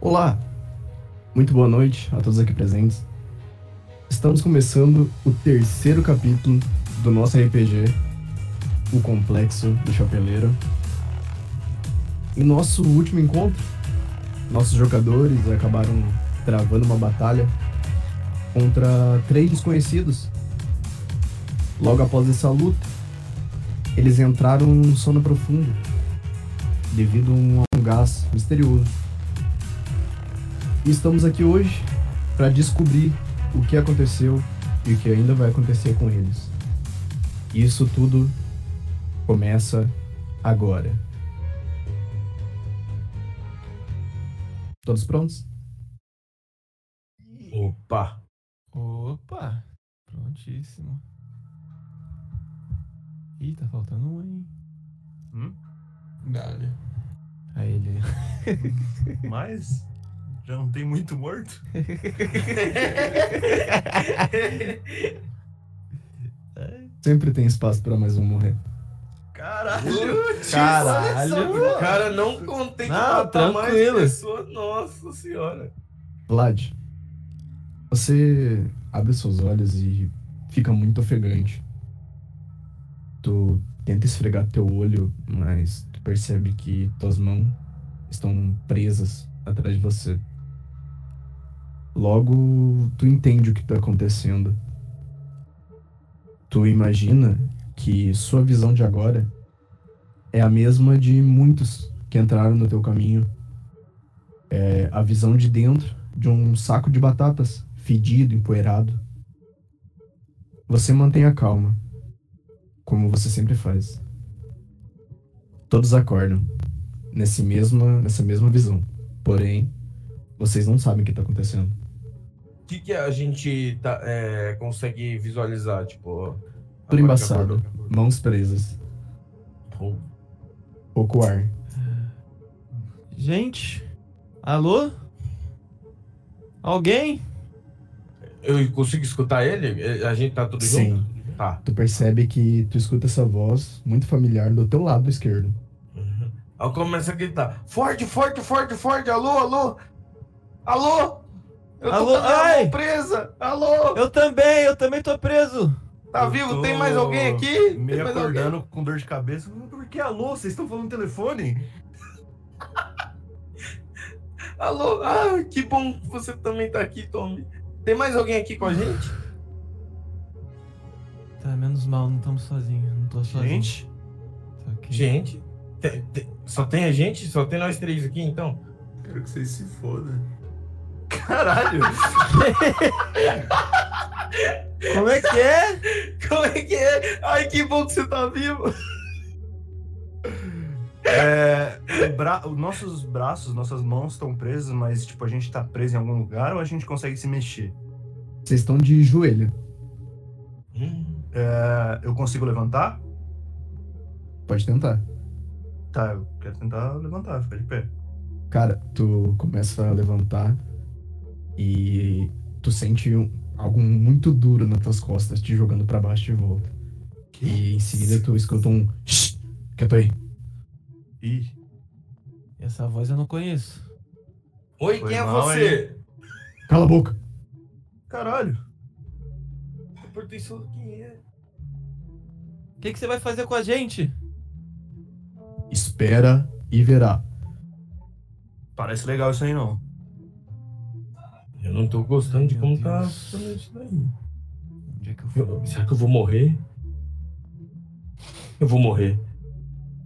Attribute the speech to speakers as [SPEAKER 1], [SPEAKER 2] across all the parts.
[SPEAKER 1] Olá! Muito boa noite a todos aqui presentes. Estamos começando o terceiro capítulo do nosso RPG, O Complexo do Chapeleiro. Em nosso último encontro, nossos jogadores acabaram travando uma batalha contra três desconhecidos. Logo após essa luta, eles entraram num sono profundo devido a um- a um gás misterioso. E estamos aqui hoje para descobrir o que aconteceu e o que ainda vai acontecer com eles. Isso tudo começa agora. Todos prontos?
[SPEAKER 2] Opa!
[SPEAKER 3] Opa! Prontíssimo. Ih, tá faltando um, hein?
[SPEAKER 2] Hum?
[SPEAKER 3] Dale. Aí ele.
[SPEAKER 2] Mas já não tem muito morto?
[SPEAKER 1] Sempre tem espaço para mais um morrer.
[SPEAKER 2] Caralho!
[SPEAKER 3] Caralho!
[SPEAKER 2] O cara não contém que
[SPEAKER 3] Não,
[SPEAKER 2] matar mais
[SPEAKER 3] tranquilo.
[SPEAKER 2] pessoa. Nossa senhora!
[SPEAKER 1] Vlad, você abre seus olhos e fica muito ofegante. Tu tenta esfregar teu olho, mas tu percebe que tuas mãos estão presas atrás de você. Logo, tu entende o que tá acontecendo. Tu imagina que sua visão de agora é a mesma de muitos que entraram no teu caminho. É a visão de dentro de um saco de batatas, fedido, empoeirado. Você mantém a calma, como você sempre faz. Todos acordam, nesse mesma, nessa mesma visão. Porém, vocês não sabem o que tá acontecendo.
[SPEAKER 2] O que, que a gente tá, é, consegue visualizar? Tipo.
[SPEAKER 1] Tudo
[SPEAKER 2] agora que
[SPEAKER 1] embaçado.
[SPEAKER 2] acordou, que acordou.
[SPEAKER 1] Mãos presas,
[SPEAKER 2] Pô,
[SPEAKER 1] pouco ar.
[SPEAKER 3] Gente! Alô? Alguém?
[SPEAKER 2] Eu consigo escutar ele? Ele- A gente tá tudo
[SPEAKER 1] Sim.
[SPEAKER 2] junto? Tá.
[SPEAKER 1] Tu percebe que tu escuta essa voz muito familiar do teu lado esquerdo.
[SPEAKER 2] Aí eu começo a gritar: Forte, forte, forte, forte! Alô, alô! Alô! Eu tô
[SPEAKER 3] Alô,
[SPEAKER 2] com a minha mão
[SPEAKER 3] ai!
[SPEAKER 2] presa! Alô!
[SPEAKER 3] Eu também, eu também tô preso!
[SPEAKER 2] Tá
[SPEAKER 4] Eu
[SPEAKER 2] vivo?
[SPEAKER 4] tô
[SPEAKER 2] Tem mais alguém aqui?
[SPEAKER 4] Me
[SPEAKER 2] Tem mais
[SPEAKER 4] acordando com dor de cabeça. falando, Por que alô? Vocês estão falando no telefone?
[SPEAKER 2] alguém? Alô? Ah, que bom que você também tá aqui, Tommy. Tem mais alguém aqui com a gente?
[SPEAKER 3] Tá, menos mal, não estamos sozinhos. Não tô sozinho.
[SPEAKER 4] Gente,
[SPEAKER 3] Tá aqui.
[SPEAKER 2] Gente? Tem- tem- só tem a gente? Só tem nós três aqui, então?
[SPEAKER 4] quero que vocês se fodam. Caralho!
[SPEAKER 3] Como é que é?
[SPEAKER 2] Como é que é? Ai, que bom que você tá vivo.
[SPEAKER 4] É, o bra- os nossos braços, nossas mãos estão presas, mas tipo, a gente tá preso em algum lugar ou a gente consegue se mexer?
[SPEAKER 1] Vocês estão de joelho.
[SPEAKER 2] Hum,
[SPEAKER 4] É, eu consigo levantar?
[SPEAKER 1] Pode tentar.
[SPEAKER 4] Tá, eu quero tentar levantar, ficar de pé.
[SPEAKER 1] Cara, tu começa a levantar e tu sente um- algo muito duro nas tuas costas te jogando pra baixo de volta. E em seguida tu escuta um "Shh, quieto aí.
[SPEAKER 4] Ih,
[SPEAKER 3] Essa voz eu não conheço.
[SPEAKER 2] Oi,
[SPEAKER 4] Foi
[SPEAKER 2] quem é
[SPEAKER 4] mal,
[SPEAKER 2] você?
[SPEAKER 1] Cala a boca.
[SPEAKER 4] caralho!
[SPEAKER 2] Por ter isso, quem é?
[SPEAKER 3] O que, que você vai fazer com a gente?
[SPEAKER 1] Espera e verá.
[SPEAKER 4] Parece legal isso aí não.
[SPEAKER 2] Eu não tô gostando de
[SPEAKER 3] Meu
[SPEAKER 2] como tá
[SPEAKER 3] Deus.
[SPEAKER 2] ficando isso daí.
[SPEAKER 3] Onde é que eu fui?
[SPEAKER 2] Eu- Será que eu vou morrer? Eu vou morrer.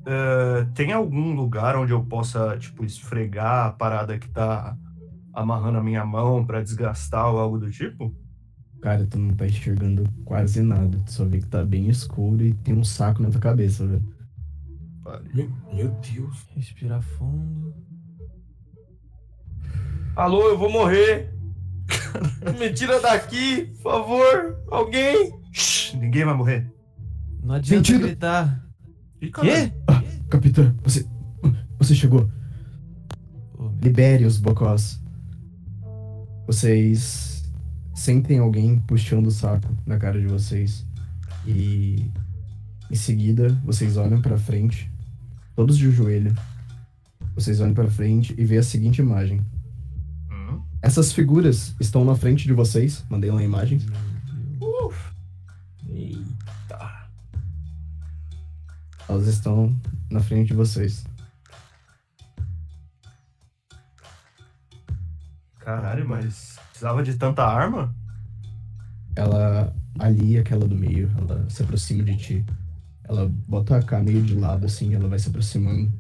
[SPEAKER 4] É, tem algum lugar onde eu possa, tipo, esfregar a parada que tá amarrando a minha mão pra desgastar ou algo do tipo?
[SPEAKER 1] Cara, tu não tá enxergando quase nada. Tu só vê que tá bem escuro e tem um saco na tua cabeça, velho.
[SPEAKER 2] Meu, meu Deus.
[SPEAKER 3] Respirar fundo.
[SPEAKER 2] Alô, eu vou morrer. Me tira daqui, por favor. Alguém?
[SPEAKER 4] Shhh, Ninguém vai morrer.
[SPEAKER 3] Não adianta
[SPEAKER 1] Sentido.
[SPEAKER 3] gritar.
[SPEAKER 4] Ih, caralho.
[SPEAKER 3] Quê?
[SPEAKER 1] Capitã, você. Você chegou.
[SPEAKER 3] Ô, meu
[SPEAKER 1] Libere os bocós. Vocês sentem alguém puxando o saco na cara de vocês. E em seguida, vocês olham pra frente, todos de joelho. Vocês olham pra frente e vê a seguinte imagem: Essas figuras estão na frente de vocês. Mandei lá a imagem.
[SPEAKER 2] Eita.
[SPEAKER 1] Elas estão na frente de vocês.
[SPEAKER 4] Caralho, mas precisava de tanta arma?
[SPEAKER 1] Ela alia aquela do meio, ela se aproxima de ti. Ela bota a cara meio de lado, assim, ela vai se aproximando.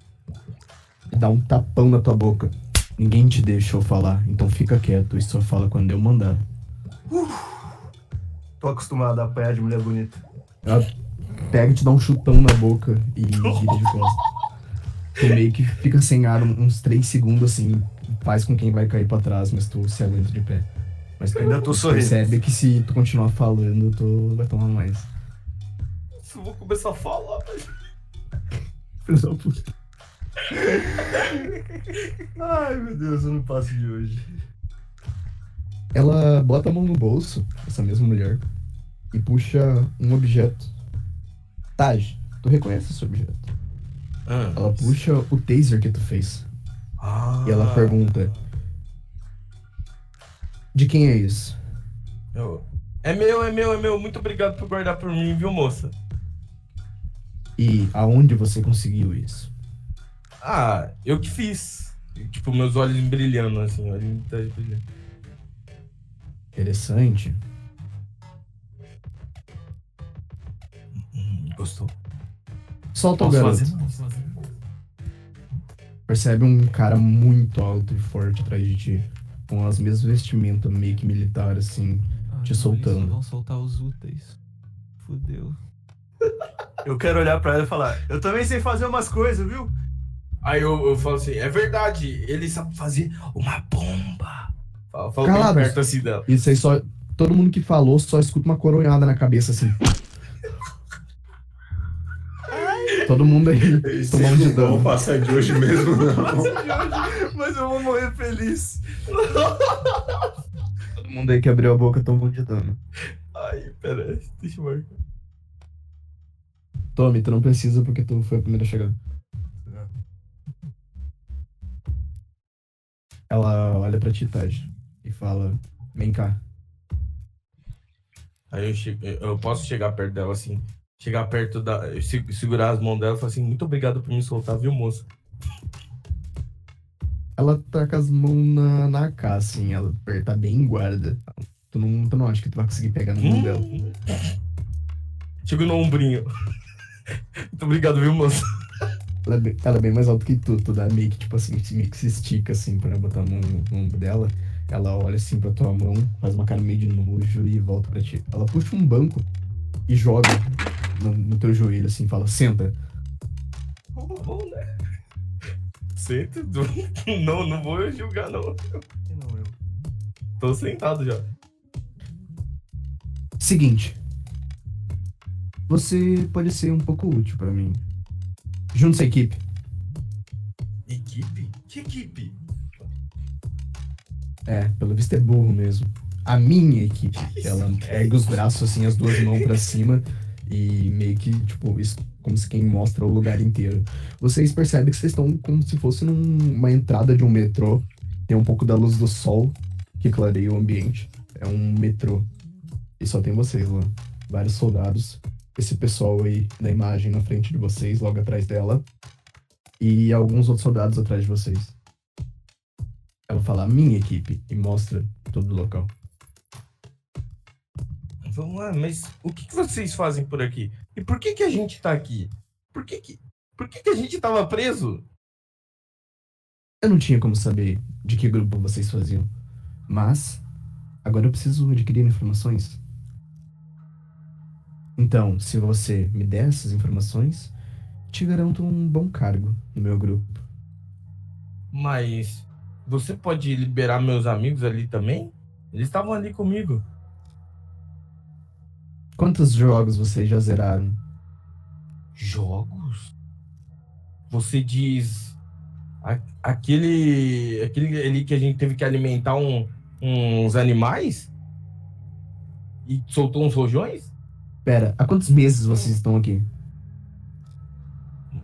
[SPEAKER 1] E dá um tapão na tua boca. Ninguém te deixou falar, então fica quieto e só fala quando eu mandar.
[SPEAKER 4] Tô acostumado a apanhar de mulher bonita.
[SPEAKER 1] Ela pega e te dá um chutão na boca e vira de costas. Tu meio que fica sem ar um- uns 3 segundos assim, faz com quem vai cair pra trás, mas tu se aguenta de pé. Mas tu
[SPEAKER 4] Ainda tô sorrindo.
[SPEAKER 1] percebe que se tu continuar falando, tu vai tomar mais.
[SPEAKER 2] Eu vou começar a falar, mas...
[SPEAKER 1] Filho da puta.
[SPEAKER 4] Ai, meu Deus, eu não passo de hoje.
[SPEAKER 1] Ela bota a mão no bolso, essa mesma mulher, e puxa um objeto. Taj, tu reconhece esse objeto? Ela puxa o taser que tu fez.
[SPEAKER 2] Ah.
[SPEAKER 1] E ela pergunta: De quem é isso?
[SPEAKER 2] Eu- É meu, é meu, é meu. Muito obrigado por guardar por mim, viu, moça?
[SPEAKER 1] E aonde você conseguiu isso?
[SPEAKER 2] Ah, eu que fiz. E, tipo, meus olhos brilhando, assim, olhos tá brilhando.
[SPEAKER 1] Interessante.
[SPEAKER 2] Hum, Gostou?
[SPEAKER 1] Solta o
[SPEAKER 2] Posso
[SPEAKER 1] garoto.
[SPEAKER 2] fazer? Posso fazer?
[SPEAKER 1] Percebe um cara muito alto e forte atrás de ti. Com as mesmas vestimentas meio que militar, assim.
[SPEAKER 3] Ah,
[SPEAKER 1] Te
[SPEAKER 3] não,
[SPEAKER 1] soltando.
[SPEAKER 3] Eles vão soltar os úteis. Fudeu.
[SPEAKER 4] Eu quero olhar pra ela e falar, eu também sei fazer umas coisas, viu?
[SPEAKER 2] Aí eu, eu falo assim, é verdade, ele sabe fazer uma bomba. Falo, falo bem
[SPEAKER 1] Calados.
[SPEAKER 2] perto assim dela.
[SPEAKER 1] Isso aí só. Todo mundo que falou só escuta uma coronhada na cabeça, assim. Todo mundo aí tomou um de
[SPEAKER 5] Vocês não vão
[SPEAKER 1] dano.
[SPEAKER 5] passar de hoje mesmo, não.
[SPEAKER 4] Mas eu vou morrer feliz.
[SPEAKER 1] Todo mundo aí que abriu a boca tomou um de dano.
[SPEAKER 2] Ai, pera, deixa eu marcar.
[SPEAKER 1] Tommy, tu não precisa porque tu foi a primeira a chegar. Ela olha pra ti, Taj, e fala: Vem cá.
[SPEAKER 2] Aí eu, chego, eu- eu posso chegar perto dela assim, chegar perto da. eu se- Segurar as mãos dela e falar assim, muito obrigado por me soltar, viu, moça?
[SPEAKER 1] Ela taca as mãos na, na cara, assim, ela aperta bem em guarda. Tu não, tu não acha que tu vai conseguir pegar na mão dela.
[SPEAKER 2] Hum. Chego no ombrinho. muito obrigado, viu, moça?
[SPEAKER 1] Ela é, bem, ela é bem mais alta que tu, tu dá meio que, tipo assim, se- meio que se estica, assim, pra botar a mão no no ombro dela. Ela olha, assim, pra tua mão, faz uma cara meio de nojo e volta pra ti. Ela puxa um banco e joga no, no teu joelho, assim, fala, senta.
[SPEAKER 2] Tá bom, né? Senta. Não, não vou julgar, não.
[SPEAKER 4] Não, eu.
[SPEAKER 2] Tô sentado já.
[SPEAKER 1] Seguinte. Você pode ser um pouco útil pra mim. Junta essa equipe.
[SPEAKER 2] Equipe? Que equipe?
[SPEAKER 1] É, pelo visto é burro mesmo. A minha equipe, ela ergue os braços assim, as duas mãos pra cima e meio que, tipo, isso como se quem mostra o lugar inteiro. Vocês percebem que vocês estão como se fosse numa entrada de um metrô. Tem um pouco da luz do sol que clareia o ambiente. É um metrô. E só tem vocês lá. Vários soldados. Esse pessoal aí na imagem na frente de vocês, logo atrás dela. E alguns outros soldados atrás de vocês. Ela fala minha equipe e mostra todo o local.
[SPEAKER 2] Vamos lá, mas o que, que vocês fazem por aqui? E por que, que a gente tá aqui? Por que, que, por que, que a gente tava preso?
[SPEAKER 1] Eu não tinha como saber de que grupo vocês faziam, mas agora eu preciso adquirir informações. Então, se você me der essas informações, te garanto um bom cargo no meu grupo.
[SPEAKER 2] Mas você pode liberar meus amigos ali também? Eles estavam ali comigo.
[SPEAKER 1] Quantos jogos vocês já zeraram?
[SPEAKER 2] Jogos? Você diz. a- aquele. aquele ali que a gente teve que alimentar um- uns animais? E soltou uns rojões?
[SPEAKER 1] Pera, há quantos meses vocês estão aqui?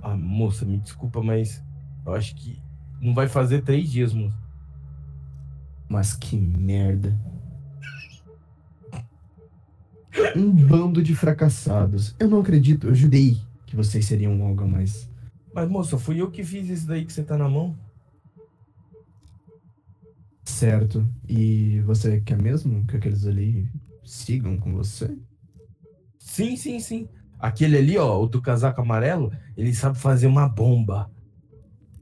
[SPEAKER 2] Ah, moça, me desculpa, mas eu acho que não vai fazer três dias, moça.
[SPEAKER 1] Mas que merda. Um bando de fracassados. Eu não acredito, eu jurei que vocês seriam algo a mais.
[SPEAKER 2] Mas, moça, fui eu que fiz isso daí que você tá na mão.
[SPEAKER 1] Certo. E você quer mesmo que aqueles ali sigam com você?
[SPEAKER 2] Sim, sim, sim. Aquele ali, ó, o do casaco amarelo, ele sabe fazer uma bomba.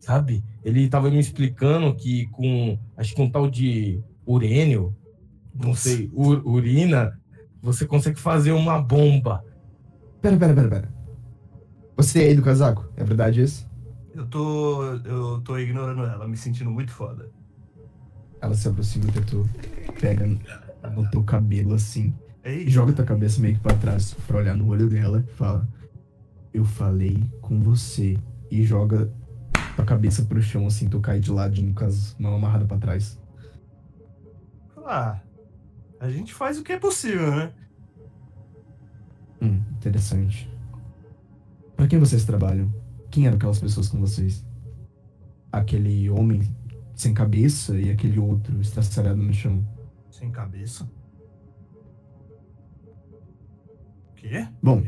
[SPEAKER 2] Sabe? Ele tava me explicando que com. Acho que um tal de urênio, não sei, ur- urina, você consegue fazer uma bomba.
[SPEAKER 1] Pera, pera, pera, pera. Você é aí do casaco? É verdade isso?
[SPEAKER 4] Eu tô. Eu tô ignorando ela, me sentindo muito foda.
[SPEAKER 1] Ela se aproxima do tu, pega no teu cabelo assim,
[SPEAKER 4] Ei,
[SPEAKER 1] e joga tua cabeça meio que pra trás pra olhar no olho dela e fala: Eu falei com você. E joga tua cabeça pro chão assim, tu cai de ladinho com as mãos amarradas pra trás.
[SPEAKER 4] Ah, a gente faz o que é possível, né?
[SPEAKER 1] Hum, interessante. Pra quem vocês trabalham? Quem eram aquelas pessoas com vocês? Aquele homem sem cabeça e aquele outro estraçalhado no chão.
[SPEAKER 4] Sem cabeça. O quê?
[SPEAKER 1] Bom,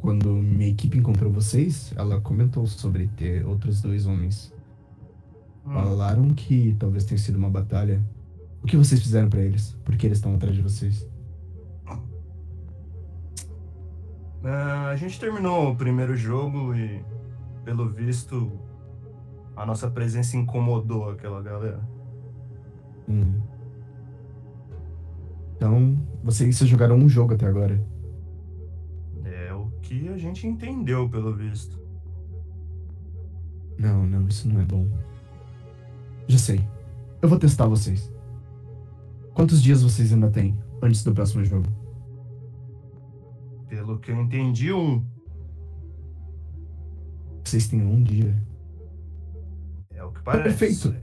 [SPEAKER 1] quando minha equipe encontrou vocês, ela comentou sobre ter outros dois homens.
[SPEAKER 4] Hum,
[SPEAKER 1] Falaram que talvez tenha sido uma batalha. O que vocês fizeram pra eles? Por que eles estão atrás de vocês?
[SPEAKER 4] ah, a gente terminou o primeiro jogo e, pelo visto, a nossa presença incomodou aquela galera.
[SPEAKER 1] Hum. Então, vocês só jogaram um jogo até agora.
[SPEAKER 4] É o que a gente entendeu, pelo visto.
[SPEAKER 1] Não, não, isso não é bom. Já sei. Eu vou testar vocês. Quantos dias vocês ainda têm antes do próximo jogo?
[SPEAKER 4] Pelo que eu entendi, um.
[SPEAKER 1] Vocês têm um dia.
[SPEAKER 4] É o que parece.
[SPEAKER 1] perfeito.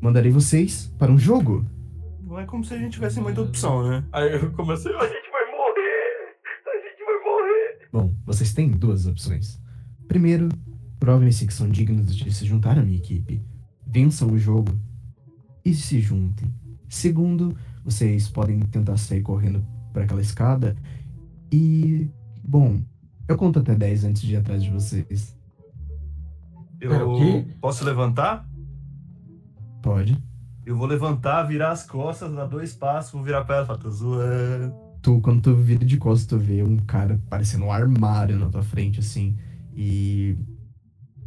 [SPEAKER 1] Mandarei vocês para um jogo.
[SPEAKER 4] Não é como se a gente tivesse muita opção, né?
[SPEAKER 2] Aí eu comecei, a gente vai morrer! A gente vai morrer!
[SPEAKER 1] Bom, vocês têm duas opções. Primeiro, provem-se que são dignos de se juntar à minha equipe. Vençam o jogo e se juntem. Segundo, vocês podem tentar sair correndo para aquela escada e. Bom, eu conto até 10 antes de ir atrás de vocês.
[SPEAKER 2] Pera,
[SPEAKER 4] Eu
[SPEAKER 2] o quê?
[SPEAKER 4] posso levantar?
[SPEAKER 1] Pode?
[SPEAKER 4] Eu vou levantar, virar as costas, dar dois passos, vou virar pra ela e falar, tô zoando.
[SPEAKER 1] Tu, quando tu vira de costas, tu vê um cara parecendo um armário na tua frente, assim. E.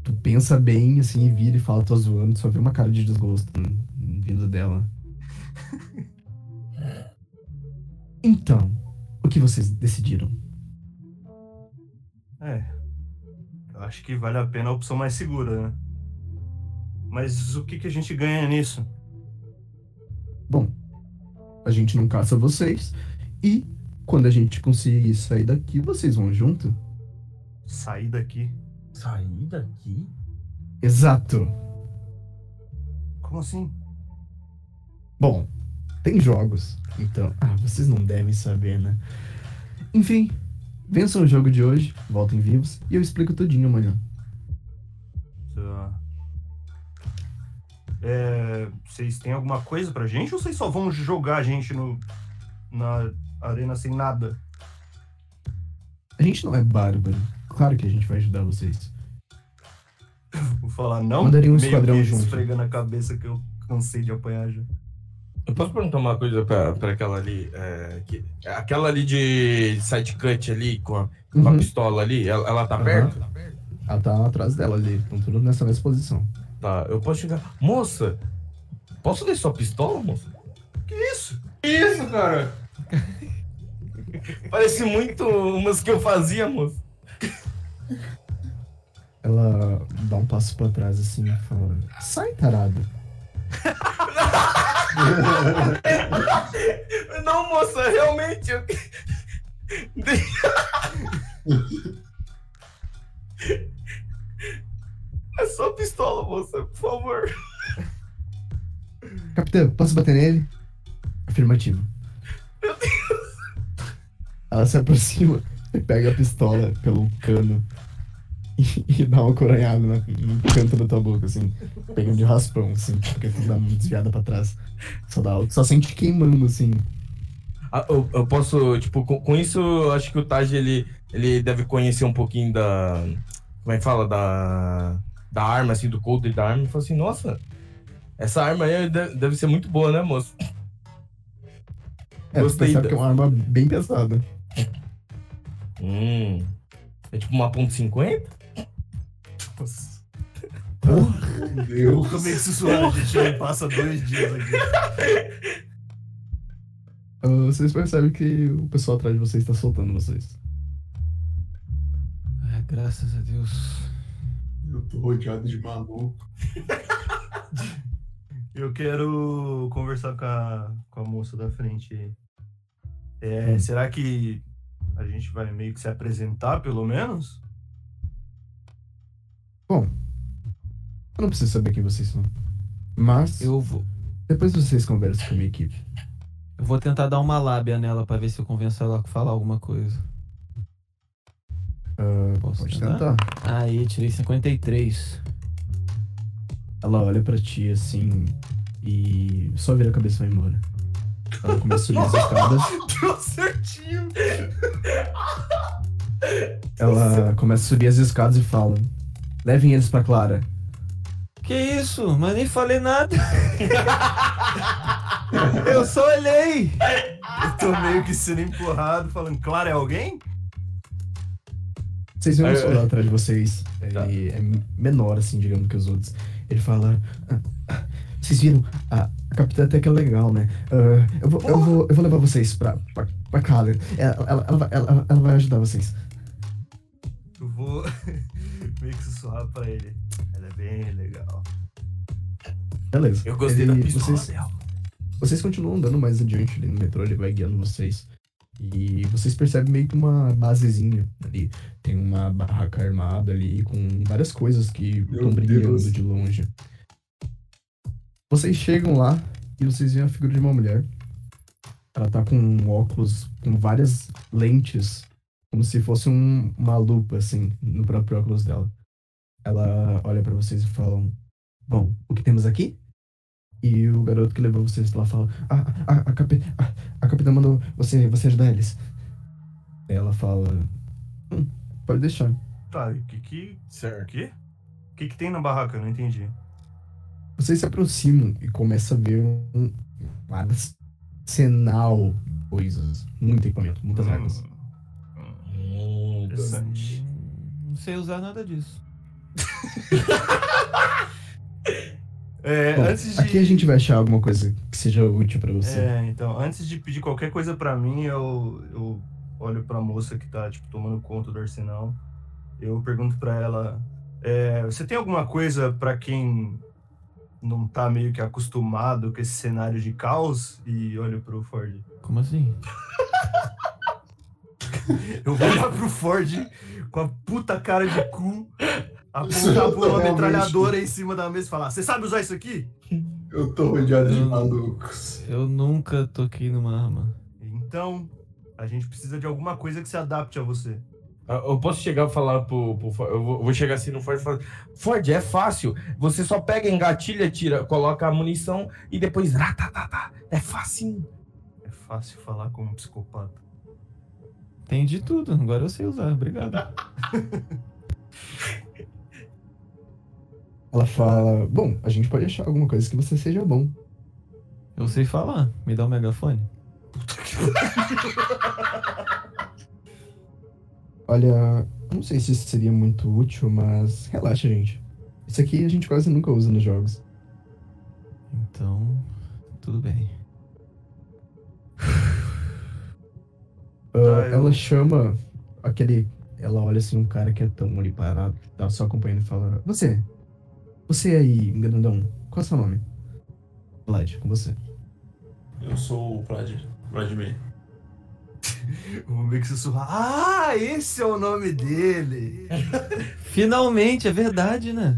[SPEAKER 1] Tu pensa bem, assim, e vira e fala, tô zoando, só vê uma cara de desgosto hum, vindo dela. Então, o que vocês decidiram?
[SPEAKER 4] É. Eu acho que vale a pena a opção mais segura, né? Mas o que, que a gente ganha nisso?
[SPEAKER 1] Bom, a gente não caça vocês. E quando a gente conseguir sair daqui, vocês vão junto?
[SPEAKER 4] Sair daqui?
[SPEAKER 2] Sair daqui?
[SPEAKER 1] Exato.
[SPEAKER 4] Como assim?
[SPEAKER 1] Bom, tem jogos, então. Ah, vocês não devem saber, né? Enfim, vençam o jogo de hoje, voltem vivos e eu explico tudinho amanhã.
[SPEAKER 4] Tá. É, vocês têm alguma coisa pra gente ou vocês só vão jogar a gente no, na arena sem nada?
[SPEAKER 1] A gente não é bárbaro. Claro que a gente vai ajudar vocês.
[SPEAKER 4] Vou falar não.
[SPEAKER 1] Mandaria um
[SPEAKER 4] meio
[SPEAKER 1] esquadrão
[SPEAKER 4] que
[SPEAKER 1] junto.
[SPEAKER 4] esfregando a cabeça que eu cansei de apanhar já.
[SPEAKER 2] Eu posso perguntar uma coisa pra, pra aquela ali? é, que- aquela ali de sidecut ali, com a, com a
[SPEAKER 1] Uhum.
[SPEAKER 2] pistola ali, ela, ela tá
[SPEAKER 1] Aham.
[SPEAKER 2] perto?
[SPEAKER 1] Ela tá atrás dela ali, estão tudo nessa mesma posição.
[SPEAKER 2] Tá, eu posso chegar. Moça, posso ler sua pistola, moça?
[SPEAKER 4] Que isso?
[SPEAKER 2] Que isso, cara? Parece muito umas que eu fazia, moça.
[SPEAKER 1] Ela dá um passo pra trás assim e fala: Sai, tarado.
[SPEAKER 2] Não, moça, realmente. Eu... É só pistola, moça, por favor.
[SPEAKER 1] Capitão, posso bater nele? Afirmativo. Meu Deus. Ela se aproxima e pega a pistola pelo cano e dá uma coronhada na- no canto da tua boca, assim. Pegando de raspão, assim, porque tu dá uma desviada pra trás. Só, dá, só sente queimando, assim.
[SPEAKER 2] Ah, eu, eu posso, tipo, com, com isso, eu acho que o Taj, ele, ele deve conhecer um pouquinho da... Como é que fala? Da, da arma, assim, do coldre da arma. E fala assim, nossa, essa arma aí de- deve ser muito boa, né, moço?
[SPEAKER 1] É, tu
[SPEAKER 2] Gostei
[SPEAKER 1] percebe
[SPEAKER 2] da-
[SPEAKER 1] que é uma arma bem pesada.
[SPEAKER 2] Hum, é tipo uma ponto .50?
[SPEAKER 5] Meu
[SPEAKER 4] Eu
[SPEAKER 5] Deus.
[SPEAKER 4] comecei isso suando, a gente já passa dois dias aqui.
[SPEAKER 1] Ah, vocês percebem que o pessoal atrás de vocês tá soltando vocês.
[SPEAKER 3] Ah, graças a Deus.
[SPEAKER 5] Eu tô rodeado de maluco.
[SPEAKER 4] Eu quero conversar com a, com a moça da frente. aí. É,
[SPEAKER 1] Hum.
[SPEAKER 4] Será que a gente vai meio que se apresentar, pelo menos?
[SPEAKER 1] Eu não preciso saber quem vocês são. Mas,
[SPEAKER 3] Eu vou,
[SPEAKER 1] depois vocês conversam com a minha equipe.
[SPEAKER 3] eu vou tentar dar uma lábia nela pra ver se eu convenço ela a falar alguma coisa. Posso
[SPEAKER 1] Ah, Pode
[SPEAKER 3] tentar?
[SPEAKER 1] tentar.
[SPEAKER 3] Aí, tirei 53.
[SPEAKER 1] Ela olha pra ti assim e só vira a cabeça e vai embora. Ela começa a subir as escadas.
[SPEAKER 4] Deu certinho!
[SPEAKER 1] Ela começa a subir as escadas e fala: Levem eles pra Clara.
[SPEAKER 3] Que isso? Mas nem falei nada. eu só olhei.
[SPEAKER 4] Eu tô meio que sendo empurrado, falando, claro, é alguém?
[SPEAKER 1] Vocês veem um
[SPEAKER 2] Aí,
[SPEAKER 1] soldado atrás de vocês.
[SPEAKER 2] Tá.
[SPEAKER 1] Ele é menor, assim, digamos, que os outros. Ele fala. "Ah, ah, Vocês viram? A a capitã até que é legal, né? Ah, eu, vou, eu, vou, eu vou levar vocês pra, pra, pra Clara. Ela, ela, ela, vai- ela- ela vai ajudar vocês.
[SPEAKER 4] Eu vou meio que sussurrar pra ele. Ela é bem legal.
[SPEAKER 1] Beleza.
[SPEAKER 2] Eu gostei da
[SPEAKER 1] Ele-
[SPEAKER 2] pistola
[SPEAKER 1] vocês-
[SPEAKER 2] dela.
[SPEAKER 1] Vocês continuam andando mais adiante ali no metrô, ele vai guiando vocês. E vocês percebem meio que uma basezinha ali. Tem uma barraca armada ali com várias coisas que
[SPEAKER 5] Meu
[SPEAKER 1] estão brilhando
[SPEAKER 5] Deus.
[SPEAKER 1] de longe. Vocês chegam lá e vocês veem a figura de uma mulher. Ela tá com um óculos com várias lentes, como se fosse um- uma lupa, assim, no próprio óculos dela. Ela olha pra vocês e fala: um, Bom, o que temos aqui? E o garoto que levou vocês lá fala: A, a, a, capi- a, a capitã mandou você, você ajudar eles. Daí Ela fala: "Hum, Pode deixar.
[SPEAKER 4] Tá, e o que que... O
[SPEAKER 2] Certo.
[SPEAKER 4] quê? O que que tem na barraca? Eu não entendi.
[SPEAKER 1] Vocês se aproximam e começa a ver um um arsenal de coisas. Muito equipamento, muitas armas.
[SPEAKER 4] Hum,
[SPEAKER 2] Hum,
[SPEAKER 4] Interessante.
[SPEAKER 3] Não sei usar nada disso.
[SPEAKER 4] É,
[SPEAKER 1] Bom,
[SPEAKER 4] antes de...
[SPEAKER 1] Aqui a gente vai achar alguma coisa que seja útil pra você.
[SPEAKER 4] É, então, antes de pedir qualquer coisa pra mim, eu, eu olho pra moça que tá, tipo, tomando conta do arsenal. Eu pergunto pra ela, é, você tem alguma coisa pra quem não tá meio que acostumado com esse cenário de caos? E olho pro Ford.
[SPEAKER 3] Como assim?
[SPEAKER 4] Eu vou olhar pro Ford com a puta cara de cu, apontar a bola
[SPEAKER 5] Realmente.
[SPEAKER 4] metralhadora em cima da mesa e falar, você sabe usar isso aqui?
[SPEAKER 5] Eu tô rodeado de
[SPEAKER 3] Hum.
[SPEAKER 5] malucos.
[SPEAKER 3] Eu nunca toquei numa arma.
[SPEAKER 4] Então, a gente precisa de alguma coisa que se adapte a você.
[SPEAKER 2] Ah, Eu posso chegar e falar pro, pro Ford, eu vou, eu vou chegar assim no Ford e falar, Ford, é fácil, você só pega, engatilha, tira, coloca a munição e depois, tá, tá, tá, é facinho.
[SPEAKER 4] É fácil falar como um psicopata.
[SPEAKER 3] Tem de tudo, agora eu sei usar, obrigado.
[SPEAKER 1] Ela fala: Bom, a gente pode achar alguma coisa que você seja bom.
[SPEAKER 3] Eu sei falar, me dá um megafone.
[SPEAKER 1] Olha, não sei se isso seria muito útil, mas relaxa, gente. Isso aqui a gente quase nunca usa nos jogos.
[SPEAKER 3] Então, tudo bem.
[SPEAKER 1] Ah,
[SPEAKER 4] Ah, eu-
[SPEAKER 1] ela chama aquele. Ela olha assim um cara que é tão ali parado, que tá só acompanhando e fala: Você, você aí, grandão, qual é o seu nome? Vlad, com você.
[SPEAKER 5] Eu sou o Vlad. Vladimir.
[SPEAKER 4] O meio que sussurra. Ah, esse é o nome dele!
[SPEAKER 3] Finalmente, é verdade, né?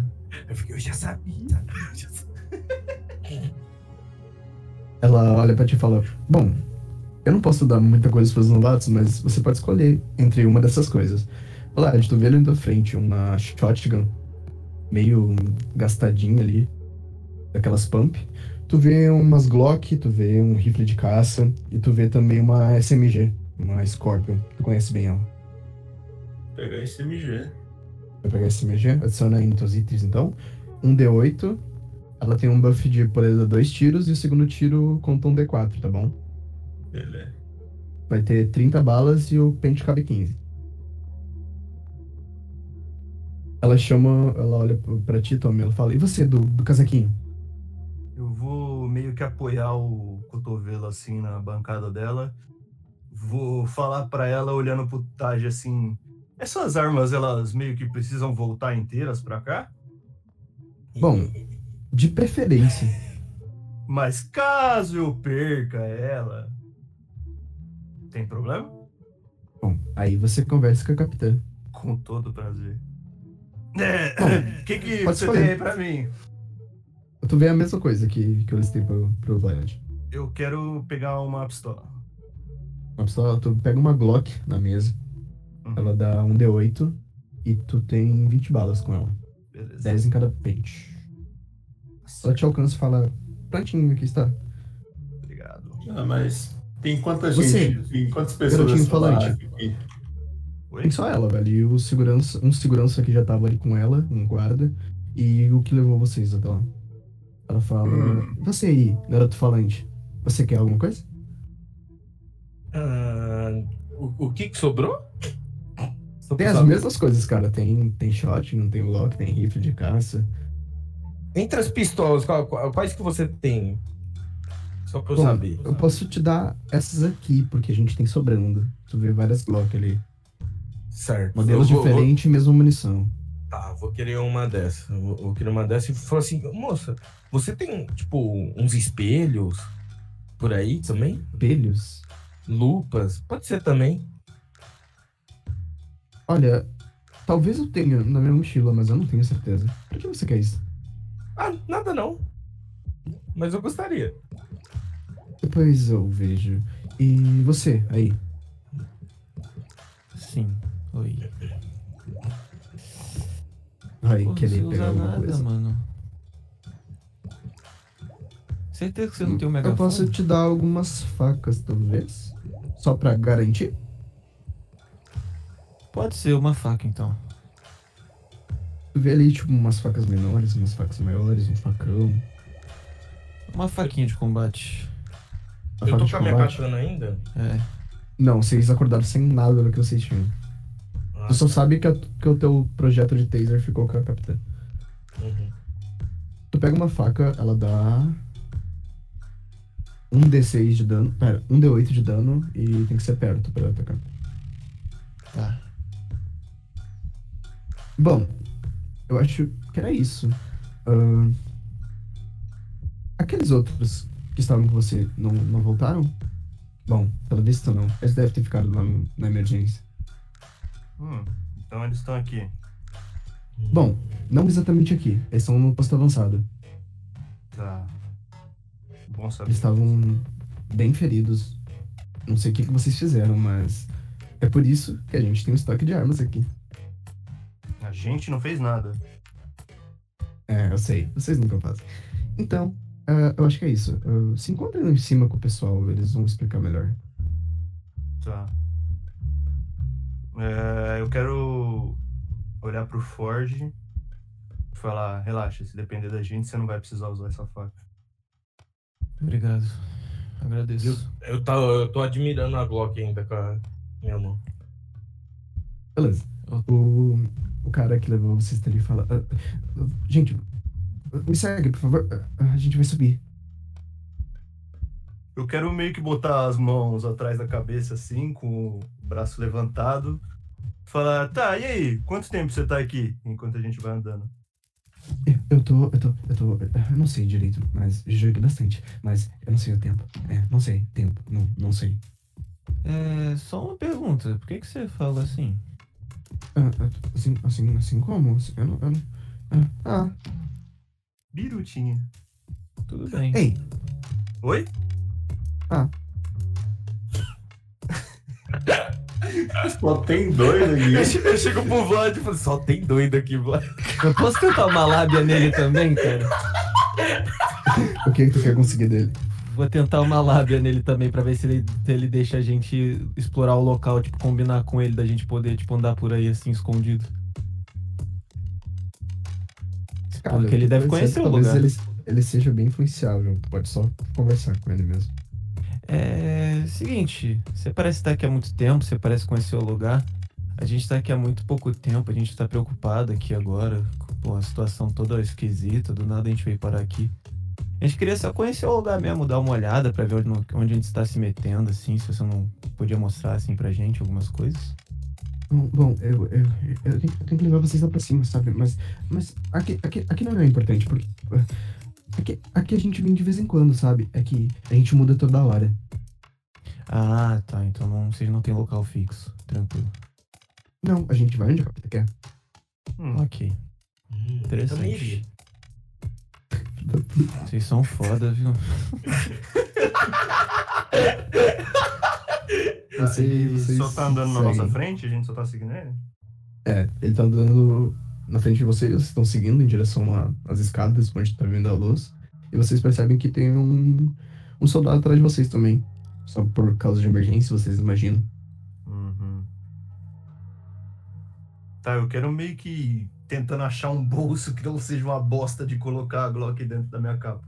[SPEAKER 2] Eu fiquei, eu já sabia. eu já sabia."
[SPEAKER 1] Ela olha pra ti e fala: Bom, eu não posso dar muita coisa pros novatos, mas você pode escolher entre uma dessas coisas. Olá, eu tô vendo ele da frente, uma shotgun meio gastadinha ali, daquelas pump. Tu vê umas Glock, tu vê um rifle de caça e tu vê também uma SMG, uma Scorpion. Tu conhece bem ela.
[SPEAKER 5] Pegar esse MG.
[SPEAKER 1] Vai pegar esse MG, adiciona aí nos teus itens então. Um D8, ela tem um buff de poder de dois tiros e o segundo tiro conta um D4, tá bom?
[SPEAKER 5] Beleza.
[SPEAKER 1] Vai ter 30 balas e o pente cabe 15. Ela chama, ela olha pro- pra ti, Tommy, ela fala, e você, do, do casaquinho?
[SPEAKER 4] Eu vou meio que apoiar o cotovelo assim na bancada dela. Vou falar pra ela olhando pro Taj assim. Essas armas, elas meio que precisam voltar inteiras pra cá?
[SPEAKER 1] Bom, de preferência.
[SPEAKER 4] Mas caso eu perca ela. Tem problema?
[SPEAKER 1] Bom, aí você conversa com a capitã.
[SPEAKER 4] Com todo prazer. É,
[SPEAKER 1] Bom,
[SPEAKER 4] o que, que
[SPEAKER 1] pode
[SPEAKER 4] você
[SPEAKER 1] escolher.
[SPEAKER 4] tem aí pra mim?
[SPEAKER 1] Tu vê a mesma coisa que, que eu listei pro, pro Violet.
[SPEAKER 4] Eu quero pegar uma pistola.
[SPEAKER 1] Uma pistola, tu pega uma Glock na mesa,
[SPEAKER 4] Uhum.
[SPEAKER 1] ela dá um D8 e tu tem 20 balas com ela.
[SPEAKER 4] Beleza.
[SPEAKER 1] 10 em cada pente. Ela te alcança e fala, prontinho, aqui está.
[SPEAKER 4] Obrigado.
[SPEAKER 5] Ah, mas tem quantas
[SPEAKER 1] Você.
[SPEAKER 5] gente? Tem quantas pessoas
[SPEAKER 1] Garotinho
[SPEAKER 5] nessa
[SPEAKER 1] falante.
[SPEAKER 5] barraca aqui?
[SPEAKER 4] Oi?
[SPEAKER 1] Tem só ela, velho. E o segurança, um segurança que já tava ali com ela, um guarda, e o que levou vocês até lá. Ela fala,
[SPEAKER 5] Hum.
[SPEAKER 1] você aí, garoto falante, você quer alguma coisa?
[SPEAKER 2] Ah, o, o que que sobrou? Só pra
[SPEAKER 1] Tem as
[SPEAKER 2] saber.
[SPEAKER 1] mesmas coisas, cara. Tem, tem shot, não tem lock, tem rifle de caça.
[SPEAKER 2] Entre as pistolas, qual- qual- quais que você tem? Só pra eu
[SPEAKER 1] Bom,
[SPEAKER 2] saber.
[SPEAKER 1] Eu posso te dar essas aqui, porque a gente tem sobrando. Tu vê várias Glock ali.
[SPEAKER 2] Certo.
[SPEAKER 1] Modelos
[SPEAKER 2] Eu vou- vou-
[SPEAKER 1] diferentes, mesma munição.
[SPEAKER 2] Tá, vou querer uma dessa. Vou, vou querer uma dessa e falar assim, moça, você tem, tipo, uns espelhos por aí também?
[SPEAKER 1] Pelhos.
[SPEAKER 2] Lupas? Pode ser também.
[SPEAKER 1] Olha, talvez eu tenha na minha mochila, mas eu não tenho certeza. Pra que você quer isso?
[SPEAKER 2] Ah, nada não. Mas eu gostaria.
[SPEAKER 1] Depois eu vejo. E você, aí?
[SPEAKER 3] Sim. Oi.
[SPEAKER 1] Vai
[SPEAKER 3] Pô, não
[SPEAKER 1] querer
[SPEAKER 3] sei
[SPEAKER 1] pegar
[SPEAKER 3] usar
[SPEAKER 1] alguma
[SPEAKER 3] nada,
[SPEAKER 1] coisa?
[SPEAKER 3] mano. Certeza que você não tem um
[SPEAKER 1] Eu
[SPEAKER 3] megafone?
[SPEAKER 1] posso te dar algumas facas, talvez. Só pra garantir?
[SPEAKER 3] Pode ser uma faca, então.
[SPEAKER 1] Tu vê ali, tipo, umas facas menores, umas facas maiores, um facão.
[SPEAKER 3] Uma faquinha de combate.
[SPEAKER 1] Uma
[SPEAKER 2] eu
[SPEAKER 1] faca
[SPEAKER 2] tô
[SPEAKER 1] Tá de
[SPEAKER 2] com a minha
[SPEAKER 1] combate.
[SPEAKER 2] katana ainda?
[SPEAKER 3] É.
[SPEAKER 1] Não, vocês acordaram sem nada do que vocês tinham.
[SPEAKER 2] Ah,
[SPEAKER 1] Tu só sabe que, a- que o teu projeto de taser ficou com a capitã.
[SPEAKER 2] uhum.
[SPEAKER 1] Tu pega uma faca, ela dá. Um D6 de dano. Pera, um D8 de dano e tem que ser perto pra atacar.
[SPEAKER 3] Tá.
[SPEAKER 1] Bom, eu acho que era isso. Ahn, aqueles outros que estavam com você não, não voltaram? Bom, pelo visto não. Eles devem ter ficado lá no- na emergência.
[SPEAKER 4] Hum, então eles estão aqui.
[SPEAKER 1] Bom, não exatamente aqui. Eles estão no posto avançado.
[SPEAKER 4] Tá. Bom saber.
[SPEAKER 1] Eles estavam bem feridos. Não sei o que, que vocês fizeram, mas é por isso que a gente tem um estoque de armas aqui.
[SPEAKER 4] A gente não fez nada.
[SPEAKER 1] É, eu sei. Vocês nunca fazem. Então, ah, eu acho que é isso. Ah, se encontrem lá em cima com o pessoal, eles vão explicar melhor.
[SPEAKER 4] Tá. É, eu quero olhar pro Ford e falar, relaxa, se depender da gente, você não vai precisar usar essa faca.
[SPEAKER 3] Obrigado. Agradeço.
[SPEAKER 2] Eu, tá, eu tô admirando a Glock ainda com a minha mão.
[SPEAKER 1] Beleza. O, o cara que levou vocês ali fala: "Ah, ah, Gente, me segue, por favor. Ah, ah, A gente vai subir.
[SPEAKER 4] Eu quero meio que botar as mãos atrás da cabeça, assim, com o braço levantado. Falar, tá, e aí? Quanto tempo você tá aqui? Enquanto a gente vai andando.
[SPEAKER 1] Eu tô, eu tô, eu tô. Eu não sei direito, mas joguei bastante. Mas eu não sei o tempo. É, não sei, tempo. Não, não sei.
[SPEAKER 3] É, só uma pergunta. Por que, que você fala assim?
[SPEAKER 1] Ah, ah, assim, assim, assim como? Assim, Eu não, eu não. Ah, ah.
[SPEAKER 4] Birutinha.
[SPEAKER 3] Tudo bem.
[SPEAKER 1] ei,
[SPEAKER 4] Oi?
[SPEAKER 1] Ah.
[SPEAKER 5] Só tem dois
[SPEAKER 2] Eu
[SPEAKER 5] aqui.
[SPEAKER 2] che- eu chego pro Vlad e falo, só tem doido aqui, Vlad.
[SPEAKER 3] É Eu posso tentar uma lábia nele também, cara?
[SPEAKER 1] O que, que tu quer conseguir dele?
[SPEAKER 3] Vou tentar uma lábia nele também pra ver se ele, se ele deixa a gente explorar o local, tipo, combinar com ele, da gente poder, tipo, andar por aí assim, escondido. Porque ele
[SPEAKER 1] eu tô pensando
[SPEAKER 3] deve conhecer
[SPEAKER 1] que
[SPEAKER 3] o
[SPEAKER 1] talvez
[SPEAKER 3] lugar.
[SPEAKER 1] Ele, ele seja bem influenciável. Pode só conversar com ele mesmo.
[SPEAKER 3] É. Seguinte, você parece estar aqui há muito tempo, você parece conhecer o lugar. A gente tá aqui há muito pouco tempo, a gente tá preocupado aqui agora. com- Pô, a situação toda esquisita, do nada a gente veio parar aqui. A gente queria só conhecer o lugar mesmo, dar uma olhada pra ver onde, onde a gente tá se metendo, assim, se você não podia mostrar, assim, pra gente algumas coisas.
[SPEAKER 1] Bom, bom, eu, eu, eu, tenho, eu tenho que levar vocês lá pra cima, sabe? Mas, mas aqui, aqui, aqui não é importante, porque. eh, Aqui, aqui a gente vem de vez em quando, sabe? É que a gente muda toda hora.
[SPEAKER 3] Ah, tá, então não, vocês não têm local fixo, tranquilo.
[SPEAKER 1] Não, a gente vai onde a capeta quer.
[SPEAKER 4] Hum,
[SPEAKER 3] Ok,
[SPEAKER 2] Também iria.
[SPEAKER 3] interessante. Vocês são foda, viu?
[SPEAKER 1] Vocês-
[SPEAKER 4] ele
[SPEAKER 1] vocês
[SPEAKER 4] só tá andando na
[SPEAKER 1] seguem.
[SPEAKER 4] nossa frente, a gente só tá seguindo ele?
[SPEAKER 1] É, ele tá andando na frente de vocês, vocês estão seguindo em direção a- às escadas onde tá vindo a luz. E vocês percebem que tem um, um soldado atrás de vocês também. Só por causa de emergência, vocês imaginam.
[SPEAKER 4] Uhum. Tá, eu quero meio que tentando achar um bolso que não seja uma bosta de colocar a Glock dentro da minha capa.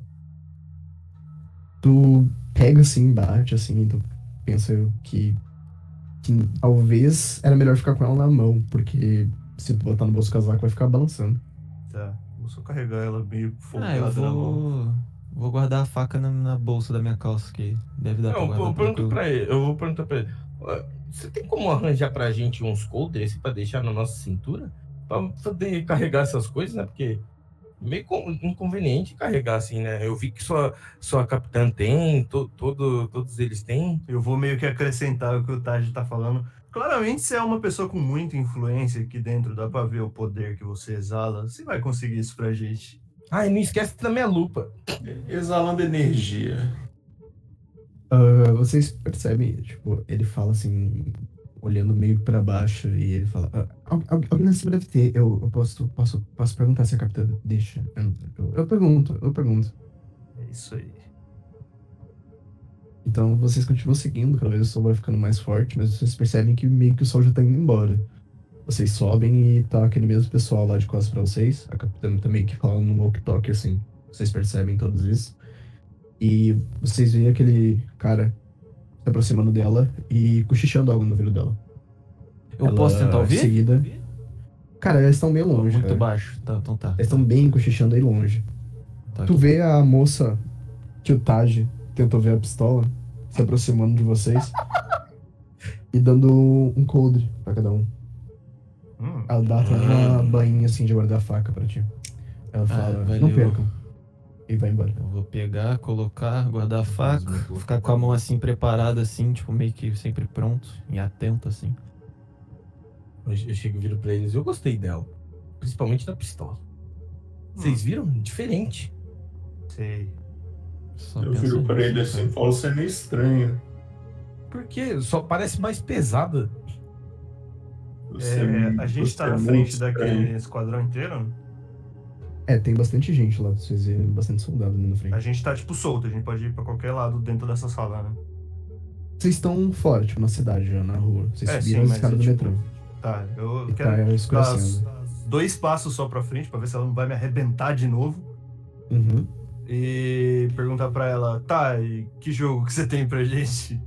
[SPEAKER 1] Tu pega assim, bate assim, tu pensa que, que talvez era melhor ficar com ela na mão, porque se tu botar no bolso do casaco vai ficar balançando.
[SPEAKER 4] Tá, vou só carregar ela meio
[SPEAKER 3] Ah,
[SPEAKER 4] folgada
[SPEAKER 3] eu
[SPEAKER 4] na mão.
[SPEAKER 3] vou. Vou guardar a faca na, na bolsa da minha calça, que deve dar
[SPEAKER 2] Não,
[SPEAKER 3] pra
[SPEAKER 2] eu, eu
[SPEAKER 3] guardar
[SPEAKER 2] pergunto
[SPEAKER 3] tranquilo.
[SPEAKER 2] pra ele, eu vou perguntar pra ele. "Ó, Você tem como arranjar pra gente uns colders pra deixar na nossa cintura? Pra poder carregar essas coisas, né? Porque é meio con- inconveniente carregar assim, né? Eu vi que sua, sua capitã tem, to, todo, todos eles têm.
[SPEAKER 4] Eu vou meio que acrescentar o que o Taj tá falando. Claramente, você é uma pessoa com muita influência aqui dentro, dá pra ver o poder que você exala. Você vai conseguir isso pra gente.
[SPEAKER 2] Ah, e não esquece da minha lupa.
[SPEAKER 5] Exalando energia.
[SPEAKER 1] Ah, vocês percebem, tipo, ele fala assim, olhando meio pra baixo, e ele fala: "Ah, al- al- Alguém nessa deve ter, eu, eu posso, posso, posso perguntar se a capitã deixa. Eu, eu- eu pergunto, eu pergunto.
[SPEAKER 4] É isso aí.
[SPEAKER 1] Então vocês continuam seguindo, cada vez o sol vai ficando mais forte, mas vocês percebem que meio que o sol já tá indo embora. Vocês sobem e tá aquele mesmo pessoal lá de costas pra vocês, a capitã também que fala no walkie-talkie assim. Vocês percebem todos isso. E vocês veem aquele cara se aproximando dela e cochichando algo no ouvido dela.
[SPEAKER 3] Eu
[SPEAKER 1] Ela,
[SPEAKER 3] posso tentar
[SPEAKER 1] Em
[SPEAKER 3] ouvir?
[SPEAKER 1] seguida. Cara, eles estão meio longe.
[SPEAKER 3] Muito
[SPEAKER 1] cara.
[SPEAKER 3] baixo. Tá, então tá.
[SPEAKER 1] Eles estão bem cochichando aí longe.
[SPEAKER 3] Tá
[SPEAKER 1] Tu
[SPEAKER 3] aqui.
[SPEAKER 1] vê a moça que o Taj tentou ver a pistola se aproximando de vocês e dando um coldre pra cada um.
[SPEAKER 4] Hum,
[SPEAKER 1] Ela dá até uma bainha assim de guardar a faca pra ti.
[SPEAKER 4] Ah,
[SPEAKER 1] Ela fala, não
[SPEAKER 3] Ah, valeu.
[SPEAKER 1] percam. E vai embora.
[SPEAKER 3] Eu vou pegar, colocar, guardar a faca, ficar com a mão assim preparada, assim, tipo, meio que sempre pronto e atento, assim.
[SPEAKER 2] Eu, eu chego e viro pra eles. Eu gostei dela. Principalmente da pistola. Vocês viram? Diferente.
[SPEAKER 4] sei.
[SPEAKER 3] Só
[SPEAKER 5] Eu
[SPEAKER 3] pensa
[SPEAKER 5] viro pra
[SPEAKER 3] nisso,
[SPEAKER 5] ele
[SPEAKER 3] cara.
[SPEAKER 5] assim, Paulo, você é meio estranho.
[SPEAKER 2] Porque só parece mais pesada.
[SPEAKER 5] Você
[SPEAKER 4] É, a gente
[SPEAKER 5] você
[SPEAKER 4] tá
[SPEAKER 5] é
[SPEAKER 4] na
[SPEAKER 5] muito
[SPEAKER 4] frente
[SPEAKER 5] estranho."
[SPEAKER 4] daquele esquadrão inteiro?
[SPEAKER 1] É, tem bastante gente lá, vocês veem bastante soldado ali na frente.
[SPEAKER 4] A gente tá, tipo, solto. A gente pode ir pra qualquer lado dentro dessa sala, né?
[SPEAKER 1] Vocês estão fora, tipo, na cidade já, na rua. Vocês
[SPEAKER 4] É,
[SPEAKER 1] subiram
[SPEAKER 4] sim,
[SPEAKER 1] os
[SPEAKER 4] mas
[SPEAKER 1] escadas
[SPEAKER 4] é,
[SPEAKER 1] do
[SPEAKER 4] tipo,
[SPEAKER 1] metrô.
[SPEAKER 4] Tá, eu
[SPEAKER 1] E
[SPEAKER 4] quero
[SPEAKER 1] tá
[SPEAKER 4] dar
[SPEAKER 1] escurecendo.
[SPEAKER 4] dois passos só pra frente pra ver se ela não vai me arrebentar de novo.
[SPEAKER 1] Uhum.
[SPEAKER 4] E perguntar pra ela, tá, e que jogo que você tem pra gente?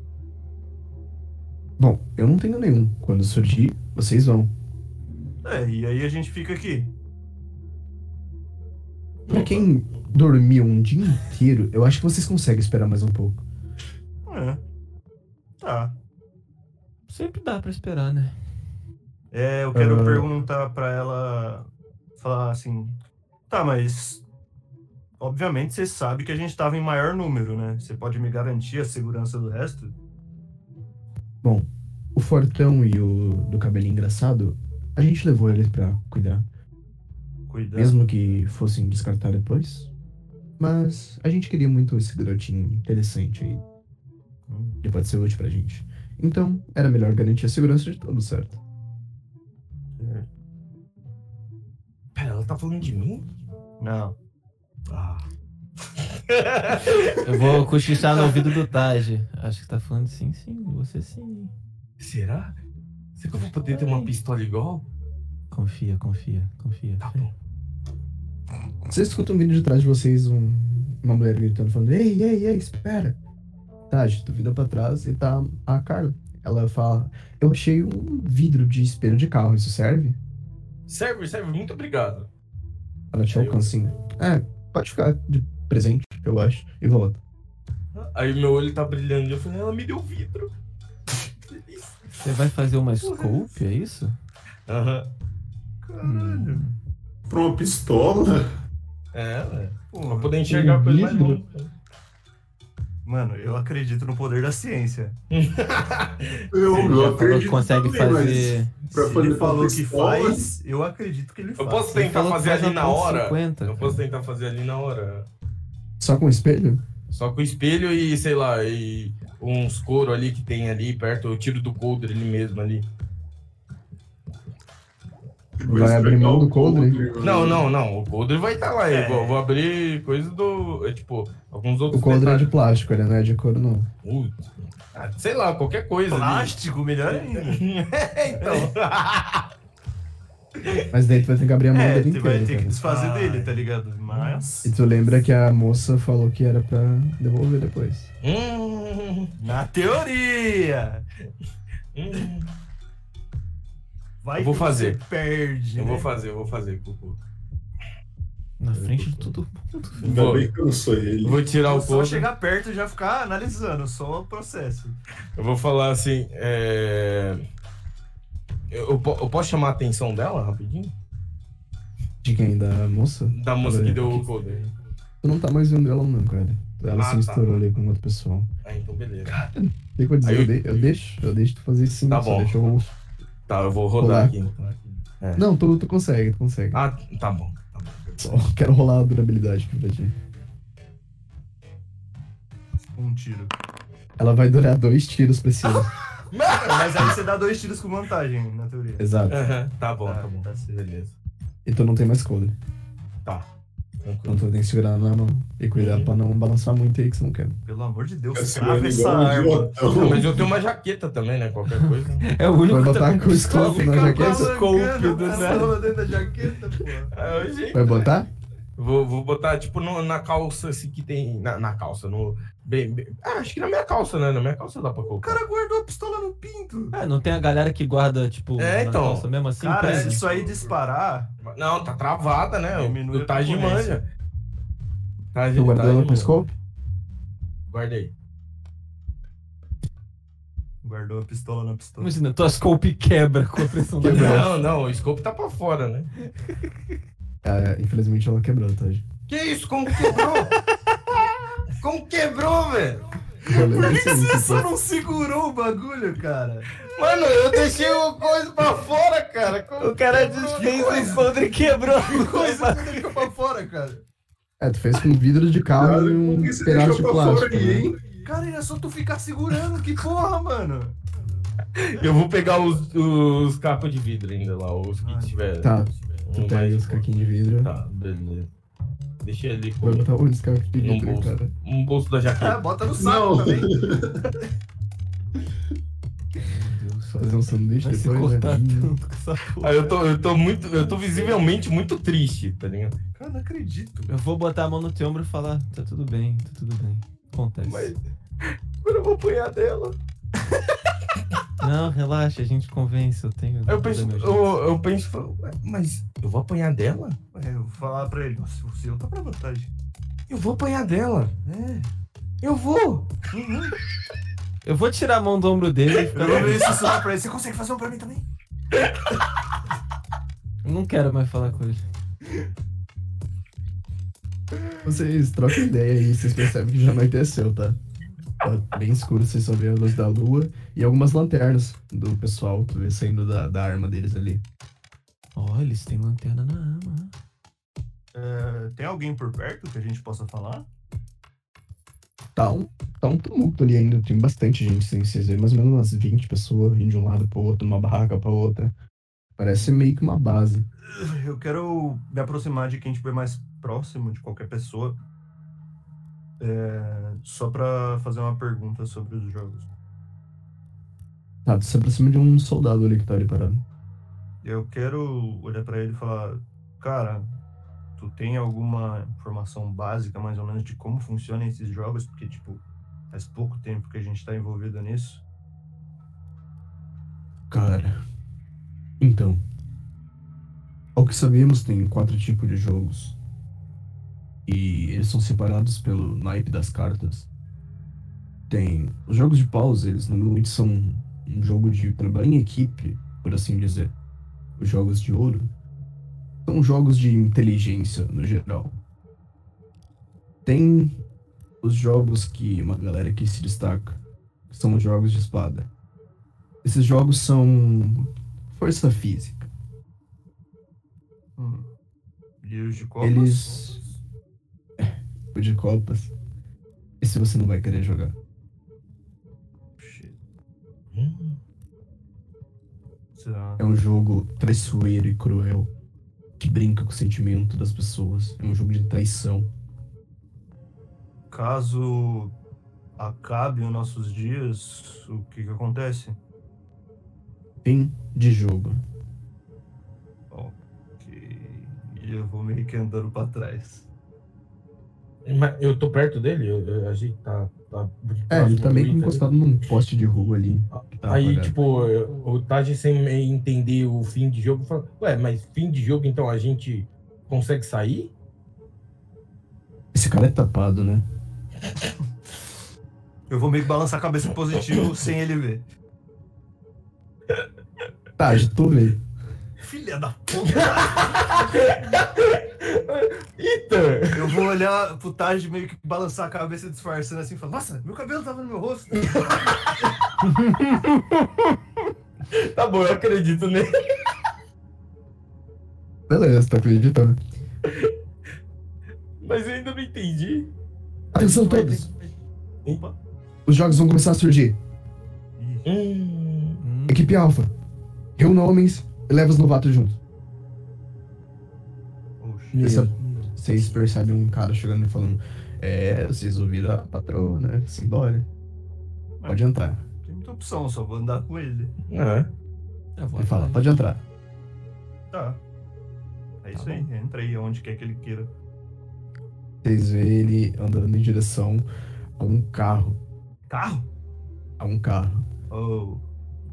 [SPEAKER 1] Bom, eu não tenho nenhum. Quando surgir, vocês vão.
[SPEAKER 4] É, e aí a gente fica aqui.
[SPEAKER 1] Pra quem dormiu um dia inteiro, eu acho que vocês conseguem esperar mais um pouco.
[SPEAKER 4] É. Tá.
[SPEAKER 3] Sempre dá pra esperar, né?
[SPEAKER 4] É, eu quero
[SPEAKER 1] Ah.
[SPEAKER 4] perguntar pra ela, falar assim, tá, mas obviamente você sabe que a gente tava em maior número, né? Você pode me garantir a segurança do resto?
[SPEAKER 1] O Fortão e o do cabelinho engraçado, a gente levou eles pra cuidar,
[SPEAKER 4] Cuidado.
[SPEAKER 1] mesmo que fossem descartar depois. Mas a gente queria muito esse garotinho interessante aí.
[SPEAKER 4] Hum.
[SPEAKER 1] Ele pode ser útil pra gente. Então, era melhor garantir a segurança de todos, certo?
[SPEAKER 2] Pera, ela tá falando de mim?
[SPEAKER 4] Não.
[SPEAKER 2] Ah.
[SPEAKER 3] Eu vou cochichar no ouvido do Taj. Acho que tá falando sim, sim, você sim.
[SPEAKER 2] Será? Será que eu vou poder ter uma pistola igual?
[SPEAKER 3] Confia, confia, confia.
[SPEAKER 2] Tá bom.
[SPEAKER 1] Vocês escutam um vídeo de trás de vocês, um- uma mulher gritando, falando, ei, ei, ei, espera. Tá, gente, tu vira pra trás e tá a Carla. Ela fala, eu achei um vidro de espelho de carro, isso serve?
[SPEAKER 2] Serve, serve. Muito obrigado.
[SPEAKER 1] Ela te
[SPEAKER 2] Aí eu-
[SPEAKER 1] alcança assim. É, pode ficar de presente, eu acho, e volta.
[SPEAKER 2] Aí meu olho tá brilhando e eu falei, ela me deu vidro.
[SPEAKER 3] Você vai fazer uma scope, é isso? Hum.
[SPEAKER 2] Aham.
[SPEAKER 4] Caralho.
[SPEAKER 5] Pra uma pistola?
[SPEAKER 2] É, né? Pra
[SPEAKER 4] Porra.
[SPEAKER 2] poder enxergar coisa mais
[SPEAKER 1] vidro?
[SPEAKER 2] longe.
[SPEAKER 4] Mano, eu acredito no poder da ciência.
[SPEAKER 5] Eu,
[SPEAKER 3] Ele
[SPEAKER 5] eu
[SPEAKER 3] já falou que
[SPEAKER 5] acredito
[SPEAKER 3] consegue
[SPEAKER 5] também, mas
[SPEAKER 3] fazer.
[SPEAKER 5] Pra
[SPEAKER 4] Se
[SPEAKER 5] fazer
[SPEAKER 4] ele
[SPEAKER 5] com
[SPEAKER 4] falou que
[SPEAKER 5] pistola?
[SPEAKER 4] faz, eu acredito que ele
[SPEAKER 2] Eu
[SPEAKER 4] faz.
[SPEAKER 2] posso
[SPEAKER 3] Ele
[SPEAKER 2] tentar
[SPEAKER 3] falou que
[SPEAKER 2] fazer
[SPEAKER 3] faz um
[SPEAKER 2] ali
[SPEAKER 3] a
[SPEAKER 2] na hora.
[SPEAKER 3] 50,
[SPEAKER 2] Eu posso tentar fazer ali na hora.
[SPEAKER 1] Só com o espelho?
[SPEAKER 2] Só com o espelho e, sei lá, e uns couro ali que tem ali perto, eu tiro do coldre ele mesmo ali.
[SPEAKER 5] Depois
[SPEAKER 1] Vai
[SPEAKER 5] pegar
[SPEAKER 1] abrir mão
[SPEAKER 5] o
[SPEAKER 1] do coldre?
[SPEAKER 5] coldre,
[SPEAKER 2] Não,
[SPEAKER 5] né?
[SPEAKER 2] não, não. O coldre vai estar lá.
[SPEAKER 4] É.
[SPEAKER 2] Eu vou, vou abrir coisa do. é, tipo, alguns outros.
[SPEAKER 1] O coldre é de
[SPEAKER 2] detalhes.
[SPEAKER 1] plástico, ele não é de couro, não.
[SPEAKER 2] Putz. Ah, sei lá, qualquer coisa. ali.
[SPEAKER 4] Plástico, melhor ainda.
[SPEAKER 2] então.
[SPEAKER 1] Mas daí tu vai ter que abrir a mão
[SPEAKER 4] É,
[SPEAKER 1] dele
[SPEAKER 4] você vai
[SPEAKER 1] inteira.
[SPEAKER 4] ter que
[SPEAKER 1] né, cara.
[SPEAKER 4] desfazer
[SPEAKER 2] Ah.
[SPEAKER 4] dele, tá ligado? Mas.
[SPEAKER 1] E tu lembra que a moça falou que era pra devolver depois.
[SPEAKER 2] hum,
[SPEAKER 4] Na teoria!
[SPEAKER 2] hum.
[SPEAKER 4] Vai
[SPEAKER 2] Eu vou
[SPEAKER 4] que
[SPEAKER 2] fazer.
[SPEAKER 4] você Perde.
[SPEAKER 2] Eu
[SPEAKER 4] né?
[SPEAKER 2] vou fazer, eu vou fazer, Cucu.
[SPEAKER 3] Na frente de todo mundo.
[SPEAKER 5] Ainda
[SPEAKER 2] Vou.
[SPEAKER 5] bem que eu não sou ele. né?
[SPEAKER 2] Eu vou tirar o
[SPEAKER 4] Eu só
[SPEAKER 2] coldre.
[SPEAKER 4] chegar perto e já ficar analisando, só o processo.
[SPEAKER 2] Eu vou falar assim. É... Eu, eu po- eu posso chamar a atenção dela rapidinho?
[SPEAKER 1] De quem? Da moça?
[SPEAKER 2] Da moça que
[SPEAKER 1] Olha,
[SPEAKER 2] deu o
[SPEAKER 1] que-
[SPEAKER 2] coldre.
[SPEAKER 1] Tu não tá mais vendo ela não, cara. Ela
[SPEAKER 2] Ah,
[SPEAKER 1] se
[SPEAKER 2] tá.
[SPEAKER 1] misturou ali com outro pessoal.
[SPEAKER 2] Ah, então beleza.
[SPEAKER 1] O que que eu vou dizer?
[SPEAKER 2] Aí-
[SPEAKER 1] Eu, dei- eu deixo, eu deixo tu fazer sim.
[SPEAKER 2] Tá
[SPEAKER 1] só
[SPEAKER 2] bom.
[SPEAKER 1] Deixa eu...
[SPEAKER 2] Tá, eu vou rodar
[SPEAKER 1] Olá.
[SPEAKER 2] aqui.
[SPEAKER 1] Não, tu, tu consegue, tu consegue.
[SPEAKER 2] Ah, tá bom. Tá bom.
[SPEAKER 1] Só quero rolar a durabilidade aqui pra ti.
[SPEAKER 4] Um tiro.
[SPEAKER 1] Ela vai durar dois tiros precisos.
[SPEAKER 4] Mas aí você dá dois tiros com vantagem, na teoria.
[SPEAKER 1] Exato.
[SPEAKER 2] Aham, tá bom,
[SPEAKER 4] Tá,
[SPEAKER 2] tá bom.
[SPEAKER 4] tá certo.
[SPEAKER 2] Beleza.
[SPEAKER 1] E tu não tem mais coldre.
[SPEAKER 2] Tá.
[SPEAKER 1] Então
[SPEAKER 2] Tranquilo.
[SPEAKER 1] tu tem que segurar na mão. E cuidar
[SPEAKER 2] Uhum.
[SPEAKER 1] pra não balançar muito aí que você não quer.
[SPEAKER 4] Pelo amor de
[SPEAKER 5] Fica
[SPEAKER 4] Deus,
[SPEAKER 5] segurando
[SPEAKER 4] crava essa
[SPEAKER 5] igual um
[SPEAKER 4] arma.
[SPEAKER 5] idiotão.
[SPEAKER 2] Não, mas eu tenho uma jaqueta também, né? Qualquer coisa.
[SPEAKER 3] É o único
[SPEAKER 1] Vai
[SPEAKER 3] que
[SPEAKER 1] botar
[SPEAKER 3] tá
[SPEAKER 1] com o escopo na jaqueta?
[SPEAKER 4] Colocando
[SPEAKER 3] do
[SPEAKER 2] né?
[SPEAKER 4] a
[SPEAKER 3] nada.
[SPEAKER 4] pistola dentro da jaqueta, pô.
[SPEAKER 2] Ah, eu achei.
[SPEAKER 1] Vai botar?
[SPEAKER 2] Vou, vou botar, tipo, no- na calça assim que tem. Na, na calça, no. Bem, bem- ah, acho que na minha calça, né? Na minha calça dá pra
[SPEAKER 4] O
[SPEAKER 2] colocar.
[SPEAKER 4] cara guardou a pistola no pinto.
[SPEAKER 3] Ah, não tem a galera que guarda, tipo,
[SPEAKER 2] É,
[SPEAKER 3] na
[SPEAKER 2] então.
[SPEAKER 3] calça mesmo assim?
[SPEAKER 4] Cara,
[SPEAKER 3] prende?
[SPEAKER 4] se isso aí disparar,
[SPEAKER 2] Não, tá travada, né?
[SPEAKER 4] Diminui
[SPEAKER 2] O,
[SPEAKER 4] a
[SPEAKER 2] o Taj
[SPEAKER 4] concorrência.
[SPEAKER 2] manja. Taj,
[SPEAKER 1] Tu guardou ela
[SPEAKER 2] Taj
[SPEAKER 1] com
[SPEAKER 2] manja.
[SPEAKER 1] scope?
[SPEAKER 2] Guardei.
[SPEAKER 4] guardou a pistola na pistola.
[SPEAKER 3] Imagina, tua scope quebra com a pressão da
[SPEAKER 1] Quebra.
[SPEAKER 3] galera.
[SPEAKER 2] Não, não, o scope tá pra fora, né?
[SPEAKER 1] Ah, infelizmente ela quebrou, tá? gente?
[SPEAKER 2] Que isso? Como quebrou? Como quebrou, velho?
[SPEAKER 1] Eu lembro
[SPEAKER 2] é
[SPEAKER 1] disso aí,
[SPEAKER 4] Você
[SPEAKER 1] tipo,
[SPEAKER 4] só não segurou o bagulho, cara.
[SPEAKER 2] Mano, eu deixei o coisa pra fora, cara. Como
[SPEAKER 3] o encontro e quebrou.
[SPEAKER 4] Coisa que você ficou pra fora, cara.
[SPEAKER 1] É, tu fez com vidro de carro
[SPEAKER 5] Cara,
[SPEAKER 1] e um
[SPEAKER 5] por que você
[SPEAKER 1] pedaço de
[SPEAKER 5] deixou pra fora
[SPEAKER 1] plástico.
[SPEAKER 5] aí,
[SPEAKER 1] Né?
[SPEAKER 5] hein?
[SPEAKER 4] Cara, era só tu ficar segurando, que porra, mano.
[SPEAKER 2] Eu vou pegar os, os capos de vidro ainda lá, os que
[SPEAKER 4] Ah,
[SPEAKER 2] tiver.
[SPEAKER 1] tá.
[SPEAKER 2] Um
[SPEAKER 1] Tu
[SPEAKER 2] mais-
[SPEAKER 1] pega os caquinhos de vidro.
[SPEAKER 2] Tá, beleza. Deixei ali com-
[SPEAKER 1] Vai botar onde os caquinhos de
[SPEAKER 2] Num
[SPEAKER 1] vidro,
[SPEAKER 2] bolso.
[SPEAKER 1] cara?
[SPEAKER 2] um bolso da
[SPEAKER 4] Ah,
[SPEAKER 2] jaqueta.
[SPEAKER 4] bota no saco
[SPEAKER 5] Não,
[SPEAKER 4] também.
[SPEAKER 1] Fazer um sanduíche
[SPEAKER 3] Vai se
[SPEAKER 1] depois, né?
[SPEAKER 3] cortar
[SPEAKER 1] Hum.
[SPEAKER 3] tanto com essa porra.
[SPEAKER 2] Ah, eu tô, eu tô muito, eu tô visivelmente muito triste, tá ligado?
[SPEAKER 4] Cara, não acredito.
[SPEAKER 3] Eu vou botar a mão no teu ombro e falar, tá tudo bem, tá tudo bem. Acontece.
[SPEAKER 2] Mas agora eu vou apanhar dela.
[SPEAKER 3] Não, relaxa, a gente convence, eu tenho...
[SPEAKER 2] Aí eu penso, eu, eu penso, falo, "Ué, mas eu vou apanhar dela?
[SPEAKER 4] É, eu vou falar pra ele, nossa, o seu tá pra vantagem.
[SPEAKER 2] Eu vou apanhar dela. É. Eu vou.
[SPEAKER 3] Eu vou tirar a mão do ombro dele e
[SPEAKER 4] Eu
[SPEAKER 3] ficar...
[SPEAKER 4] vou ver esse saco pra ele. Você consegue fazer um pra mim também?
[SPEAKER 3] Eu não quero mais falar com ele.
[SPEAKER 1] Vocês trocam ideia aí, vocês percebem que já anoiteceu, tá? Tá bem escuro, vocês só vêem a luz da lua e algumas lanternas do pessoal, tu vê saindo da, da arma deles ali.
[SPEAKER 3] Olha, eles têm lanterna na arma.
[SPEAKER 4] É, tem alguém por perto que a gente possa falar?
[SPEAKER 1] Tá um, tá um tumulto ali ainda, tem bastante gente sem se ver, mais ou menos umas 20 assim, pessoas indo de um lado pro outro, numa barraca pra outra. Parece meio que uma base.
[SPEAKER 4] Eu quero me aproximar de quem estiver mais próximo de qualquer pessoa. É, só pra fazer uma pergunta sobre os jogos.
[SPEAKER 1] Tá, tu se aproxima de um soldado ali que tá ali parado.
[SPEAKER 4] Eu quero olhar pra ele e falar: Cara, tu tem alguma informação básica, mais ou menos, de como funcionam esses jogos? Porque, tipo, faz pouco tempo que a gente tá envolvido nisso.
[SPEAKER 1] Cara. Então. Ao que sabemos, tem quatro tipos de jogos. E eles são separados pelo naipe das cartas. Tem. Os jogos de pausa, eles normalmente são um jogo de trabalho em equipe, por assim dizer. Os jogos de ouro são jogos de inteligência no geral. Tem os jogos que uma galera que se destaca, que são os jogos de espada. Esses jogos são força física.
[SPEAKER 4] Hum. E os de copas?
[SPEAKER 1] Eles- O de copas. Esse você não vai querer jogar.
[SPEAKER 4] Shit.
[SPEAKER 2] Hum.
[SPEAKER 4] Será?
[SPEAKER 1] É um jogo traiçoeiro e cruel. Que brinca com o sentimento das pessoas. É um jogo de traição.
[SPEAKER 4] Caso acabe os nossos dias, o que que acontece?
[SPEAKER 1] Fim de jogo.
[SPEAKER 4] Ok. E eu vou meio que andando pra trás.
[SPEAKER 2] Mas eu tô perto dele, eu, eu- a gente tá. tá
[SPEAKER 1] É, ele tá meio que
[SPEAKER 2] próximo,
[SPEAKER 1] encostado num poste de rua ali. que tá
[SPEAKER 2] né? Aí,
[SPEAKER 1] apagado.
[SPEAKER 2] tipo, eu- o Taj sem entender o fim de jogo, fala, ué, mas fim de jogo, então a gente consegue sair?
[SPEAKER 1] Esse cara é tapado, né?
[SPEAKER 4] Eu vou meio que balançar a cabeça positivo sem ele ver.
[SPEAKER 1] Tá, já tô vendo.
[SPEAKER 4] Filha da puta!
[SPEAKER 2] Eita!
[SPEAKER 4] Eu vou olhar pro Taj meio que balançar a cabeça disfarçando assim e falar, nossa, meu cabelo tava no meu rosto.
[SPEAKER 2] Tá bom, eu acredito nele.
[SPEAKER 1] Beleza, tá acreditando.
[SPEAKER 2] Mas eu ainda não entendi.
[SPEAKER 1] Atenção
[SPEAKER 2] Vai
[SPEAKER 1] todos!
[SPEAKER 2] ter- Opa.
[SPEAKER 1] Os jogos vão começar a surgir.
[SPEAKER 2] Hum.
[SPEAKER 3] Hum,
[SPEAKER 1] Equipe Alpha. Reúna homens e leva os novatos junto.
[SPEAKER 4] Oh, shit.
[SPEAKER 1] Essa- Vocês percebem um cara chegando e falando: É, vocês ouviram a patroa, né? Simbora. Pode entrar.
[SPEAKER 4] Tem muita opção, só vou andar com ele.
[SPEAKER 2] É.
[SPEAKER 3] eu vou
[SPEAKER 1] Ele fala:
[SPEAKER 3] atrás.
[SPEAKER 1] Pode entrar.
[SPEAKER 4] Tá. É
[SPEAKER 1] Tá
[SPEAKER 4] isso aí, entra aí onde quer que ele queira.
[SPEAKER 1] Vocês veem ele andando em direção a um carro.
[SPEAKER 4] Carro?
[SPEAKER 1] A um carro.
[SPEAKER 4] Oh.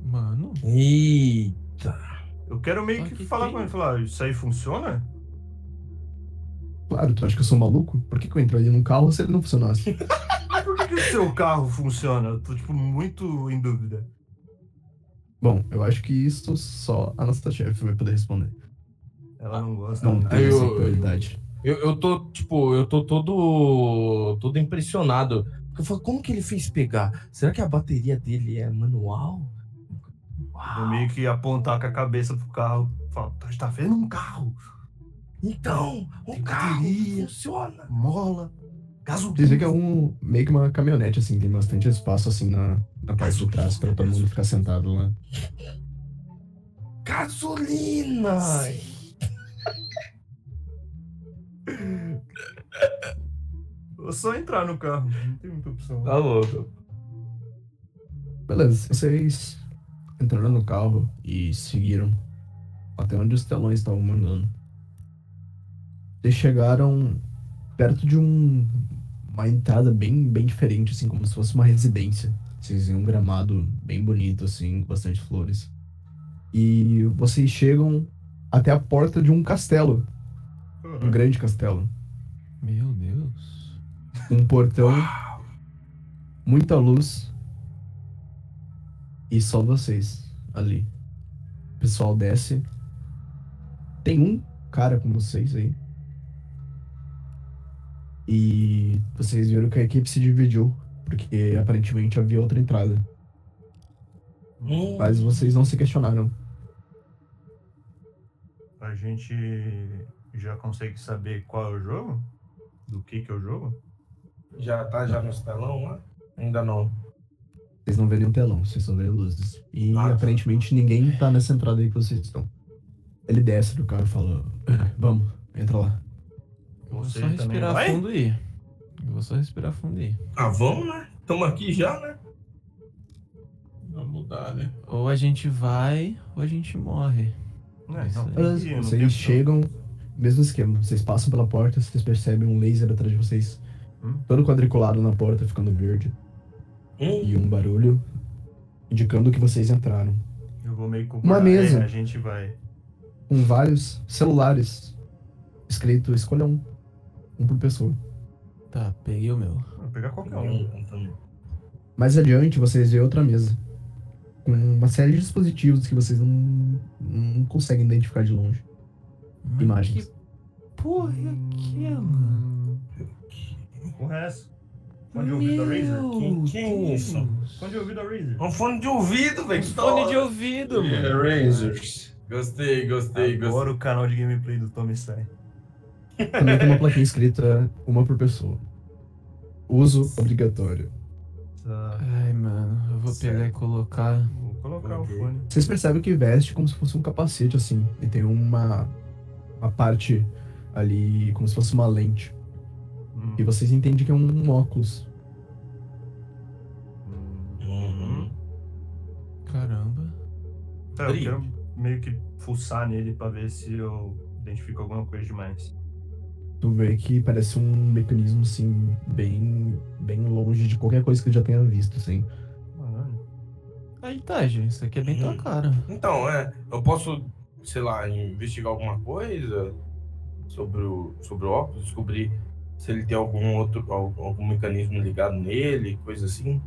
[SPEAKER 3] Mano,
[SPEAKER 2] Eita!
[SPEAKER 4] Eu quero meio
[SPEAKER 3] Ah,
[SPEAKER 4] que,
[SPEAKER 3] que
[SPEAKER 4] falar
[SPEAKER 3] tem?
[SPEAKER 4] com ele, falar, isso aí funciona?
[SPEAKER 1] Claro, tu acha que eu sou um maluco? Por que, que eu entraria num carro se ele não assim? funcionasse?
[SPEAKER 4] Mas por que, que o seu carro funciona? Eu tô, tipo, muito em dúvida.
[SPEAKER 1] Bom, eu acho que isso só a nossa chefe vai poder responder.
[SPEAKER 4] Ela não gosta.
[SPEAKER 1] Não
[SPEAKER 4] né?
[SPEAKER 1] tem essa
[SPEAKER 2] eu-
[SPEAKER 1] prioridade.
[SPEAKER 2] Eu, eu tô, tipo, eu tô todo. todo impressionado. Eu falo, como que ele fez pegar? Será que a bateria dele é manual?
[SPEAKER 4] Eu
[SPEAKER 2] Uau!
[SPEAKER 4] meio que apontar com a cabeça pro carro. Falar, tá, tá vendo um carro?
[SPEAKER 2] Então, o
[SPEAKER 4] Tem
[SPEAKER 2] carro
[SPEAKER 4] bateria.
[SPEAKER 2] funciona.
[SPEAKER 4] Mola,
[SPEAKER 1] Vocês veem que é
[SPEAKER 4] gasolina.
[SPEAKER 1] um, meio que uma caminhonete, assim, tem bastante espaço, assim, na, na parte de trás pra todo mundo ficar sentado lá.
[SPEAKER 2] Gasolina!
[SPEAKER 4] Eu só entrar no carro, não tem muita opção.
[SPEAKER 2] Tá louco.
[SPEAKER 1] Beleza, vocês entraram no carro e seguiram até onde os telões estavam mandando. Vocês chegaram perto de um, uma entrada bem, bem diferente, assim, como se fosse uma residência. Vocês veem um gramado bem bonito, assim, com bastante flores. E vocês chegam até a porta de um castelo, um
[SPEAKER 4] Caralho.
[SPEAKER 1] grande castelo.
[SPEAKER 3] meu Deus.
[SPEAKER 1] Um portão, muita luz e só vocês ali. O pessoal desce. Tem um cara com vocês aí. E vocês viram que a equipe se dividiu, porque aparentemente havia outra entrada.
[SPEAKER 2] Hum.
[SPEAKER 1] Mas vocês não se questionaram.
[SPEAKER 4] A gente já consegue saber qual é o jogo? Do que que é o jogo?
[SPEAKER 2] Já tá já no estelão lá? Ainda não.
[SPEAKER 1] Vocês não vêem nenhum telão, vocês só veem luzes. E
[SPEAKER 2] Ah, tá.
[SPEAKER 1] aparentemente ninguém tá nessa entrada aí que vocês estão. Ele desce do carro e fala: "Ah, Vamos, entra lá.
[SPEAKER 3] Eu vou
[SPEAKER 4] Você
[SPEAKER 3] só
[SPEAKER 4] também
[SPEAKER 3] respirar
[SPEAKER 4] vai?
[SPEAKER 3] fundo e ir. Eu vou só respirar fundo e ir.
[SPEAKER 2] Ah, vamos, né? Estamos aqui já, né? Vamos mudar, né?
[SPEAKER 3] Ou a gente vai, ou a gente morre.
[SPEAKER 4] É, não, tem
[SPEAKER 1] Elas-
[SPEAKER 4] que ir, não tem
[SPEAKER 1] vocês chegam, mesmo esquema. Vocês passam pela porta, vocês percebem um laser atrás de vocês.
[SPEAKER 4] Hum.
[SPEAKER 1] Todo quadriculado na porta, ficando verde.
[SPEAKER 2] Hum,
[SPEAKER 1] E um barulho indicando que vocês entraram.
[SPEAKER 4] Eu vou meio com
[SPEAKER 1] Uma mesa.
[SPEAKER 4] É, a gente vai.
[SPEAKER 1] Com vários celulares. Escrito, escolha um. Um por pessoa.
[SPEAKER 3] Tá, peguei o meu.
[SPEAKER 4] Vou pegar qualquer
[SPEAKER 2] não,
[SPEAKER 4] um.
[SPEAKER 2] não, não.
[SPEAKER 1] Mais adiante, vocês veem outra mesa. Com uma série de dispositivos que vocês não, não conseguem identificar de longe.
[SPEAKER 3] Mas
[SPEAKER 1] Imagens.
[SPEAKER 3] Que porra é aquela?
[SPEAKER 4] Hum, Com o resto. Fone de
[SPEAKER 3] Meu
[SPEAKER 4] ouvido da Razer?
[SPEAKER 2] Que- que é isso?
[SPEAKER 3] Deus.
[SPEAKER 4] Fone de ouvido da Razer.
[SPEAKER 2] Um fone de Um ouvido, velho. que da
[SPEAKER 3] Fone
[SPEAKER 2] hora.
[SPEAKER 3] de ouvido,
[SPEAKER 5] É,
[SPEAKER 3] mano.
[SPEAKER 5] Razors.
[SPEAKER 2] Gostei, gostei, gostei.
[SPEAKER 4] Agora o canal de gameplay do Tommy sai.
[SPEAKER 1] Também tem uma plaquinha escrita, uma por pessoa. Uso obrigatório.
[SPEAKER 4] Tá,
[SPEAKER 3] Ai, mano, eu vou pegar e colocar.
[SPEAKER 4] Vou colocar
[SPEAKER 2] Ok.
[SPEAKER 4] o fone.
[SPEAKER 1] Vocês percebem que veste como se fosse um capacete, assim. E tem uma, uma parte ali, como se fosse uma lente.
[SPEAKER 4] Hum,
[SPEAKER 1] E vocês entendem que é um óculos.
[SPEAKER 4] hum.
[SPEAKER 2] Uhum.
[SPEAKER 3] Caramba.
[SPEAKER 4] Tá, eu
[SPEAKER 2] Brinde.
[SPEAKER 4] quero meio que fuçar nele pra ver se eu identifico alguma coisa demais.
[SPEAKER 1] Tu vê que parece um mecanismo, assim, bem, bem longe de qualquer coisa que eu já tenha visto, assim.
[SPEAKER 4] Caralho.
[SPEAKER 3] Aí tá, gente. Isso aqui é bem tua cara.
[SPEAKER 2] Então, é. Eu posso, sei lá, investigar alguma coisa sobre o, sobre o óculos, descobrir se ele tem algum outro, al- algum mecanismo ligado nele, coisa assim.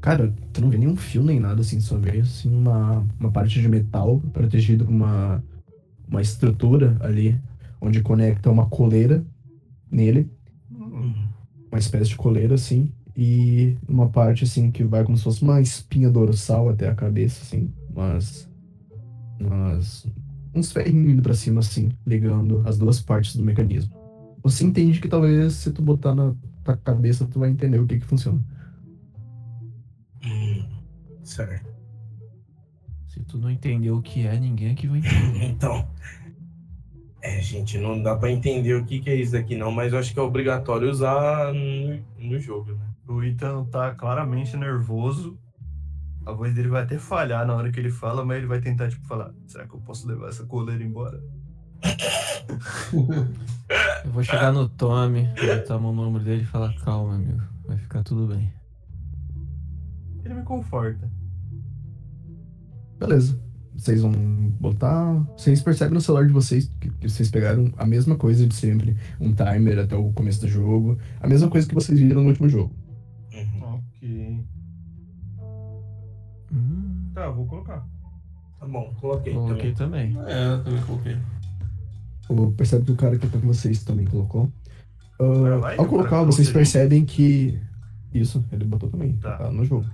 [SPEAKER 1] Cara, tu não vê nenhum fio nem nada, assim. Só vê, assim, uma, uma parte de metal protegida com uma, uma estrutura ali. Onde conecta uma coleira nele.
[SPEAKER 4] Hum,
[SPEAKER 1] uma espécie de coleira, assim, e uma parte, assim, que vai como se fosse uma espinha dorsal até a cabeça, assim, umas... umas uns ferrinhos indo pra cima, assim, ligando as duas partes do mecanismo. Você entende que talvez se tu botar na tua cabeça, tu vai entender o que que funciona.
[SPEAKER 2] Hum, Certo.
[SPEAKER 3] Se tu não entendeu o que é, ninguém aqui vai entender.
[SPEAKER 2] Então. É, gente, não dá pra entender o que, que é isso daqui, não, mas eu acho que é obrigatório usar no, no jogo, né?
[SPEAKER 4] O Ethan tá claramente nervoso. A voz dele vai até falhar na hora que ele fala, mas ele vai tentar, tipo, falar: será que eu posso levar essa coleira embora?
[SPEAKER 3] Eu vou chegar no Tommy, botar a mão no ombro dele e falar, calma, amigo. Vai ficar tudo bem.
[SPEAKER 4] Ele me conforta.
[SPEAKER 1] Beleza. Vocês vão botar. Vocês percebem no celular de vocês que, que vocês pegaram a mesma coisa de sempre. Um timer até o começo do jogo. A mesma coisa que vocês viram no último jogo.
[SPEAKER 2] Uhum.
[SPEAKER 4] Ok.
[SPEAKER 3] Hum,
[SPEAKER 4] Tá, vou colocar.
[SPEAKER 2] Tá bom, coloquei.
[SPEAKER 4] Então,
[SPEAKER 3] coloquei Hum, também.
[SPEAKER 5] É, eu também coloquei.
[SPEAKER 1] O- Percebe que o cara que tá com vocês também colocou. Ah,
[SPEAKER 4] Agora vai,
[SPEAKER 1] ao
[SPEAKER 4] agora
[SPEAKER 1] colocar,
[SPEAKER 4] vai,
[SPEAKER 1] vocês
[SPEAKER 4] você.
[SPEAKER 1] percebem que. Isso, ele botou também.
[SPEAKER 4] Tá.
[SPEAKER 1] Tá. no jogo.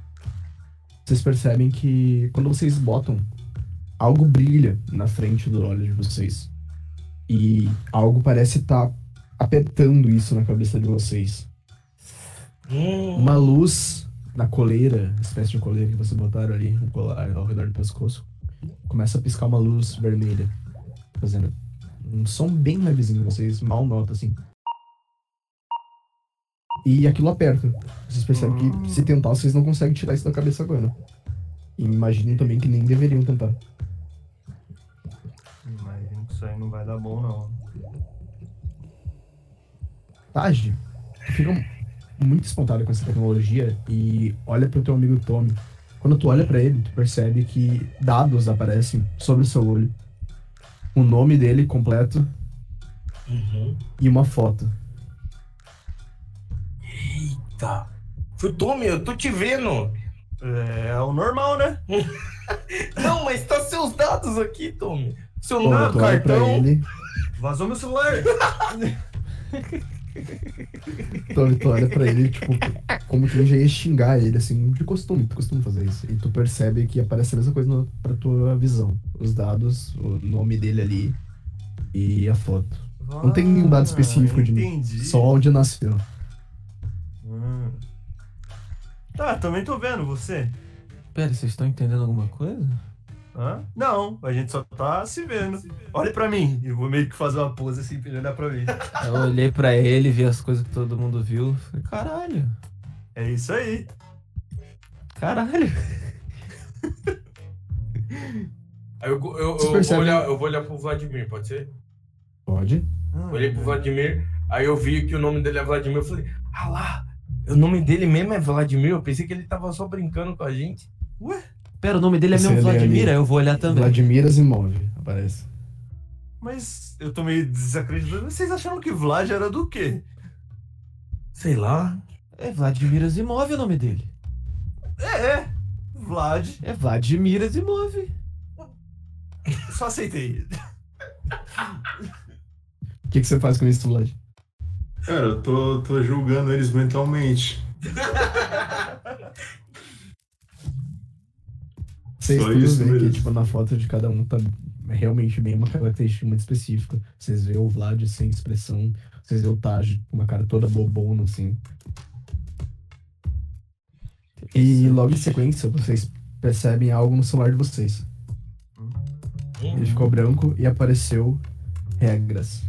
[SPEAKER 1] Vocês percebem que quando vocês botam, algo brilha na frente do olho de vocês. E algo parece estar apertando isso na cabeça de vocês.
[SPEAKER 2] Hum,
[SPEAKER 1] Uma luz na coleira, espécie de coleira que vocês botaram ali, um colar ao redor do pescoço, começa a piscar uma luz vermelha, fazendo um som bem levezinho, vocês mal notam assim. E aquilo aperta. Vocês percebem
[SPEAKER 2] Hum.
[SPEAKER 1] que se tentar, vocês não conseguem tirar isso da cabeça agora. E imagino também que nem deveriam tentar.
[SPEAKER 4] Imagino que Hum, isso aí não vai dar bom, não.
[SPEAKER 1] Taj, tu fica muito espantado com essa tecnologia e olha pro teu amigo Tommy. Quando tu olha pra ele, tu percebe que dados aparecem sobre o seu olho. O nome dele completo
[SPEAKER 2] uhum.
[SPEAKER 1] e uma foto.
[SPEAKER 2] Tá. Fui, Tommy, eu tô te vendo.
[SPEAKER 4] É, é o normal, né?
[SPEAKER 2] Não, mas tá seus dados aqui, Tommy. Seu
[SPEAKER 1] Quando
[SPEAKER 2] nome,
[SPEAKER 1] tu olha pra
[SPEAKER 2] Ah, cartão.
[SPEAKER 1] ele,
[SPEAKER 4] Vazou meu celular!
[SPEAKER 1] Tommy, tu olha pra Então, ele, tipo, como que já ia xingar ele, assim, de costume, tu costuma fazer isso. E tu percebe que aparece a mesma coisa no, pra tua visão. Os dados, o nome dele ali e a foto. tem nenhum dado específico de mim.
[SPEAKER 4] Entendi. Hum.
[SPEAKER 1] Só onde nasceu.
[SPEAKER 4] Tá, também tô vendo você.
[SPEAKER 3] Pera, vocês estão entendendo alguma coisa?
[SPEAKER 4] Hã? Não, a gente só tá se vendo. Olha pra mim. Eu vou meio que fazer uma pose assim pra ele olhar pra mim.
[SPEAKER 3] Eu olhei pra ele, vi as coisas que todo mundo viu. Falei, caralho,
[SPEAKER 4] É isso aí.
[SPEAKER 3] caralho.
[SPEAKER 2] Aí eu, eu, eu,
[SPEAKER 1] Vocês
[SPEAKER 2] vou
[SPEAKER 1] percebem?
[SPEAKER 2] olhar, eu vou olhar pro Vladimir, pode ser?
[SPEAKER 1] Pode?
[SPEAKER 2] Eu Olhei pro Vladimir, aí eu vi que o nome dele é Vladimir. Eu falei, ah lá, o nome dele mesmo é Vladimir. Eu pensei que ele tava só brincando com a gente.
[SPEAKER 3] Pera, o nome dele é
[SPEAKER 1] Esse
[SPEAKER 3] mesmo
[SPEAKER 1] ali,
[SPEAKER 3] Vladimir?
[SPEAKER 1] ali.
[SPEAKER 3] Aí eu vou olhar também.
[SPEAKER 1] Vladimir Asimov aparece.
[SPEAKER 4] Mas eu tô meio desacreditado. Vocês acharam que Vlad era do quê?
[SPEAKER 2] Sei lá.
[SPEAKER 3] É Vladimir Asimov o nome dele.
[SPEAKER 4] É, é. Vlad.
[SPEAKER 3] É Vladimir Asimov.
[SPEAKER 4] Só aceitei.
[SPEAKER 1] O que, que você faz com isso, Vlad?
[SPEAKER 5] Cara, eu tô, tô julgando eles mentalmente.
[SPEAKER 1] Vocês
[SPEAKER 5] Só
[SPEAKER 1] todos
[SPEAKER 5] isso
[SPEAKER 1] veem que,
[SPEAKER 5] mesmo.
[SPEAKER 1] tipo, na foto de cada um tá realmente bem uma característica muito específica. Vocês veem o Vlad sem expressão, vocês veem o Taj com uma cara toda bobona, assim. E logo em sequência, vocês percebem algo no celular de vocês.
[SPEAKER 5] Hum.
[SPEAKER 1] Ele ficou branco e apareceu regras.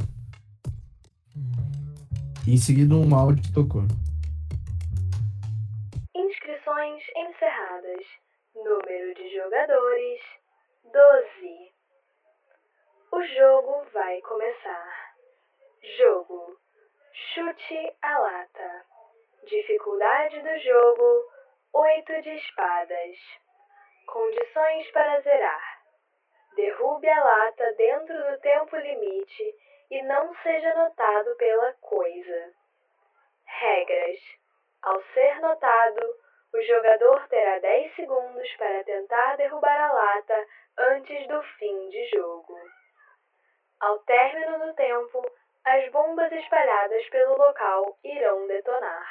[SPEAKER 1] E em seguida um áudio tocou.
[SPEAKER 6] Inscrições encerradas. Número de jogadores: 12. O jogo vai começar. Jogo: Chute a lata. Dificuldade do jogo: 8 de espadas. Condições para zerar: Derrube a lata dentro do tempo limite e não seja notado pela coisa. Regras: Ao ser notado, o jogador terá 10 segundos para tentar derrubar a lata antes do fim de jogo. Ao término do tempo, as bombas espalhadas pelo local irão detonar.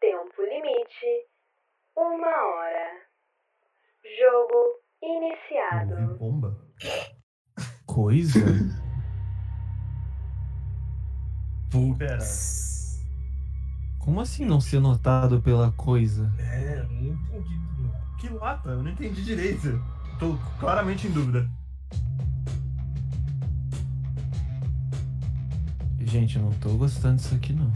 [SPEAKER 6] Tempo limite: uma hora. Jogo iniciado.
[SPEAKER 4] Bomba.
[SPEAKER 3] Coisa?
[SPEAKER 4] Pera.
[SPEAKER 3] Como assim não ser notado pela coisa?
[SPEAKER 2] É, não entendi.
[SPEAKER 4] Que lata? Eu não entendi direito. Tô claramente em dúvida.
[SPEAKER 3] Gente, eu não tô gostando disso aqui não.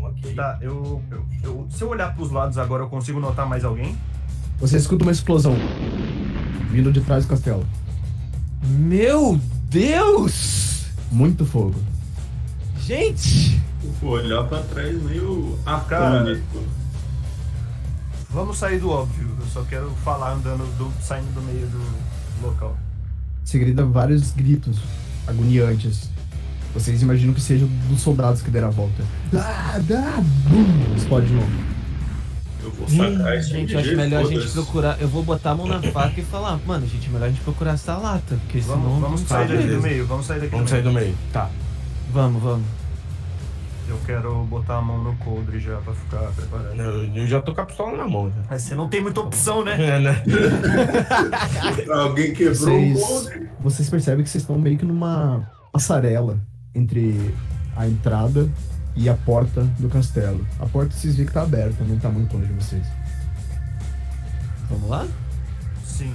[SPEAKER 2] Ok.
[SPEAKER 4] Tá, eu, eu, eu- Se eu olhar pros lados agora, eu consigo notar mais alguém?
[SPEAKER 1] Você escuta uma explosão vindo de trás do castelo.
[SPEAKER 3] Meu Deus!
[SPEAKER 1] Muito fogo.
[SPEAKER 3] Gente!
[SPEAKER 5] Pô, olhar pra trás meio
[SPEAKER 4] Cara.
[SPEAKER 5] afônico.
[SPEAKER 4] Vamos sair do óbvio. Eu só quero falar andando, do, saindo do meio do local.
[SPEAKER 1] Segredo vários gritos agoniantes. Vocês imaginam que seja dos soldados que deram a volta. Dá, dá, bum, explode de novo.
[SPEAKER 5] Eu vou sacar esse
[SPEAKER 3] Gente,
[SPEAKER 5] RPG,
[SPEAKER 3] eu acho melhor a gente
[SPEAKER 5] foda-se.
[SPEAKER 3] procurar. Eu vou botar a mão na faca e falar, mano, gente, é melhor a gente procurar essa lata, porque
[SPEAKER 4] Vamos,
[SPEAKER 3] senão.
[SPEAKER 4] vamos
[SPEAKER 3] não
[SPEAKER 4] sair
[SPEAKER 3] tá,
[SPEAKER 4] daqui do
[SPEAKER 3] beleza.
[SPEAKER 4] meio, vamos sair daqui
[SPEAKER 2] Vamos
[SPEAKER 4] do
[SPEAKER 2] sair
[SPEAKER 4] meio.
[SPEAKER 2] do meio. Tá.
[SPEAKER 3] Vamos, vamos.
[SPEAKER 4] Eu quero botar a mão no coldre já pra ficar preparado.
[SPEAKER 2] Eu, eu já tô com a pistola na mão. Já.
[SPEAKER 4] Mas você não tem muita opção, né?
[SPEAKER 2] É, né?
[SPEAKER 5] Alguém quebrou
[SPEAKER 1] Vocês,
[SPEAKER 5] o coldre.
[SPEAKER 1] vocês percebem que vocês estão meio que numa passarela entre a entrada e a porta do castelo. A porta vocês veem que tá aberta, não tá muito longe de vocês.
[SPEAKER 3] Vamos lá?
[SPEAKER 4] Sim.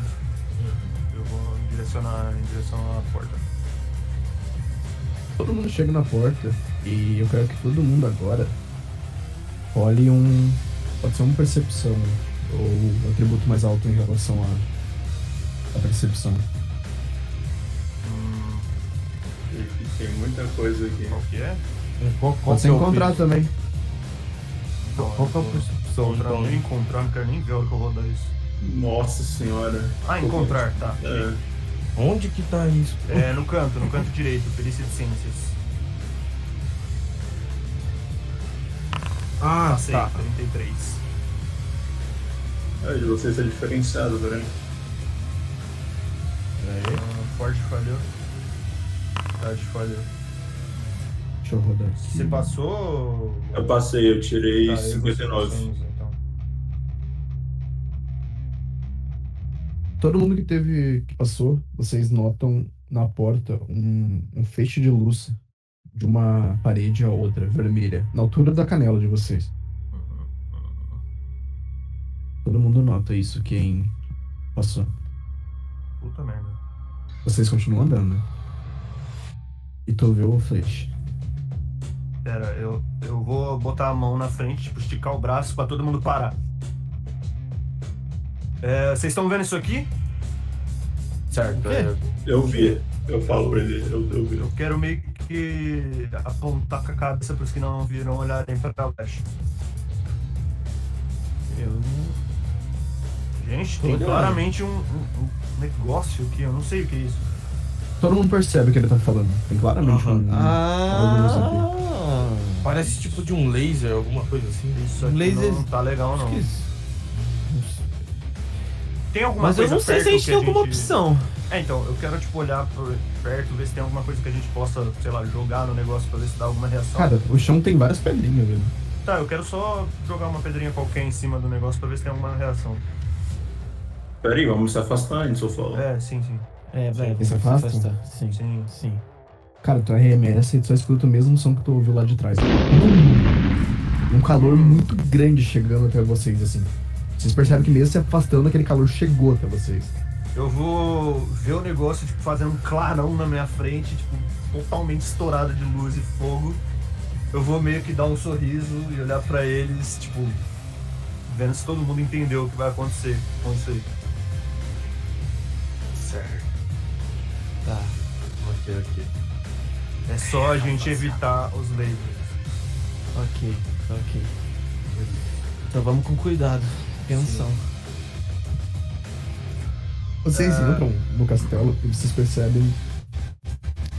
[SPEAKER 4] Eu vou me direcionar em direção à porta.
[SPEAKER 1] Todo mundo chega na porta e eu quero que todo mundo agora olhe um. Pode ser uma percepção ou um atributo mais alto em relação à, à percepção.
[SPEAKER 5] Tem muita coisa aqui.
[SPEAKER 4] Qual que é?
[SPEAKER 2] Qual, qual
[SPEAKER 1] Pode ser
[SPEAKER 2] que é o
[SPEAKER 1] encontrar
[SPEAKER 2] feito?
[SPEAKER 1] também.
[SPEAKER 4] Então,
[SPEAKER 2] Qual que é
[SPEAKER 4] eu
[SPEAKER 2] a
[SPEAKER 4] vou
[SPEAKER 2] percepção,
[SPEAKER 4] encontrar,
[SPEAKER 2] então?
[SPEAKER 4] nem encontrar, não quero nem ver a hora que eu rodar isso.
[SPEAKER 5] Nossa senhora.
[SPEAKER 4] Ah, encontrar, tá.
[SPEAKER 5] É,
[SPEAKER 2] Onde que tá isso?
[SPEAKER 4] É, no canto, no canto direito, perícia de ciências.
[SPEAKER 2] Ah,
[SPEAKER 4] Passei,
[SPEAKER 2] tá.
[SPEAKER 4] 33.
[SPEAKER 5] é, de vocês é diferenciado, tá vendo?
[SPEAKER 2] Pera aí.
[SPEAKER 4] Ah, Forte falhou. Tati falhou.
[SPEAKER 1] Deixa eu rodar aqui.
[SPEAKER 4] Você passou?
[SPEAKER 5] Eu passei, eu tirei
[SPEAKER 4] Tá, eu vou
[SPEAKER 5] 59.
[SPEAKER 4] passando, então.
[SPEAKER 1] Todo mundo que teve. que passou, vocês notam na porta um, um feixe de luz de uma parede a outra, vermelha, na altura da canela de vocês. Todo mundo nota isso, quem passou.
[SPEAKER 4] Puta merda.
[SPEAKER 1] Vocês continuam andando. E tu vê o flash.
[SPEAKER 4] Pera, eu, eu vou botar a mão na frente, tipo, esticar o braço pra todo mundo parar. É, vocês estão vendo isso aqui?
[SPEAKER 2] Certo.
[SPEAKER 3] É.
[SPEAKER 2] é.
[SPEAKER 5] Eu vi, eu falo pra ele, eu, eu vi.
[SPEAKER 4] Eu quero meio que apontar com a cabeça pros que não viram olharem pra baixo.
[SPEAKER 3] Eu não.
[SPEAKER 4] Gente, tem
[SPEAKER 2] Olha.
[SPEAKER 4] claramente um, um- um negócio aqui, eu não sei o que é isso.
[SPEAKER 1] Todo mundo percebe o que ele tá falando. Tem claramente um.
[SPEAKER 3] Ah!
[SPEAKER 2] Parece tipo de um laser, alguma coisa assim.
[SPEAKER 4] Isso aqui
[SPEAKER 3] Laser-
[SPEAKER 4] não tá legal, não.
[SPEAKER 3] Esquisito.
[SPEAKER 4] Tem alguma
[SPEAKER 3] Mas eu
[SPEAKER 4] coisa
[SPEAKER 3] não sei se a
[SPEAKER 4] perto
[SPEAKER 3] gente
[SPEAKER 4] que
[SPEAKER 3] tem alguma opção.
[SPEAKER 4] É, então, eu quero, tipo, olhar por perto, ver se tem alguma coisa que a gente possa, sei lá, jogar no negócio pra ver se dá alguma reação.
[SPEAKER 1] Cara, o chão tem várias pedrinhas, velho.
[SPEAKER 4] Tá, eu quero só jogar uma pedrinha qualquer em cima do negócio pra ver se tem alguma reação.
[SPEAKER 5] Peraí, vamos se afastar antes, eu falo.
[SPEAKER 4] É, sim, sim.
[SPEAKER 3] É, vai,
[SPEAKER 1] Esse afasta?
[SPEAKER 3] Sim,
[SPEAKER 4] Sim.
[SPEAKER 3] sim.
[SPEAKER 1] Cara, tu arremessa e tu só escuta o mesmo som que tu ouviu lá de trás. Um calor muito grande chegando até vocês, assim. Vocês percebem que mesmo se afastando, aquele calor chegou até vocês.
[SPEAKER 4] Eu vou ver o negócio, tipo, fazendo um clarão na minha frente, tipo, totalmente estourado de luz e fogo. Eu vou meio que dar um sorriso e olhar pra eles, tipo, vendo se todo mundo entendeu o que vai acontecer com isso aí.
[SPEAKER 3] Tá.
[SPEAKER 2] Ok, ok.
[SPEAKER 4] É só a gente evitar os lasers.
[SPEAKER 3] Ok, ok. Então vamos com cuidado. Atenção.
[SPEAKER 1] Vocês
[SPEAKER 4] Ah.
[SPEAKER 1] entram no castelo e vocês percebem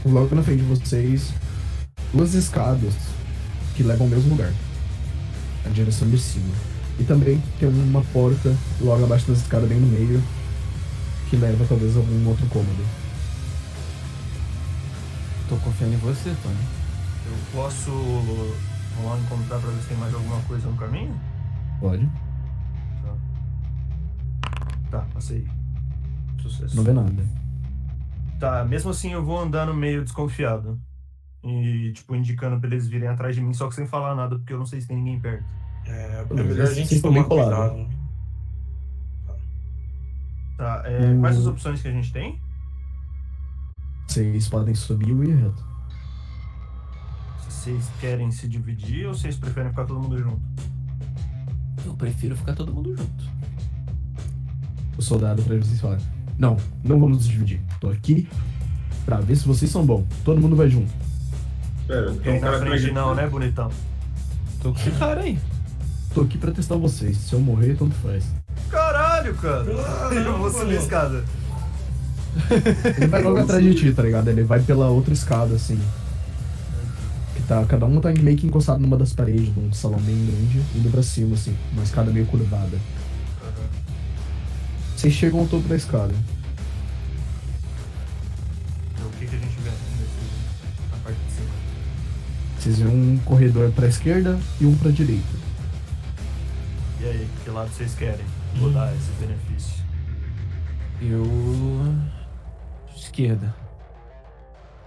[SPEAKER 1] logo na frente de vocês duas escadas que levam ao mesmo lugar. A direção de cima. E também tem uma porta logo abaixo das escadas bem no meio. Que leva talvez a algum outro cômodo.
[SPEAKER 3] Tô confiando em você, Tony.
[SPEAKER 4] Eu posso vou lá encontrar pra ver se tem mais alguma coisa no caminho?
[SPEAKER 1] Pode?
[SPEAKER 4] Tá, passei. Sucesso.
[SPEAKER 1] Não vê nada.
[SPEAKER 4] Tá, mesmo assim eu vou andando meio desconfiado. E, tipo, indicando pra eles virem atrás de mim, só que sem falar nada, porque eu não sei se tem ninguém perto.
[SPEAKER 2] É, é
[SPEAKER 1] Não,
[SPEAKER 2] melhor a
[SPEAKER 1] vocês
[SPEAKER 2] gente
[SPEAKER 1] estão bem
[SPEAKER 2] tomar
[SPEAKER 1] colados.
[SPEAKER 2] cuidado.
[SPEAKER 4] Tá, é,
[SPEAKER 1] Hum.
[SPEAKER 4] quais as opções que a gente tem?
[SPEAKER 1] Vocês podem subir ou ir reto.
[SPEAKER 4] Vocês querem se dividir ou vocês preferem ficar todo mundo junto?
[SPEAKER 3] Eu prefiro ficar todo mundo junto.
[SPEAKER 1] O soldado pra vocês falar. Não, não vamos nos dividir. Tô aqui pra ver se vocês são bons. Todo mundo vai junto.
[SPEAKER 5] Pera, então
[SPEAKER 4] Quem
[SPEAKER 5] o
[SPEAKER 4] na
[SPEAKER 5] cara
[SPEAKER 4] frente
[SPEAKER 5] frente
[SPEAKER 4] não, né, bonitão?
[SPEAKER 3] Tô com esse cara aí.
[SPEAKER 1] Tô aqui pra testar vocês. Se eu morrer, tanto faz.
[SPEAKER 4] Caralho, cara! eu vou subir a escada.
[SPEAKER 1] Ele vai logo atrás de ti, tá ligado? Ele vai pela outra escada, assim. Que tá, cada um tá meio que encostado numa das paredes de um salão bem grande, indo pra cima, assim. Uma escada meio curvada. Vocês chegam ao topo da escada.
[SPEAKER 4] Então, o que, que a gente vê nesse, na parte de cima?
[SPEAKER 1] Vocês veem um corredor pra esquerda e um pra direita.
[SPEAKER 4] E aí, que lado vocês querem? Vou dar esse benefício.
[SPEAKER 3] Eu. Esquerda.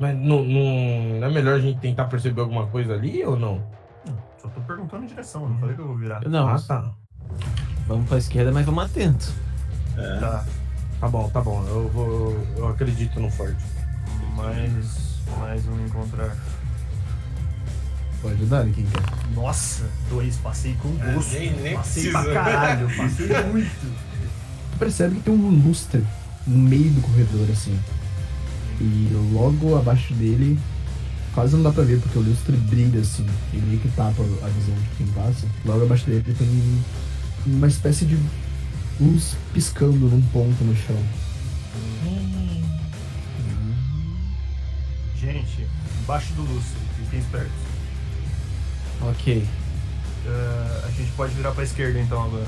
[SPEAKER 2] Mas não, não, não é melhor a gente tentar perceber alguma coisa ali ou não?
[SPEAKER 4] Só tô perguntando a direção, não falei que eu vou virar.
[SPEAKER 3] Não,
[SPEAKER 2] Ah, tá.
[SPEAKER 3] vamos pra esquerda, mas vamos atento.
[SPEAKER 4] Tá,
[SPEAKER 2] Tá bom, tá bom. Eu vou. Eu acredito no forte.
[SPEAKER 4] mais, mais um encontrar.
[SPEAKER 1] Pode dar, quem quer.
[SPEAKER 4] Nossa, dois, passei com gosto.
[SPEAKER 2] É, nem- nem
[SPEAKER 4] passei
[SPEAKER 2] precisa.
[SPEAKER 4] pra caralho, passei muito.
[SPEAKER 1] Tu percebe que tem um lustre no meio do corredor, assim. E logo abaixo dele, quase não dá pra ver, porque o lustre brilha, assim, e meio que tapa a visão de quem passa. Logo abaixo dele tem uma espécie de luz piscando num ponto no chão.
[SPEAKER 4] Gente, embaixo do Lúcio, fiquem espertos.
[SPEAKER 3] Ok.
[SPEAKER 4] Ah, a gente pode virar pra esquerda então agora.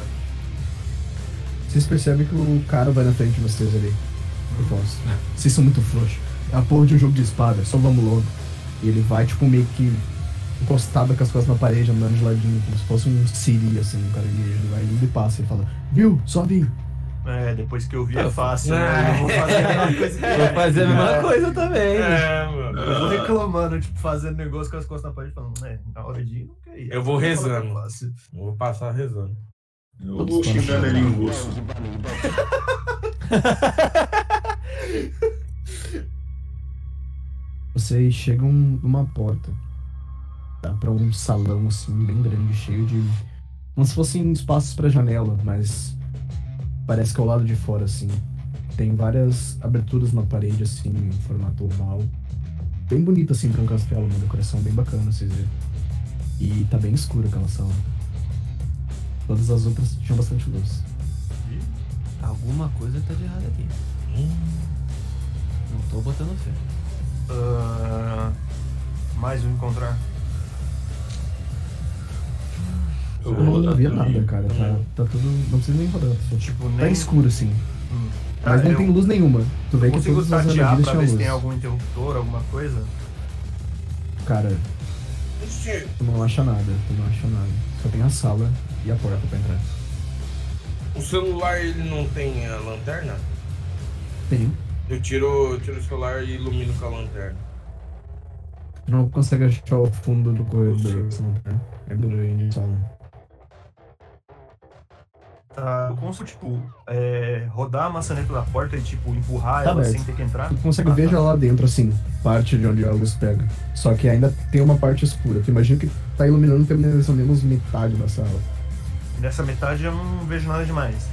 [SPEAKER 1] Vocês percebem que o cara vai na frente de vocês ali. Eu posso. Vocês são muito frouxos. É a porra de um jogo de espada, só vamos logo. E ele vai, tipo, meio que encostado com as costas na parede, andando de ladinho, como se fosse um Siri, assim, um cara igreja. Ele vai indo e passa e fala, viu? Só vim.
[SPEAKER 4] É, depois que eu vi
[SPEAKER 3] Ah,
[SPEAKER 4] é fácil, né? Eu vou fazer a mesma coisa que
[SPEAKER 3] Vou fazer a mesma
[SPEAKER 4] É.
[SPEAKER 3] coisa também.
[SPEAKER 2] É, mano.
[SPEAKER 4] Eu
[SPEAKER 5] Ah,
[SPEAKER 4] vou reclamando, tipo, fazendo negócio "Né, com as costas na parede, falando, é, na hora de ir, não quer ir.
[SPEAKER 2] Eu vou
[SPEAKER 4] Fala que é
[SPEAKER 2] rezando.
[SPEAKER 4] fácil.
[SPEAKER 2] Vou passar rezando.
[SPEAKER 5] Eu vou xingando ele em russo.
[SPEAKER 1] Vocês chegam numa um, porta. Dá pra um salão assim, bem grande, cheio de. Como se fossem espaços pra janela, mas. Parece que é o lado de fora, assim. Tem várias aberturas na parede, assim, em formato oval. Bem bonito, assim, pra um castelo, uma decoração bem bacana, vocês verem. E tá bem escuro aquela sala. Todas as outras tinham bastante luz.
[SPEAKER 3] Alguma coisa tá de errado aqui. Não tô botando fé.
[SPEAKER 4] Ah, mais um encontrar.
[SPEAKER 5] Eu
[SPEAKER 1] Eu
[SPEAKER 5] vou
[SPEAKER 1] não
[SPEAKER 5] rodar
[SPEAKER 1] via
[SPEAKER 5] também.
[SPEAKER 1] nada, cara. Tá, tá tudo. Não precisa nem rodar. só, tipo,
[SPEAKER 4] Tipo,
[SPEAKER 1] Tá
[SPEAKER 4] nem.
[SPEAKER 1] escuro, assim.
[SPEAKER 4] Hum. Tá,
[SPEAKER 1] Mas não
[SPEAKER 4] eu
[SPEAKER 1] tem luz nenhuma. Tu vê que
[SPEAKER 4] Consigo
[SPEAKER 1] todas as
[SPEAKER 4] tatear
[SPEAKER 1] armadilhas
[SPEAKER 4] pra
[SPEAKER 1] tinham
[SPEAKER 4] ver se
[SPEAKER 1] luz.
[SPEAKER 4] tem algum interruptor, alguma coisa?
[SPEAKER 1] Cara, tu não acha nada. Tu não acha nada. Só tem a sala e a porta pra entrar.
[SPEAKER 2] O celular ele não tem a lanterna?
[SPEAKER 1] Tem.
[SPEAKER 2] Eu tiro, eu tiro o celular e ilumino com a lanterna.
[SPEAKER 1] Tu não consegue achar o fundo do corredor. se não tem. É grande a sala.
[SPEAKER 4] Tá, eu consigo, tipo, é, rodar a maçaneta da porta e, tipo, empurrar
[SPEAKER 1] Tá
[SPEAKER 4] ela
[SPEAKER 1] aberto.
[SPEAKER 4] sem ter que entrar?
[SPEAKER 1] Tu consegue
[SPEAKER 4] Ah,
[SPEAKER 1] ver
[SPEAKER 4] tá.
[SPEAKER 1] já lá dentro, assim, parte de onde a luz pega. Só que ainda tem uma parte escura. Tu imagina que tá iluminando pelo menos pelo menos metade da sala.
[SPEAKER 4] Nessa metade eu não vejo nada demais.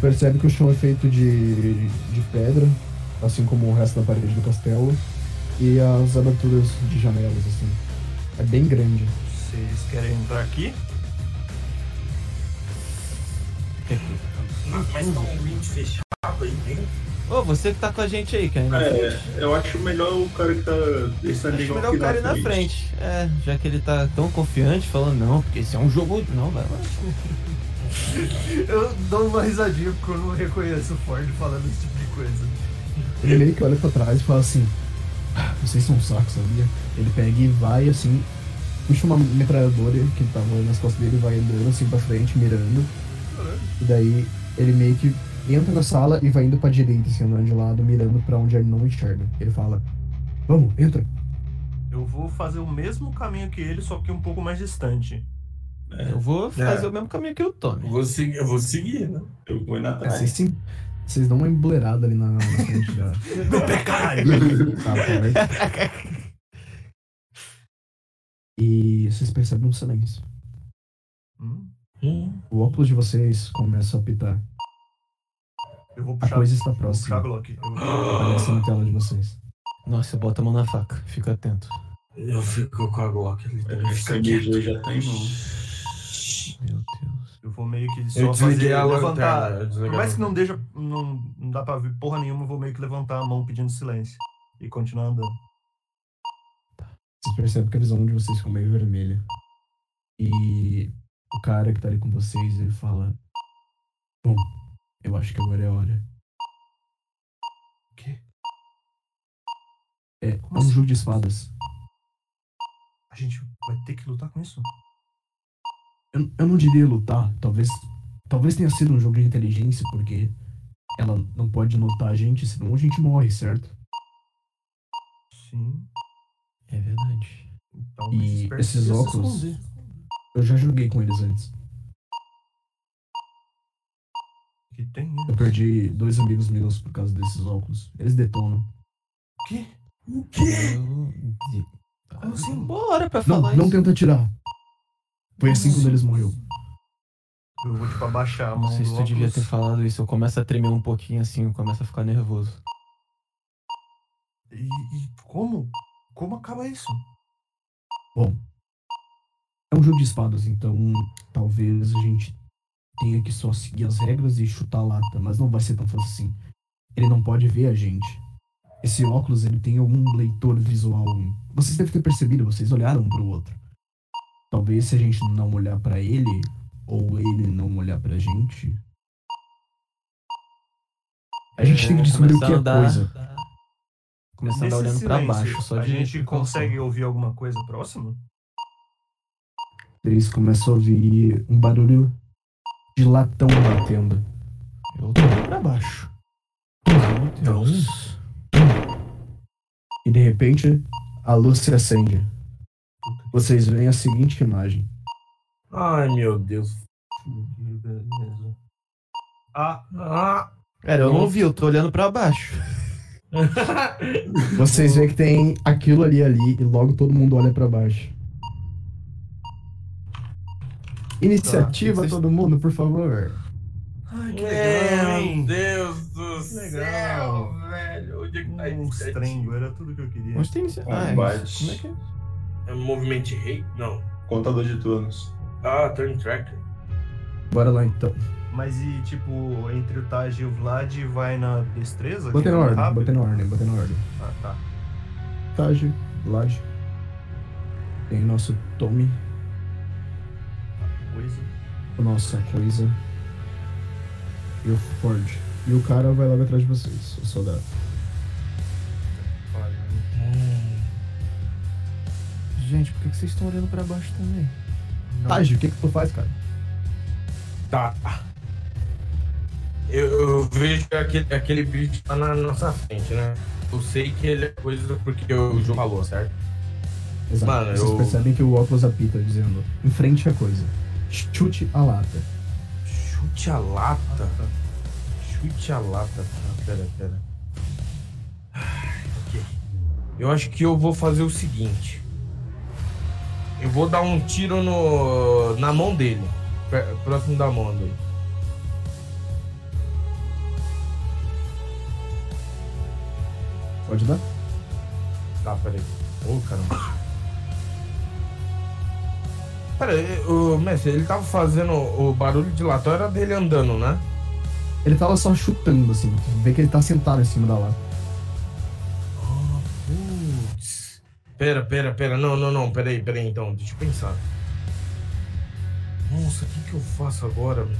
[SPEAKER 1] percebe que o chão é feito de, de pedra, assim como o resto da parede do castelo, e as aberturas de janelas, assim. É bem grande.
[SPEAKER 4] Vocês querem entrar aqui?
[SPEAKER 2] Mas tá um ambiente fechado aí dentro.
[SPEAKER 3] Ô, você que tá com a gente aí, cara. na frente.
[SPEAKER 5] É, eu acho melhor o cara que tá. Esse
[SPEAKER 3] Acho
[SPEAKER 4] é,
[SPEAKER 5] amigo
[SPEAKER 3] melhor
[SPEAKER 5] aqui
[SPEAKER 3] o cara ir na frente. É, já que ele tá tão confiante, falando, não, porque esse é um jogo. Não, vai lá.
[SPEAKER 4] Eu dou uma risadinha porque eu não reconheço o Ford falando esse tipo de coisa.
[SPEAKER 1] Ele meio que olha pra trás e fala assim: "Ah, vocês são um saco, sabia? Ele pega e vai, assim, puxa uma metralhadora que tava nas costas dele, vai andando assim pra frente, mirando. E daí ele meio que entra na sala e vai indo pra direita, assim, andando de lado, mirando pra onde ele não enxerga. Ele fala: Vamos, entra.
[SPEAKER 4] Eu vou fazer o mesmo caminho que ele, só que um pouco mais distante. É.
[SPEAKER 3] Eu vou fazer o mesmo caminho que o
[SPEAKER 2] Eu
[SPEAKER 3] Tommy.
[SPEAKER 2] vou seguir, eu vou seguir, né?
[SPEAKER 5] Eu vou ir na
[SPEAKER 1] É,
[SPEAKER 5] trás.
[SPEAKER 1] vocês, se- vocês dão uma emboleirada ali na, na frente da, da porta. E vocês percebem um silêncio.
[SPEAKER 4] Hum?
[SPEAKER 1] O óculos de vocês começa a apitar.
[SPEAKER 4] Eu vou
[SPEAKER 1] A
[SPEAKER 4] puxar,
[SPEAKER 1] coisa está
[SPEAKER 4] vou puxar
[SPEAKER 1] próxima.
[SPEAKER 4] a Glock. Eu
[SPEAKER 1] Aparece na tela de vocês.
[SPEAKER 3] Nossa, bota a mão na faca. Fica atento.
[SPEAKER 2] Eu fico com a Glock ali também.
[SPEAKER 5] Esse
[SPEAKER 2] Fica
[SPEAKER 5] amigo
[SPEAKER 2] quieto.
[SPEAKER 5] aí já tá em mãos.
[SPEAKER 3] Meu Deus.
[SPEAKER 4] Eu vou meio que só
[SPEAKER 2] Eu desliguei
[SPEAKER 4] fazer,
[SPEAKER 2] a
[SPEAKER 4] levantar.
[SPEAKER 2] lanterna. eu desliguei
[SPEAKER 4] Por
[SPEAKER 2] a
[SPEAKER 4] mais que não deixa, não, não dá pra ver porra nenhuma, eu vou meio que levantar a mão pedindo silêncio. E continuar andando.
[SPEAKER 1] Vocês percebem que a visão de vocês ficou meio vermelha. E o cara que tá ali com vocês, ele fala: Bom, eu acho que agora é a hora. O
[SPEAKER 4] quê?
[SPEAKER 1] É
[SPEAKER 4] Como
[SPEAKER 1] é um
[SPEAKER 4] assim?
[SPEAKER 1] jogo de espadas.
[SPEAKER 4] A gente vai ter que lutar com isso?
[SPEAKER 1] Eu, eu não diria lutar, talvez. Talvez tenha sido um jogo de inteligência, porque ela não pode notar a gente, senão a gente morre, certo?
[SPEAKER 4] Sim.
[SPEAKER 3] É verdade.
[SPEAKER 4] Então,
[SPEAKER 1] E
[SPEAKER 4] esses pertos
[SPEAKER 1] esses
[SPEAKER 4] precisam se
[SPEAKER 1] óculos?
[SPEAKER 4] esconder.
[SPEAKER 1] Eu já joguei com eles antes.
[SPEAKER 4] Que tem,
[SPEAKER 1] Eu
[SPEAKER 4] né?
[SPEAKER 1] perdi dois amigos meus por causa desses óculos. Eles detonam.
[SPEAKER 3] Eu... de-
[SPEAKER 4] Como assim?
[SPEAKER 3] Bora pra
[SPEAKER 1] Não,
[SPEAKER 3] falar
[SPEAKER 1] não
[SPEAKER 3] isso.
[SPEAKER 1] tenta tirar. Foi assim quando eles morreu.
[SPEAKER 4] Eu vou, tipo, abaixar a
[SPEAKER 3] Não
[SPEAKER 4] mão
[SPEAKER 3] sei
[SPEAKER 4] do
[SPEAKER 3] se tu devia
[SPEAKER 4] óculos.
[SPEAKER 3] ter falado isso. Eu começo a tremer um pouquinho assim, eu começo a ficar nervoso.
[SPEAKER 4] E, e como? Como acaba isso?
[SPEAKER 1] É um jogo de espadas, então talvez a gente tenha que só seguir as regras e chutar a lata, mas não vai ser tão fácil assim. Ele não pode ver a gente. Esse óculos, ele tem algum leitor visual. Vocês devem ter percebido, vocês olharam um pro outro. Talvez se a gente não olhar pra ele, ou ele não olhar pra gente... A gente tem que descobrir o que é coisa.
[SPEAKER 3] Começar a
[SPEAKER 4] Nesse
[SPEAKER 3] dar olhando pra
[SPEAKER 4] silêncio,
[SPEAKER 3] baixo. Só
[SPEAKER 4] a
[SPEAKER 3] de assim.
[SPEAKER 4] gente consegue ouvir alguma coisa próxima?
[SPEAKER 1] Eles começam a ouvir um barulho de latão batendo.
[SPEAKER 3] Eu tô olhando pra baixo. Meu Deus.
[SPEAKER 1] Então, E de repente, a luz se acende. Vocês veem a seguinte imagem.
[SPEAKER 2] Ai, meu Deus.
[SPEAKER 4] Beleza. Ah,
[SPEAKER 2] Ah!
[SPEAKER 3] Cara, eu não vi, eu tô olhando pra baixo.
[SPEAKER 1] Vocês veem que tem aquilo ali ali e logo todo mundo olha pra baixo. Iniciativa,
[SPEAKER 4] vocês-
[SPEAKER 1] todo mundo, por favor.
[SPEAKER 4] ai, que legal,
[SPEAKER 2] Meu
[SPEAKER 4] hein?
[SPEAKER 2] Deus do
[SPEAKER 4] legal.
[SPEAKER 2] céu, velho. Onde é que tá a
[SPEAKER 4] Um
[SPEAKER 2] iniciativa?
[SPEAKER 4] estranho, era tudo que eu queria.
[SPEAKER 3] Onde tem iniciativa? Ah, é
[SPEAKER 5] Combate.
[SPEAKER 3] isso. Como é que é?
[SPEAKER 2] É movimento de rei? Não.
[SPEAKER 5] Contador de turnos.
[SPEAKER 2] Ah, turn tracker.
[SPEAKER 1] Bora lá então.
[SPEAKER 4] Mas e tipo, entre o Taj e o Vlad vai na destreza?
[SPEAKER 1] Botei
[SPEAKER 4] que
[SPEAKER 1] na
[SPEAKER 4] é mais
[SPEAKER 1] ordem,
[SPEAKER 4] rápido?
[SPEAKER 1] botei na ordem, botei na ordem.
[SPEAKER 4] Ah, tá.
[SPEAKER 1] Taj, Laje. Tem o nosso Tommy,
[SPEAKER 4] Coisa.
[SPEAKER 1] o nossa coisa. E o Ford. E o cara vai logo atrás de vocês, o soldado.
[SPEAKER 4] Olha,
[SPEAKER 3] Gente, por que que vocês estão olhando pra baixo também?
[SPEAKER 4] não.
[SPEAKER 1] Taj, o que que tu faz, cara?
[SPEAKER 2] Tá. Eu, eu vejo aquele, aquele bicho lá na nossa frente, né? Eu sei que ele é coisa porque o Ju falou, certo?
[SPEAKER 1] Exato.
[SPEAKER 2] Mano,
[SPEAKER 1] vocês
[SPEAKER 2] eu-
[SPEAKER 1] percebem que o óculos apita, dizendo, enfrente a coisa. Chute a lata.
[SPEAKER 2] Chute a lata. Chute a lata. Ah, pera, pera. Ai, ok. Eu acho que eu vou fazer o seguinte. Eu vou dar um tiro no, na mão dele. Pé- Próximo da mão dele.
[SPEAKER 1] Pode dar?
[SPEAKER 2] Tá, peraí. Ô, caramba. Pera aí, o mestre, ele tava fazendo o barulho de latão, era dele andando, né?
[SPEAKER 1] Ele tava só chutando, assim. Tu Vê que ele tá sentado em cima da lata.
[SPEAKER 2] Putz. Pera, pera, pera. Não, não, não. Pera aí, pera aí, então. Deixa eu pensar. Nossa, o que que eu faço agora, mano?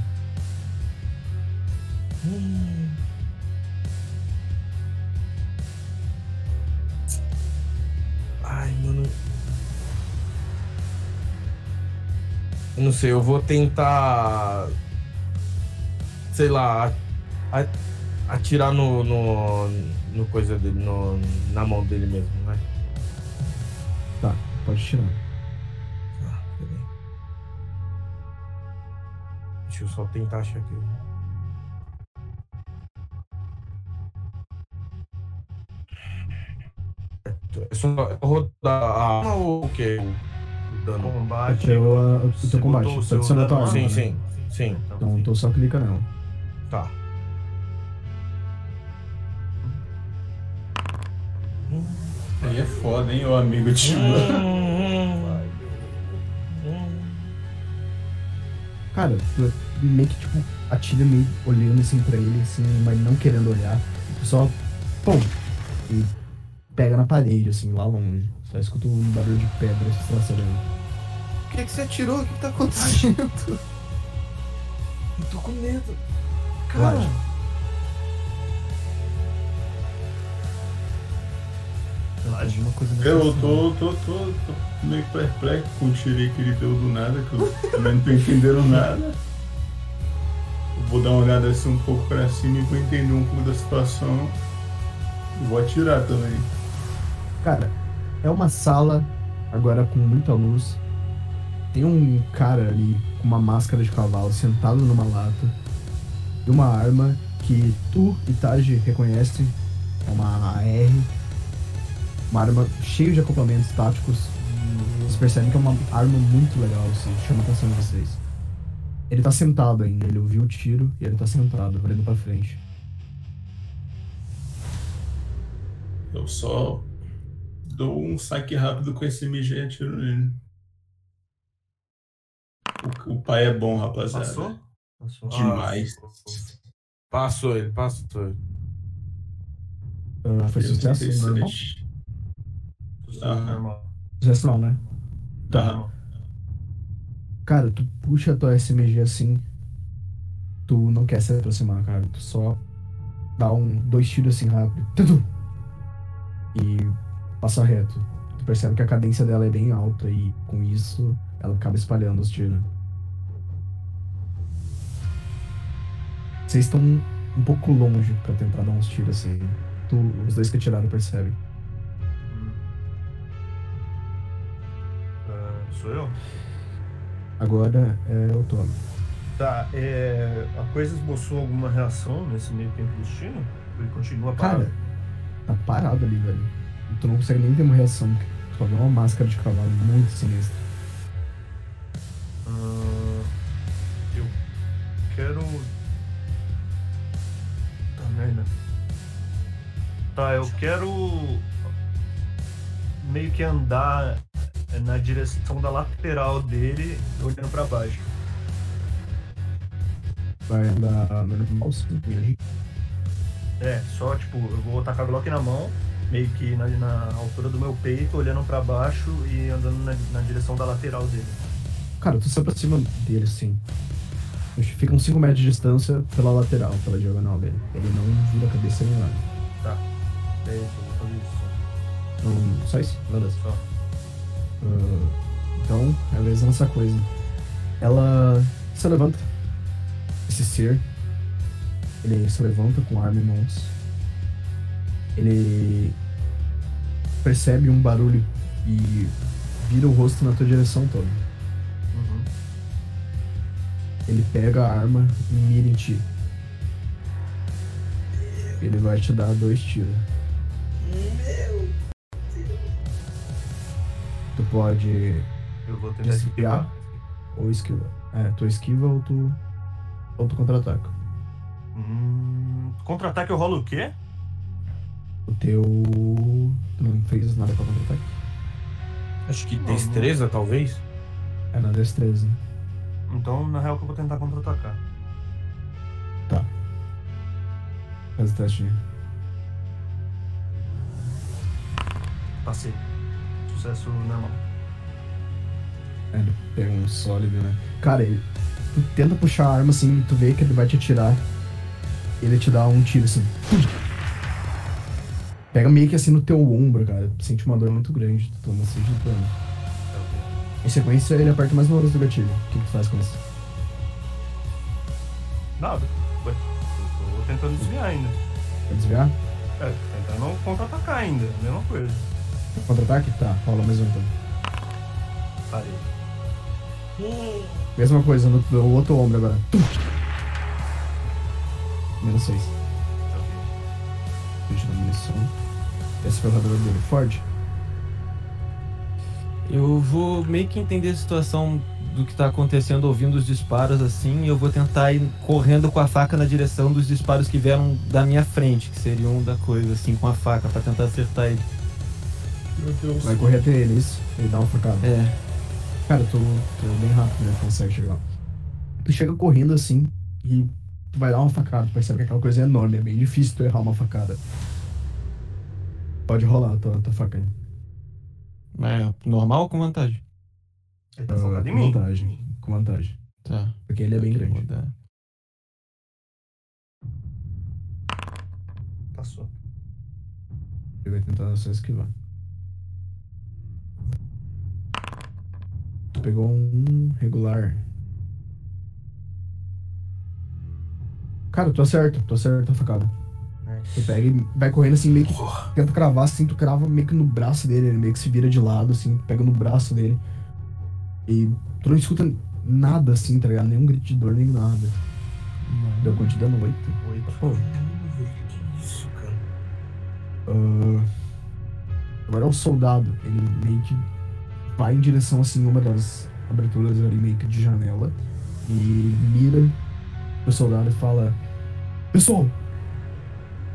[SPEAKER 2] Hum. Ai, mano. Eu não sei, eu vou tentar. Sei lá. a- Atirar no, no. no coisa dele, no, na mão dele mesmo, né? vai.
[SPEAKER 1] Pode tirar.
[SPEAKER 2] Ah, peraí. Deixa eu só tentar achar aqui. É só é só rodar a arma ou o quê? O
[SPEAKER 3] Tá
[SPEAKER 2] dano?
[SPEAKER 4] Combate.
[SPEAKER 1] Até o- a- o teu
[SPEAKER 4] Ah, Você
[SPEAKER 1] combate,
[SPEAKER 4] botou o
[SPEAKER 1] você
[SPEAKER 4] seu
[SPEAKER 1] adiciona a tua
[SPEAKER 4] dano?
[SPEAKER 1] arma,
[SPEAKER 2] Sim,
[SPEAKER 1] né?
[SPEAKER 2] sim, sim.
[SPEAKER 4] Então,
[SPEAKER 1] Então tu só clica não.
[SPEAKER 2] Tá.
[SPEAKER 5] Aí é foda, hein, ô amigo de
[SPEAKER 3] Ah.
[SPEAKER 2] Hum, hum.
[SPEAKER 1] Cara, tu meio que tipo atira meio olhando assim pra ele, assim, mas não querendo olhar. Tu Só pum! E pega na parede, assim, lá longe. Só escuta um barulho de pedra se traçando.
[SPEAKER 3] Por que, que você atirou? O que, que tá acontecendo?
[SPEAKER 2] Eu tô com medo. Cara.
[SPEAKER 1] Lógico.
[SPEAKER 3] Alguma coisa não
[SPEAKER 5] Cara, eu
[SPEAKER 3] tá
[SPEAKER 5] tô, tô, tô, tô meio perplexo com o tirei que ele deu do nada, que eu também não tô entendendo nada. Eu vou dar uma olhada assim um pouco pra cima e vou entender um pouco da situação. E vou atirar também.
[SPEAKER 1] Cara, é uma sala agora com muita luz. Tem um cara ali com uma máscara de cavalo sentado numa lata e uma arma que tu e Taj reconhecem. É uma AR. Uma arma cheia de acoplamentos táticos. Vocês percebem que é uma arma muito legal, assim, chama a atenção de vocês. Ele tá sentado ainda, ele ouviu o tiro e ele tá sentado, olhando pra frente.
[SPEAKER 5] Eu só dou um saque rápido com esse MG e atiro nele. O, o pai é bom, rapaziada.
[SPEAKER 4] Passou? Passou.
[SPEAKER 5] Demais.
[SPEAKER 2] Ah, Passou ele, passou ele.
[SPEAKER 1] Ah, foi sucesso? Normal?
[SPEAKER 5] 87.
[SPEAKER 4] Ah.
[SPEAKER 5] Aham.
[SPEAKER 4] Normal.
[SPEAKER 1] Sucesso não, né?
[SPEAKER 5] Tá.
[SPEAKER 1] Cara, tu puxa a tua SMG assim. Tu não quer se aproximar, cara. Tu só dá um, dois tiros assim rápido. Tudu! E passa reto. Tu percebe que a cadência dela é bem alta e com isso ela acaba espalhando os tiros. Vocês estão um pouco longe pra tentar dar uns tiros assim. Tu, os dois que atiraram percebem.
[SPEAKER 4] Hum. Ah, sou eu?
[SPEAKER 1] Agora é o Tom.
[SPEAKER 4] Tá, é, a coisa esboçou alguma reação nesse meio tempo do destino? Ele continua parado?
[SPEAKER 1] Cara, tá parado ali, velho. Tu não consegue nem ter uma reação. Só vê uma máscara de cavalo muito sinistra.
[SPEAKER 4] Ah, eu quero. Tá merda. Tá, eu quero. Meio que andar na direção da lateral dele, olhando pra baixo.
[SPEAKER 1] Vai andar normal, sim.
[SPEAKER 4] É, só tipo, eu vou tacar a Glock na mão, meio que na, na altura do meu peito, olhando pra baixo e andando na, na direção da lateral dele.
[SPEAKER 1] Cara, tu se aproxima dele, assim. Eles Ficam 5 metros de distância pela lateral, pela diagonal dele. Ele não vira a cabeça nem nada.
[SPEAKER 4] É isso, eu vou fazer isso.
[SPEAKER 1] Não, Então, só isso? Beleza.
[SPEAKER 4] Só.
[SPEAKER 1] Ah, então, é a vez da nossa coisa. Ela se levanta. Esse ser. Ele se levanta com arma em mãos. Ele percebe um barulho e vira o rosto na tua direção todo.
[SPEAKER 4] Uhum.
[SPEAKER 1] Ele pega a arma e mira em ti. Ele vai te dar dois tiros.
[SPEAKER 7] Meu.
[SPEAKER 1] Tu pode
[SPEAKER 4] Eu vou tentar
[SPEAKER 1] desviar
[SPEAKER 4] esquivar.
[SPEAKER 1] ou esquiva. É, tu esquiva ou tu. ou tu contra-ataca.
[SPEAKER 4] Hum, Contra-ataque eu rolo o quê?
[SPEAKER 1] O teu. Tu não fez nada pra contra-ataque.
[SPEAKER 2] Acho que
[SPEAKER 4] Não,
[SPEAKER 2] destreza, talvez.
[SPEAKER 1] É na destreza.
[SPEAKER 4] Então, na real, que eu vou tentar contra-atacar.
[SPEAKER 1] Faz o teste.
[SPEAKER 4] Passei. Sucesso normal.
[SPEAKER 1] É, ele pega um sólido, né? Cara, ele. Tu tenta puxar a arma assim, tu vê que ele vai te atirar. Ele te dá um tiro assim. Pega meio que assim no teu ombro, cara. Tu sente uma dor muito grande, tu toma assim de dano. Em sequência, ele aperta mais uma vez do gatilho. O que, que tu faz com isso?
[SPEAKER 4] Nada. Ué, eu tô tentando desviar ainda.
[SPEAKER 1] Quer desviar?
[SPEAKER 4] É, tentando contra-atacar ainda. Mesma coisa.
[SPEAKER 1] Contra-ataque? Tá, rola mais um então.
[SPEAKER 4] Parei.
[SPEAKER 7] Hum.
[SPEAKER 1] Mesma coisa, no, no outro ombro agora. Tum! Menos 6. Continua a munição. Esse foi o rodador dele. Ford,
[SPEAKER 3] Eu vou meio que entender a situação do que tá acontecendo ouvindo os disparos assim, e eu vou tentar ir correndo com a faca na direção dos disparos que vieram da minha frente, que seriam da coisa assim com a faca pra tentar acertar ele.
[SPEAKER 5] Meu Deus.
[SPEAKER 1] vai correr até ele, isso? Ele dá uma facada.
[SPEAKER 3] É,
[SPEAKER 1] Cara, tu, tu é bem rápido, né? Consegue chegar. Tu chega correndo assim e tu vai dar uma facada. Tu percebe que aquela coisa é enorme, é bem difícil tu errar uma facada. Pode rolar a tua, tua faca aí.
[SPEAKER 3] é normal ou com vantagem?
[SPEAKER 4] Ele tá
[SPEAKER 2] Ah,
[SPEAKER 4] focado em
[SPEAKER 1] com
[SPEAKER 4] mim.
[SPEAKER 1] vantagem. Com vantagem.
[SPEAKER 3] Tá.
[SPEAKER 1] Porque ele é bem
[SPEAKER 3] Aqui eu
[SPEAKER 1] grande.
[SPEAKER 3] vou dar.
[SPEAKER 4] Passou.
[SPEAKER 1] Ele vai tentar só esquivar. Tu pegou um regular. Cara, tu acerta, tu acerta a facada. Tu pega e vai correndo assim, meio que tenta cravar assim, tu crava meio que no braço dele, ele meio que se vira de lado, assim, tu pega no braço dele. E tu não escuta nada assim, tá ligado? Nenhum grito de dor, nem nada. Deu quanto de dano? Oito?
[SPEAKER 4] Oito.
[SPEAKER 1] Pô,
[SPEAKER 7] Que isso, cara?
[SPEAKER 1] Agora é um soldado. Ele meio que vai em direção assim, uma das aberturas ali meio que de janela. E ele mira pro soldado e fala: Pessoal,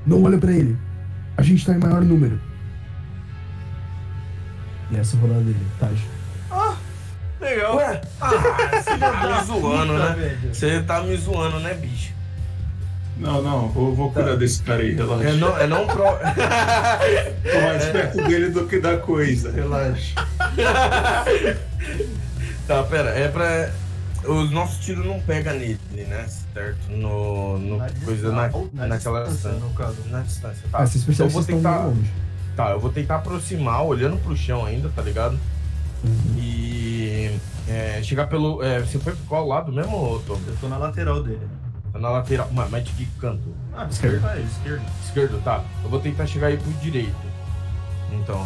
[SPEAKER 1] não olha pra ele. A gente tá em maior número. E essa é a rodada dele, Taj.
[SPEAKER 2] Tá.
[SPEAKER 4] Legal.
[SPEAKER 2] Ué, ah, você tá me zoando,
[SPEAKER 4] Puta,
[SPEAKER 2] né?
[SPEAKER 4] velho.
[SPEAKER 2] Você tá me zoando, né, bicho?
[SPEAKER 5] Não, não, vou, vou cuidar desse cara aí, relaxa.
[SPEAKER 2] Tá. É não, é não pro...
[SPEAKER 5] Tô mais perto dele do que da coisa, relaxa.
[SPEAKER 2] Tá, pera, é pra... Os nossos tiros não pegam nele, né? Certo? No... no coisa na,
[SPEAKER 4] ou
[SPEAKER 2] naquela...
[SPEAKER 4] distância, no caso.
[SPEAKER 2] Na distância, tá.
[SPEAKER 1] Ah, vocês percebem que
[SPEAKER 2] vou
[SPEAKER 1] vocês estão
[SPEAKER 2] tentar-
[SPEAKER 1] meio longe.
[SPEAKER 2] Tá, eu vou tentar aproximar, olhando pro chão ainda, tá ligado? E é, chegar pelo. é, você foi pro qual lado mesmo, Tobi?
[SPEAKER 4] Eu tô na lateral dele.
[SPEAKER 2] Na lateral. Mas, mas de que canto?
[SPEAKER 4] Ah,
[SPEAKER 1] Esquerda.
[SPEAKER 4] Tá, esquerda.
[SPEAKER 2] Esquerdo, tá. Eu vou tentar chegar aí pro direito. Então.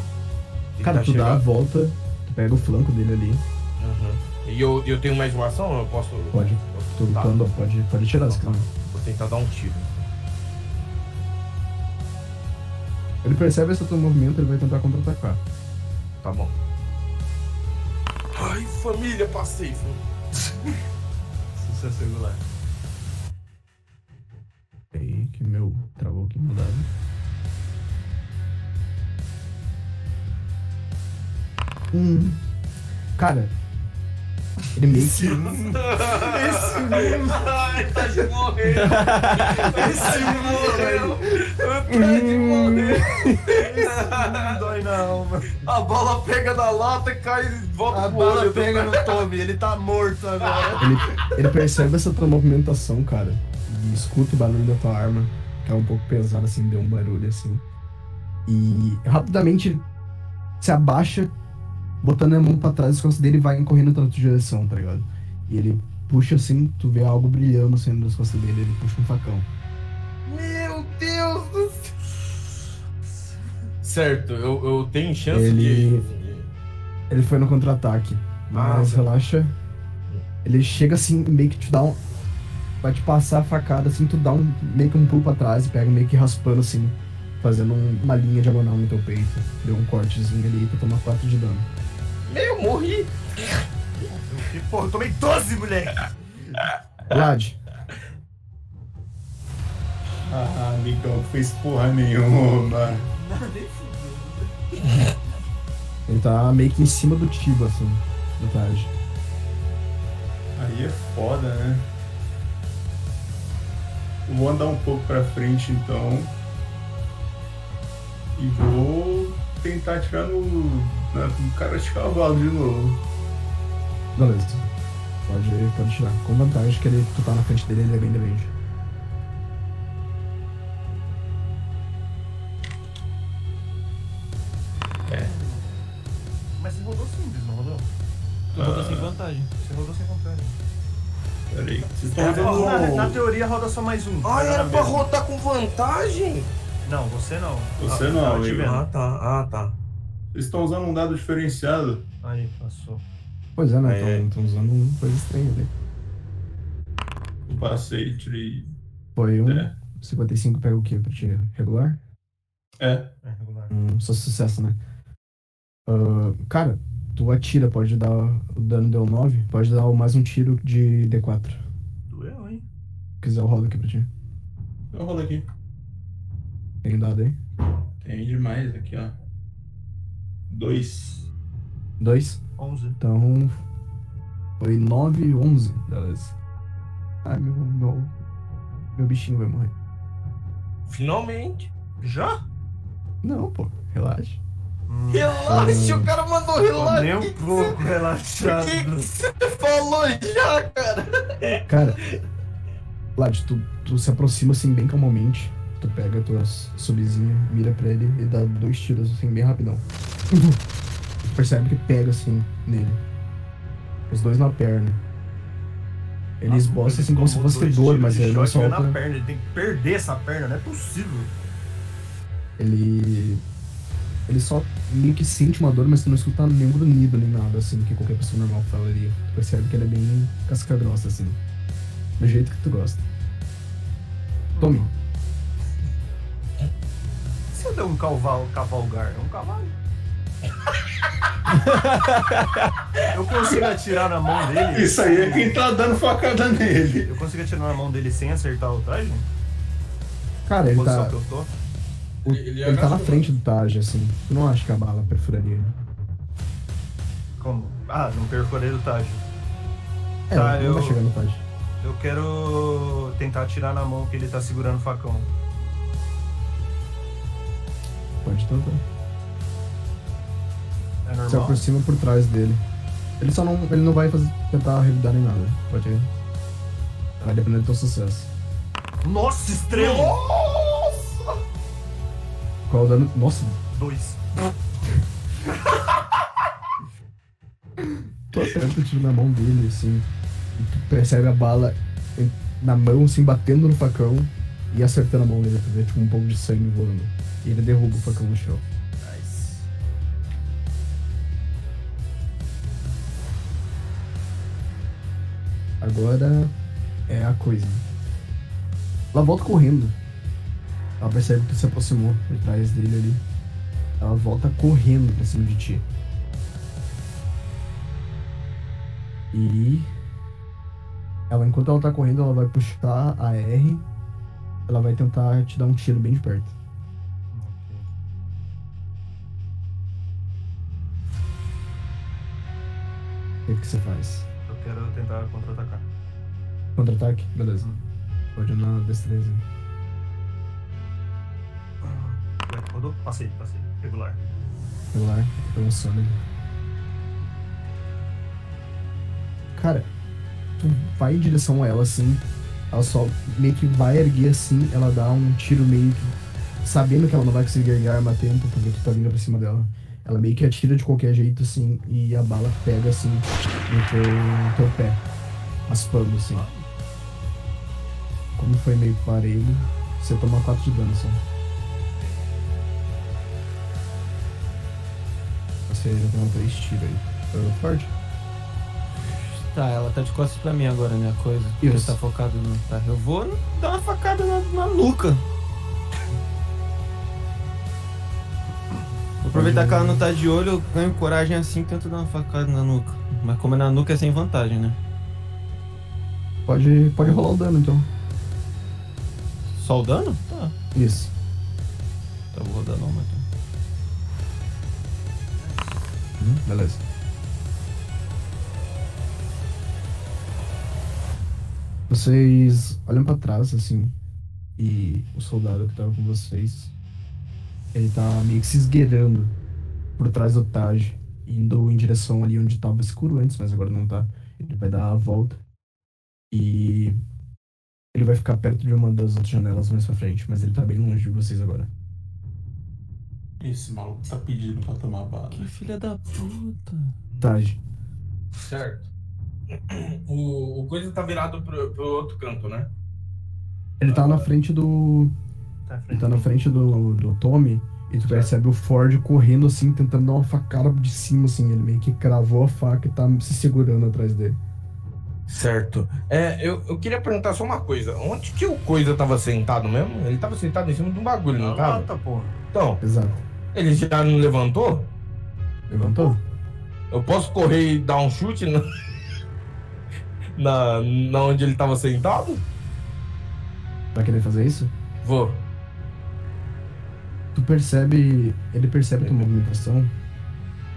[SPEAKER 2] tentar
[SPEAKER 1] Cara, tu dá a
[SPEAKER 2] chegar-
[SPEAKER 1] volta, tu pega o flanco dele ali.
[SPEAKER 2] Uhum. E eu, eu tenho mais uma ação? Eu posso.
[SPEAKER 1] Pode. Tô lutando, ó, pode, pode tirar se
[SPEAKER 2] Tá.
[SPEAKER 1] quiser.
[SPEAKER 2] Vou tentar dar um tiro.
[SPEAKER 1] Ele percebe esse teu movimento, ele vai tentar contra-atacar.
[SPEAKER 2] Tá bom.
[SPEAKER 7] Ai, família, passei. fam-
[SPEAKER 4] Sucesso regular.
[SPEAKER 1] Peraí, que meu travou aqui no dado. Hum. Cara, ele meio que.
[SPEAKER 7] Ai, tá de morrer. Esse morreu. Tá de morrer.
[SPEAKER 4] Não dói na alma.
[SPEAKER 2] A bola pega na lata, cai e volta
[SPEAKER 4] A bala pega no Tommy, ele tá morto agora.
[SPEAKER 1] Ele, ele percebe essa tua movimentação, cara. E escuta o barulho da tua arma, que é um pouco pesada, assim, deu um barulho assim. E rapidamente se abaixa, botando a mão pra trás das costas dele e vai correndo pra outra direção, tá ligado? E ele puxa assim, tu vê algo brilhando saindo das costas dele, ele puxa um facão.
[SPEAKER 2] Meu Deus do céu. Certo, eu, eu tenho chance
[SPEAKER 1] Ele-
[SPEAKER 2] de.
[SPEAKER 1] Ele foi no contra-ataque. Mas
[SPEAKER 2] Ah, tá.
[SPEAKER 1] relaxa. Ele chega assim, meio que te dá um. Vai te passar a facada, assim, tu dá um meio que um pulo pra trás e pega meio que raspando assim, fazendo um- uma linha diagonal no teu peito. Deu um cortezinho ali pra tomar 4 de dano.
[SPEAKER 2] Eu morri.
[SPEAKER 4] E, porra, eu tomei 12, moleque.
[SPEAKER 1] Vlad,
[SPEAKER 5] Ah, amigão, fez porra nenhuma.
[SPEAKER 1] ele tá meio que em cima do Tibo, assim, na tarde.
[SPEAKER 5] Aí é foda, né? Eu Vou andar um pouco pra frente então. E vou tentar atirar no, na- no cara de cavalo de novo.
[SPEAKER 1] Beleza. Pode, pode tirar. Com vantagem que ele, tu tá na frente dele, ele é bem grande.
[SPEAKER 4] Mas você rodou simples, não rodou?
[SPEAKER 3] Tu botou sem vantagem.
[SPEAKER 4] Você rodou sem contrário.
[SPEAKER 5] Pera aí. Vocês
[SPEAKER 4] É,
[SPEAKER 5] estão vendo.
[SPEAKER 4] na, na teoria roda só mais um.
[SPEAKER 2] Ah,
[SPEAKER 4] Vai
[SPEAKER 7] Ai,
[SPEAKER 4] dar
[SPEAKER 7] era
[SPEAKER 4] na
[SPEAKER 7] pra
[SPEAKER 4] mesma.
[SPEAKER 7] rotar com vantagem?
[SPEAKER 4] Não, você não.
[SPEAKER 5] Você
[SPEAKER 4] Ah,
[SPEAKER 5] não,
[SPEAKER 4] tava te
[SPEAKER 5] Igor.
[SPEAKER 4] vendo.
[SPEAKER 7] Ah, tá. Ah, tá.
[SPEAKER 5] Vocês estão usando um dado diferenciado.
[SPEAKER 4] Aí, passou.
[SPEAKER 1] Pois é,
[SPEAKER 2] É.
[SPEAKER 1] né? Estão usando um coisa estranha ali.
[SPEAKER 5] Eu passei, tirei.
[SPEAKER 1] Foi um.
[SPEAKER 5] É.
[SPEAKER 1] 55 pega o quê? Pra ti? Regular?
[SPEAKER 5] É.
[SPEAKER 4] É regular.
[SPEAKER 1] Hum, só sucesso, né? Ah, cara, tu atira, pode dar. O dano deu 9, pode dar mais um tiro de D4. Se
[SPEAKER 4] Doeu, hein?
[SPEAKER 1] quiser, eu rolo aqui pra ti.
[SPEAKER 5] Eu rolo Então aqui.
[SPEAKER 1] Tem dado aí?
[SPEAKER 5] Tem demais aqui, ó. Dois.
[SPEAKER 1] Dois.
[SPEAKER 4] 11.
[SPEAKER 1] Então. Foi 9 e 11. Beleza. Ai, meu, meu. Meu bichinho vai morrer.
[SPEAKER 2] Finalmente.
[SPEAKER 4] Já?
[SPEAKER 1] Não, pô, relaxa.
[SPEAKER 4] Hum,
[SPEAKER 2] Relaxa,
[SPEAKER 1] Hum.
[SPEAKER 2] o cara mandou relaxa.
[SPEAKER 4] nem
[SPEAKER 2] O que
[SPEAKER 4] um
[SPEAKER 2] que
[SPEAKER 4] pouco
[SPEAKER 2] você- o
[SPEAKER 4] relaxado.
[SPEAKER 2] que que você falou já, cara?
[SPEAKER 1] Cara, Lad, tu, tu se aproxima assim bem calmamente. Tu pega tuas subzinhas, mira pra ele e dá dois tiros assim bem rapidão. Tu percebe que pega assim nele. Os dois na perna. Ele esboça assim como se fosse
[SPEAKER 4] Ah, Tomou dois
[SPEAKER 1] dor,
[SPEAKER 4] tiros
[SPEAKER 1] mas
[SPEAKER 4] de
[SPEAKER 1] ele não
[SPEAKER 4] choque, veio na
[SPEAKER 1] solta.
[SPEAKER 4] perna, ele tem que perder essa perna, não é possível.
[SPEAKER 1] Ele. Ele só meio que sente uma dor, mas tu não escuta nenhum grunhido nem nada, assim, que qualquer pessoa normal falaria. Tu percebe que ele é bem casca grossa, assim. Do jeito que tu gosta. Tome.
[SPEAKER 4] Se eu der um calval, cavalgar, é um cavalo. eu consigo atirar na mão dele.
[SPEAKER 5] Isso aí é quem tá dando facada nele.
[SPEAKER 4] Eu consigo atirar na mão dele sem acertar o traje?
[SPEAKER 1] Cara, ele
[SPEAKER 4] Posição
[SPEAKER 1] tá.
[SPEAKER 4] que eu tô?
[SPEAKER 1] Ele, tá na frente do Taj, assim. Tu não acha que a bala perfuraria? né?
[SPEAKER 4] Como? Ah, não percorrer o traje.
[SPEAKER 1] É,
[SPEAKER 4] Tá,
[SPEAKER 1] não
[SPEAKER 4] eu-
[SPEAKER 1] vai chegar no Taj.
[SPEAKER 4] Eu quero tentar atirar na mão que ele tá segurando o facão.
[SPEAKER 1] Pode tentar.
[SPEAKER 4] É
[SPEAKER 1] Se
[SPEAKER 4] normal?
[SPEAKER 1] aproxima por trás dele. Ele só não. Ele não vai fazer, tentar revidar nem nada. Pode ir. Vai depender do teu sucesso.
[SPEAKER 4] Nossa, extremo!
[SPEAKER 1] Qual o dano. Nossa,
[SPEAKER 4] Dois.
[SPEAKER 1] tu acerta o tiro na mão dele, assim. E tu percebe a bala em- na mão, assim, batendo no facão e acertando a mão dele. Tu vê, tipo, um pouco de sangue voando. E ele derruba o facão no chão. Agora. é a coisa. Ela volta correndo. Ela percebe que tu se aproximou por trás dele ali. Ela volta correndo pra cima de ti. E ela, enquanto ela tá correndo, ela vai puxar a R. Ela vai tentar te dar um tiro bem de perto. O que, que você faz?
[SPEAKER 4] Eu quero tentar contra-atacar.
[SPEAKER 1] Contra-ataque? Beleza.
[SPEAKER 4] Hum.
[SPEAKER 1] Pode na destreza.
[SPEAKER 4] Ué, rodou? Passei, passei. Regular.
[SPEAKER 1] Regular, pelo sólido. Cara, tu vai em direção a ela assim, ela só meio que vai erguer assim, ela dá um tiro meio que. Sabendo que ela não vai conseguir erguer a arma a tempo, porque tu tá vindo pra cima dela. Ela meio que atira de qualquer jeito assim, e a bala pega assim no teu, no teu pé, raspando assim. Como foi meio parelho, você toma 4 de dano só. Você já tomou 3 tiros aí. Foi forte?
[SPEAKER 3] Tá, ela tá de costas pra mim agora, né? A coisa. Porque
[SPEAKER 1] Isso.
[SPEAKER 3] Tá focado no. Tá, eu vou dar uma facada na, na nuca. Vou aproveitar que ela não tá de olho, eu ganho coragem assim e tento dar uma facada na nuca. Mas como é na nuca é sem vantagem, né?
[SPEAKER 1] Pode, pode rolar o dano então.
[SPEAKER 3] Só o dano? Tá.
[SPEAKER 1] Isso.
[SPEAKER 3] Tá, vou rodar não, mas.
[SPEAKER 1] Beleza. Vocês olham pra trás, assim, e o soldado que tava com vocês, ele tá meio que se esgueirando por trás do Taj, indo em direção ali onde tava escuro antes, mas agora não tá. Ele vai dar a volta e ele vai ficar perto de uma das outras janelas mais pra frente, mas ele tá bem longe de vocês agora.
[SPEAKER 5] Esse maluco tá pedindo pra tomar bala.
[SPEAKER 3] Que filha da puta.
[SPEAKER 1] Taj,
[SPEAKER 2] Certo. O, o coisa tá virado pro, pro outro canto, né?
[SPEAKER 1] ele tá na frente do
[SPEAKER 4] Tá à frente.
[SPEAKER 1] Ele tá na frente do, do Tommy e tu percebe o Ford correndo assim, tentando dar uma facada de cima, assim. Ele meio que cravou a faca e tá se segurando atrás dele.
[SPEAKER 2] Certo. É, eu, eu queria perguntar só uma coisa. Onde que o coisa tava sentado mesmo? Ele tava sentado em cima de um bagulho, não
[SPEAKER 4] Ah,
[SPEAKER 2] tava?
[SPEAKER 4] tá, porra.
[SPEAKER 2] Então,
[SPEAKER 1] Exato.
[SPEAKER 2] ele já não levantou?
[SPEAKER 1] Levantou?
[SPEAKER 2] Eu posso correr e dar um chute na, na, na onde ele tava sentado?
[SPEAKER 1] Vai querer fazer isso?
[SPEAKER 2] Vou.
[SPEAKER 1] Tu percebe. Ele percebe tua movimentação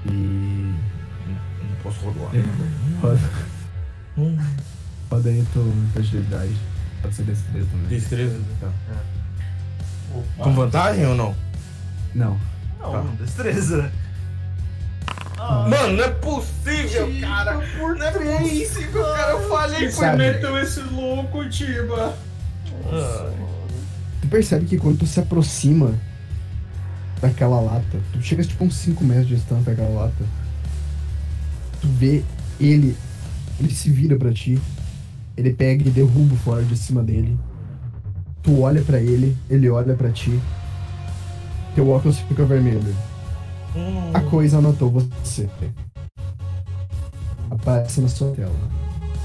[SPEAKER 1] e.
[SPEAKER 2] Não, não posso rolar.
[SPEAKER 1] Roda aí tua fragilidade. Pode ser destreza também.
[SPEAKER 2] Destreza. Tá.
[SPEAKER 5] Opa.
[SPEAKER 2] Com vantagem ou não?
[SPEAKER 1] Não.
[SPEAKER 4] Não,
[SPEAKER 2] Tá.
[SPEAKER 4] destreza.
[SPEAKER 1] Ah.
[SPEAKER 2] Mano, não é possível, cara. Não é possível, cara. Eu falei
[SPEAKER 5] Quem
[SPEAKER 2] com
[SPEAKER 5] foi
[SPEAKER 1] sabe?
[SPEAKER 5] meteu então esse louco, Tiba?
[SPEAKER 1] Tu percebe que quando tu se aproxima daquela lata, tu chega tipo uns 5 metros de distância daquela lata, tu vê ele, ele se vira pra ti, ele pega e derruba o Ford de cima dele, tu olha pra ele, ele olha pra ti, teu óculos fica vermelho.
[SPEAKER 2] Hum.
[SPEAKER 1] A coisa anotou você. Aparece na sua tela.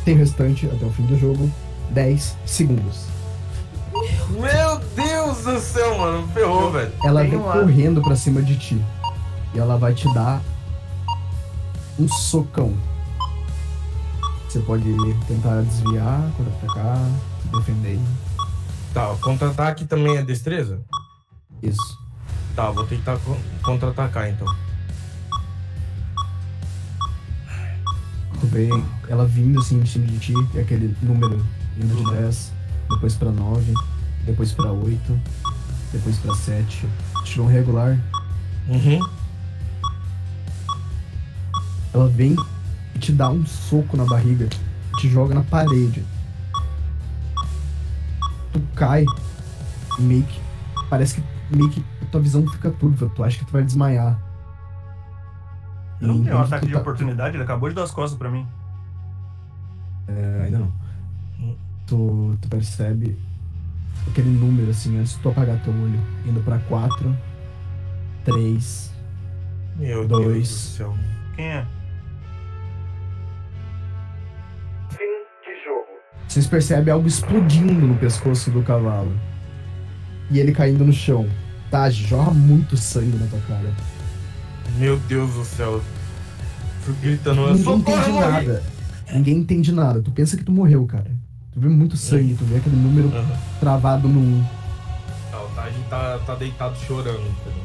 [SPEAKER 1] Tem o restante até o fim do jogo, 10 segundos.
[SPEAKER 2] Meu Deus do céu, mano. Ferrou, velho.
[SPEAKER 1] Ela
[SPEAKER 4] Tem
[SPEAKER 1] vem
[SPEAKER 4] um ar.
[SPEAKER 1] correndo pra cima de ti. E ela vai te dar um socão. Você pode tentar desviar, contra-atacar, se defender.
[SPEAKER 2] Tá, o contra-ataque também é destreza?
[SPEAKER 1] Isso.
[SPEAKER 2] Tá, vou tentar con- contra-atacar então.
[SPEAKER 1] Tu vê ela vindo assim em cima de ti, e aquele número indo de 10, depois pra 9, depois pra 8, depois pra 7. Tirou um regular,
[SPEAKER 2] Uhum.
[SPEAKER 1] Ela vem e te dá um soco na barriga, te joga na parede. Tu cai, e meio que. Parece que meio que a tua visão fica turva, tu acha que tu vai desmaiar.
[SPEAKER 4] Eu não
[SPEAKER 1] E
[SPEAKER 4] tenho um
[SPEAKER 1] enquanto
[SPEAKER 4] ataque
[SPEAKER 1] tu
[SPEAKER 4] de
[SPEAKER 1] tá-
[SPEAKER 4] oportunidade, ele acabou de dar as costas pra mim.
[SPEAKER 1] É, ainda não. Tu, tu percebe aquele número assim, antes de tu apagar teu olho, indo pra 4, 3.
[SPEAKER 2] Meu
[SPEAKER 1] Dois.
[SPEAKER 2] Deus do céu.
[SPEAKER 4] Quem é?
[SPEAKER 7] Fim de jogo.
[SPEAKER 1] Vocês percebem algo explodindo no pescoço do cavalo. E ele caindo no chão. Tá, jorra muito sangue na tua cara.
[SPEAKER 2] Meu Deus do céu. Fui gritando eu
[SPEAKER 1] Ninguém
[SPEAKER 2] socorro,
[SPEAKER 1] entende
[SPEAKER 2] eu morri.
[SPEAKER 1] nada. Ninguém entende nada. Tu pensa que tu morreu, cara. Tu vê muito sangue, tu vê aquele número
[SPEAKER 2] Aham.
[SPEAKER 1] travado no 1.
[SPEAKER 2] Tá, o Taj tá, tá deitado chorando. entendeu?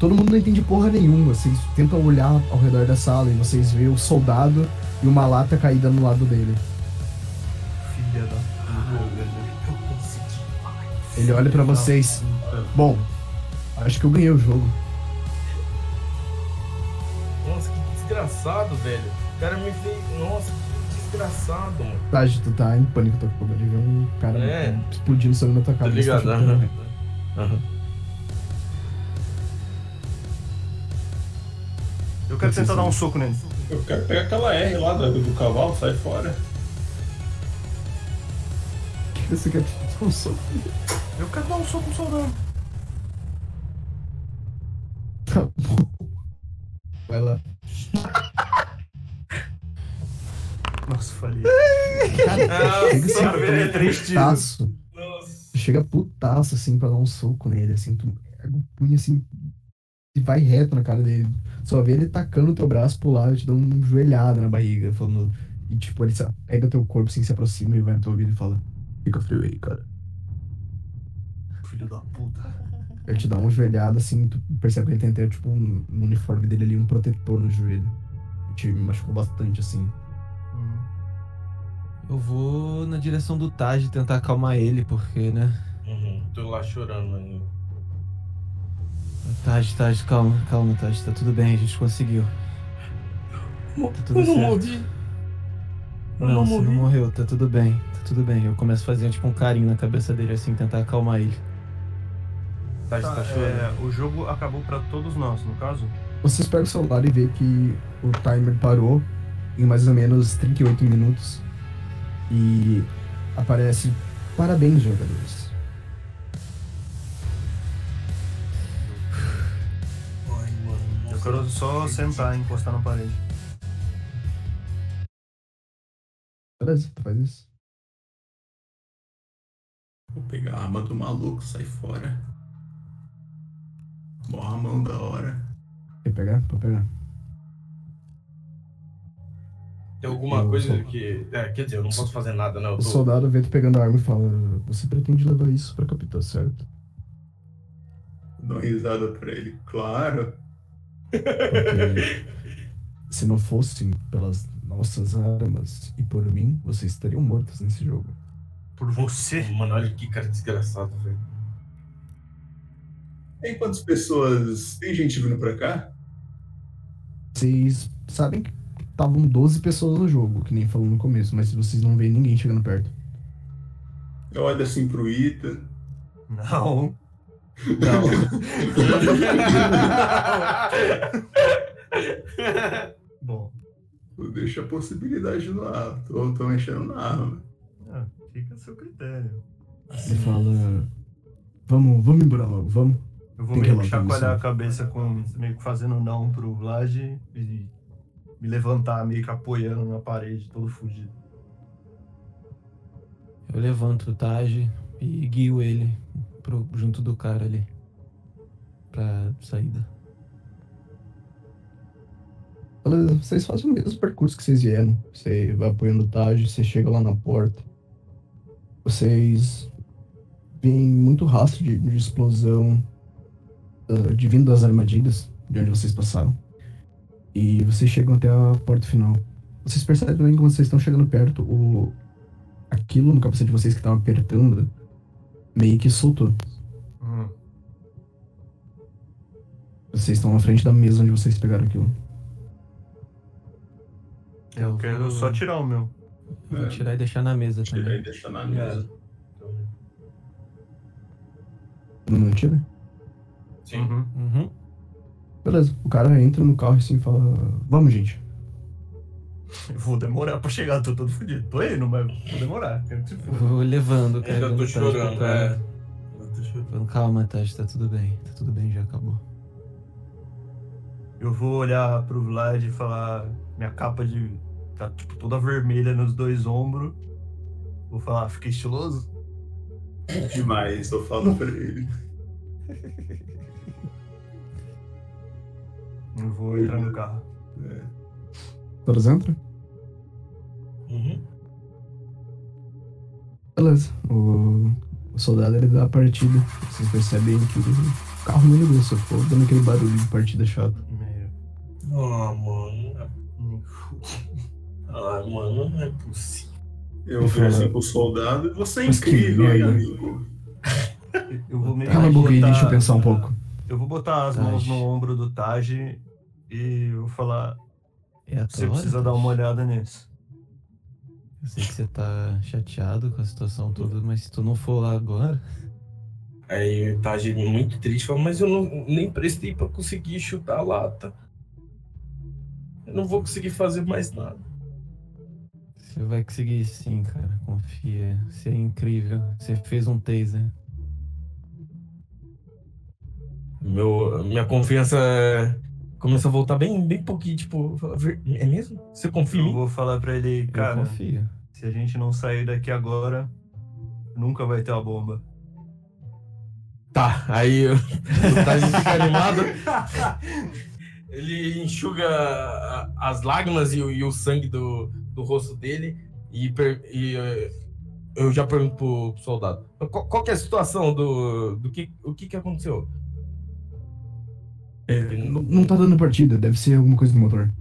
[SPEAKER 1] Todo mundo não entende porra nenhuma. Vocês tentam olhar ao redor da sala e vocês veem o soldado e uma lata caída no lado dele.
[SPEAKER 4] Filha da puta.
[SPEAKER 1] Ele olha pra vocês. Bom, acho que eu ganhei o jogo.
[SPEAKER 2] Nossa, que desgraçado, velho. O cara me fez. Nossa, que desgraçado, mano.
[SPEAKER 1] Tá, tu tá em pânico, tô com de ver um cara
[SPEAKER 2] É.
[SPEAKER 1] explodindo sangue na tua
[SPEAKER 2] Tá
[SPEAKER 1] cara. Você
[SPEAKER 2] ligado?
[SPEAKER 1] tá chutando.
[SPEAKER 2] Aham. Aham.
[SPEAKER 4] Eu quero tentar dar um soco nele.
[SPEAKER 5] Eu quero pegar aquela R lá da- do, cavalo, sai fora.
[SPEAKER 1] Você quer dar um soco?
[SPEAKER 4] Eu quero dar um soco no soldado.
[SPEAKER 1] Tá bom. Vai lá.
[SPEAKER 2] Ah,
[SPEAKER 4] Nossa, falei.
[SPEAKER 1] Chega assim,
[SPEAKER 2] Nossa,
[SPEAKER 4] Ele é
[SPEAKER 2] velho.
[SPEAKER 4] três tiros.
[SPEAKER 1] putaço.
[SPEAKER 2] Nossa.
[SPEAKER 1] Tu Chega putaço, assim, pra dar um soco nele, assim. Tu pega o punho, assim, e vai reto na cara dele. Só vê ele tacando o teu braço pro lado, te dá um joelhado na barriga, falando... E, tipo, ele se- pega teu corpo, assim, se aproxima e vai no teu ouvido e fala... Fica frio aí, cara.
[SPEAKER 4] Filho da puta.
[SPEAKER 1] Ele te dá um joelhado, assim, tu percebe que ele tem até, tipo, um, no uniforme dele ali, um protetor no joelho. Te machucou bastante, assim.
[SPEAKER 4] Hum.
[SPEAKER 3] Eu vou na direção do Taj tentar acalmar ele, porque, né?
[SPEAKER 2] Uhum, Tô lá chorando ainda.
[SPEAKER 3] Taj, Taj, calma, calma, Taj, tá tudo bem, a gente conseguiu. Tá tudo
[SPEAKER 2] eu não
[SPEAKER 3] certo.
[SPEAKER 2] morri. Eu
[SPEAKER 3] não,
[SPEAKER 2] não
[SPEAKER 3] você não
[SPEAKER 2] morri.
[SPEAKER 3] morreu, tá tudo bem, tá tudo bem. Eu começo a fazer tipo um carinho na cabeça dele, assim, tentar acalmar ele.
[SPEAKER 2] O Taj
[SPEAKER 4] Tá,
[SPEAKER 2] tá chorando.
[SPEAKER 4] é, o jogo acabou pra todos nós, no caso?
[SPEAKER 1] Vocês pegam o celular e vê que o timer parou em mais ou menos 38 minutos e aparece parabéns, jogadores.
[SPEAKER 2] Ai, mano.
[SPEAKER 4] Eu quero só sentar e encostar na parede.
[SPEAKER 1] Beleza, faz isso.
[SPEAKER 5] Vou pegar a arma do maluco, sai fora. Morra a mão da hora.
[SPEAKER 1] Quer pegar? Pode pegar.
[SPEAKER 2] Tem alguma
[SPEAKER 1] Eu
[SPEAKER 2] coisa
[SPEAKER 1] sou-
[SPEAKER 2] que. É, quer dizer, eu não posso fazer nada, né? Eu
[SPEAKER 1] O
[SPEAKER 2] tô...
[SPEAKER 1] soldado vê tu pegando a arma e fala: Você pretende levar isso pra capital, certo?
[SPEAKER 5] Dou uma risada pra ele. Claro.
[SPEAKER 1] Porque se não fossem pelas nossas armas e por mim, vocês estariam mortos nesse jogo.
[SPEAKER 4] Por você?
[SPEAKER 2] Mano, olha que cara desgraçado, velho.
[SPEAKER 5] Tem quantas pessoas. Tem gente vindo pra cá?
[SPEAKER 1] Vocês sabem que estavam 12 pessoas no jogo, que nem falou no começo, mas vocês não veem ninguém chegando perto.
[SPEAKER 5] Eu olho assim pro Ita.
[SPEAKER 4] Não. Bom,
[SPEAKER 5] Eu deixo a possibilidade no ar. Tô, tô mexendo na arma.
[SPEAKER 4] ah, fica a seu critério.
[SPEAKER 1] Ele fala. Vamos, vamos embora logo, vamos.
[SPEAKER 4] Eu vou
[SPEAKER 1] Tem que
[SPEAKER 4] meio que
[SPEAKER 1] levantar
[SPEAKER 4] chacoalhar
[SPEAKER 1] você.
[SPEAKER 4] a cabeça com. meio que fazendo um não pro Vlad e me levantar meio que apoiando na parede, todo fudido.
[SPEAKER 3] Eu levanto o Taj e guio ele pro, junto do cara ali. Pra saída.
[SPEAKER 1] Fala, Vocês fazem o mesmo percurso que vocês vieram. Você vai apoiando o Taj, você chega lá na porta. Vocês veem muito rastro de, de explosão ah, de vindo das armadilhas, de onde vocês passaram. E vocês chegam até a porta final. Vocês percebem também que quando vocês estão chegando perto, o aquilo no capacete de vocês que estava apertando meio que soltou.
[SPEAKER 4] Hum.
[SPEAKER 1] Vocês estão na frente da mesa onde vocês pegaram aquilo.
[SPEAKER 4] Eu quero
[SPEAKER 3] vou,
[SPEAKER 4] só É. tirar o meu.
[SPEAKER 3] eu vou tirar e deixar na mesa
[SPEAKER 5] Tirar e
[SPEAKER 3] também.
[SPEAKER 5] deixar tá na mesa.
[SPEAKER 1] Não tira?
[SPEAKER 2] Sim.
[SPEAKER 4] Uhum.
[SPEAKER 3] Uhum.
[SPEAKER 1] Beleza, o cara entra no carro assim e fala: Vamos, gente.
[SPEAKER 4] Eu Vou demorar pra chegar, tô todo fudido. Tô indo, mas vou demorar. Quero que se
[SPEAKER 3] Eu
[SPEAKER 4] foda.
[SPEAKER 3] vou levando, cara.
[SPEAKER 2] Ainda tô chorando, é. Ainda tô chorando.
[SPEAKER 3] Calma, Taj, tá tudo bem. Tá tudo bem, já acabou.
[SPEAKER 4] Eu vou olhar pro Vlad e falar. Minha capa de. tá tipo toda vermelha nos dois ombros. Vou falar, fiquei estiloso?
[SPEAKER 5] Demais, eu falo pra ele.
[SPEAKER 4] Eu vou entrar no carro.
[SPEAKER 1] Todas entram?
[SPEAKER 2] Uhum.
[SPEAKER 1] Beleza. O, o soldado ele dá a partida. Vocês percebem que o carro não ligou, só ficou dando aquele barulho de partida chato.
[SPEAKER 4] Meu,
[SPEAKER 2] Ah, mano. Ah, mano, não é possível.
[SPEAKER 5] Eu vejo pro soldado Uhum. e você é
[SPEAKER 1] Mas que
[SPEAKER 5] incrível, hein,
[SPEAKER 1] merda.
[SPEAKER 5] amigo? Um
[SPEAKER 4] Eu tá- vou meio
[SPEAKER 1] Cala a
[SPEAKER 4] que
[SPEAKER 1] Tá boca aí,
[SPEAKER 4] botar-
[SPEAKER 1] deixa eu pensar um pouco.
[SPEAKER 4] Eu vou botar as mãos
[SPEAKER 3] Taj.
[SPEAKER 4] no ombro do Taj e eu vou falar,
[SPEAKER 3] É a
[SPEAKER 4] você
[SPEAKER 3] tua hora,
[SPEAKER 4] precisa
[SPEAKER 3] Tati?
[SPEAKER 4] dar uma olhada nisso.
[SPEAKER 3] Eu sei que você tá chateado com a situação toda, mas se tu não for lá agora.
[SPEAKER 2] Aí tá agindo muito triste, fala, mas eu não, nem prestei pra conseguir chutar a lata. Eu não vou conseguir fazer mais nada.
[SPEAKER 3] Você vai conseguir sim, cara. Confia. Você é incrível. Você fez um taser.
[SPEAKER 2] Meu, minha confiança começa a voltar bem, bem pouquinho, tipo, fala, "Ver- é mesmo? Você confia em
[SPEAKER 4] Eu
[SPEAKER 2] mim?
[SPEAKER 4] vou falar pra ele,
[SPEAKER 3] eu
[SPEAKER 4] cara,
[SPEAKER 3] confio.
[SPEAKER 4] se a gente não sair daqui agora, nunca vai ter a bomba.
[SPEAKER 2] Tá, aí eu- o Taj fica animado. Ele enxuga a- as lágrimas e, o- e o sangue do, do rosto dele e, per- e, eh, eu já pergunto pro, pro soldado. Qual, qual que é a situação do, do que, o que que aconteceu? Ele,
[SPEAKER 1] Não, não tá dando partida, deve ser alguma coisa do motor.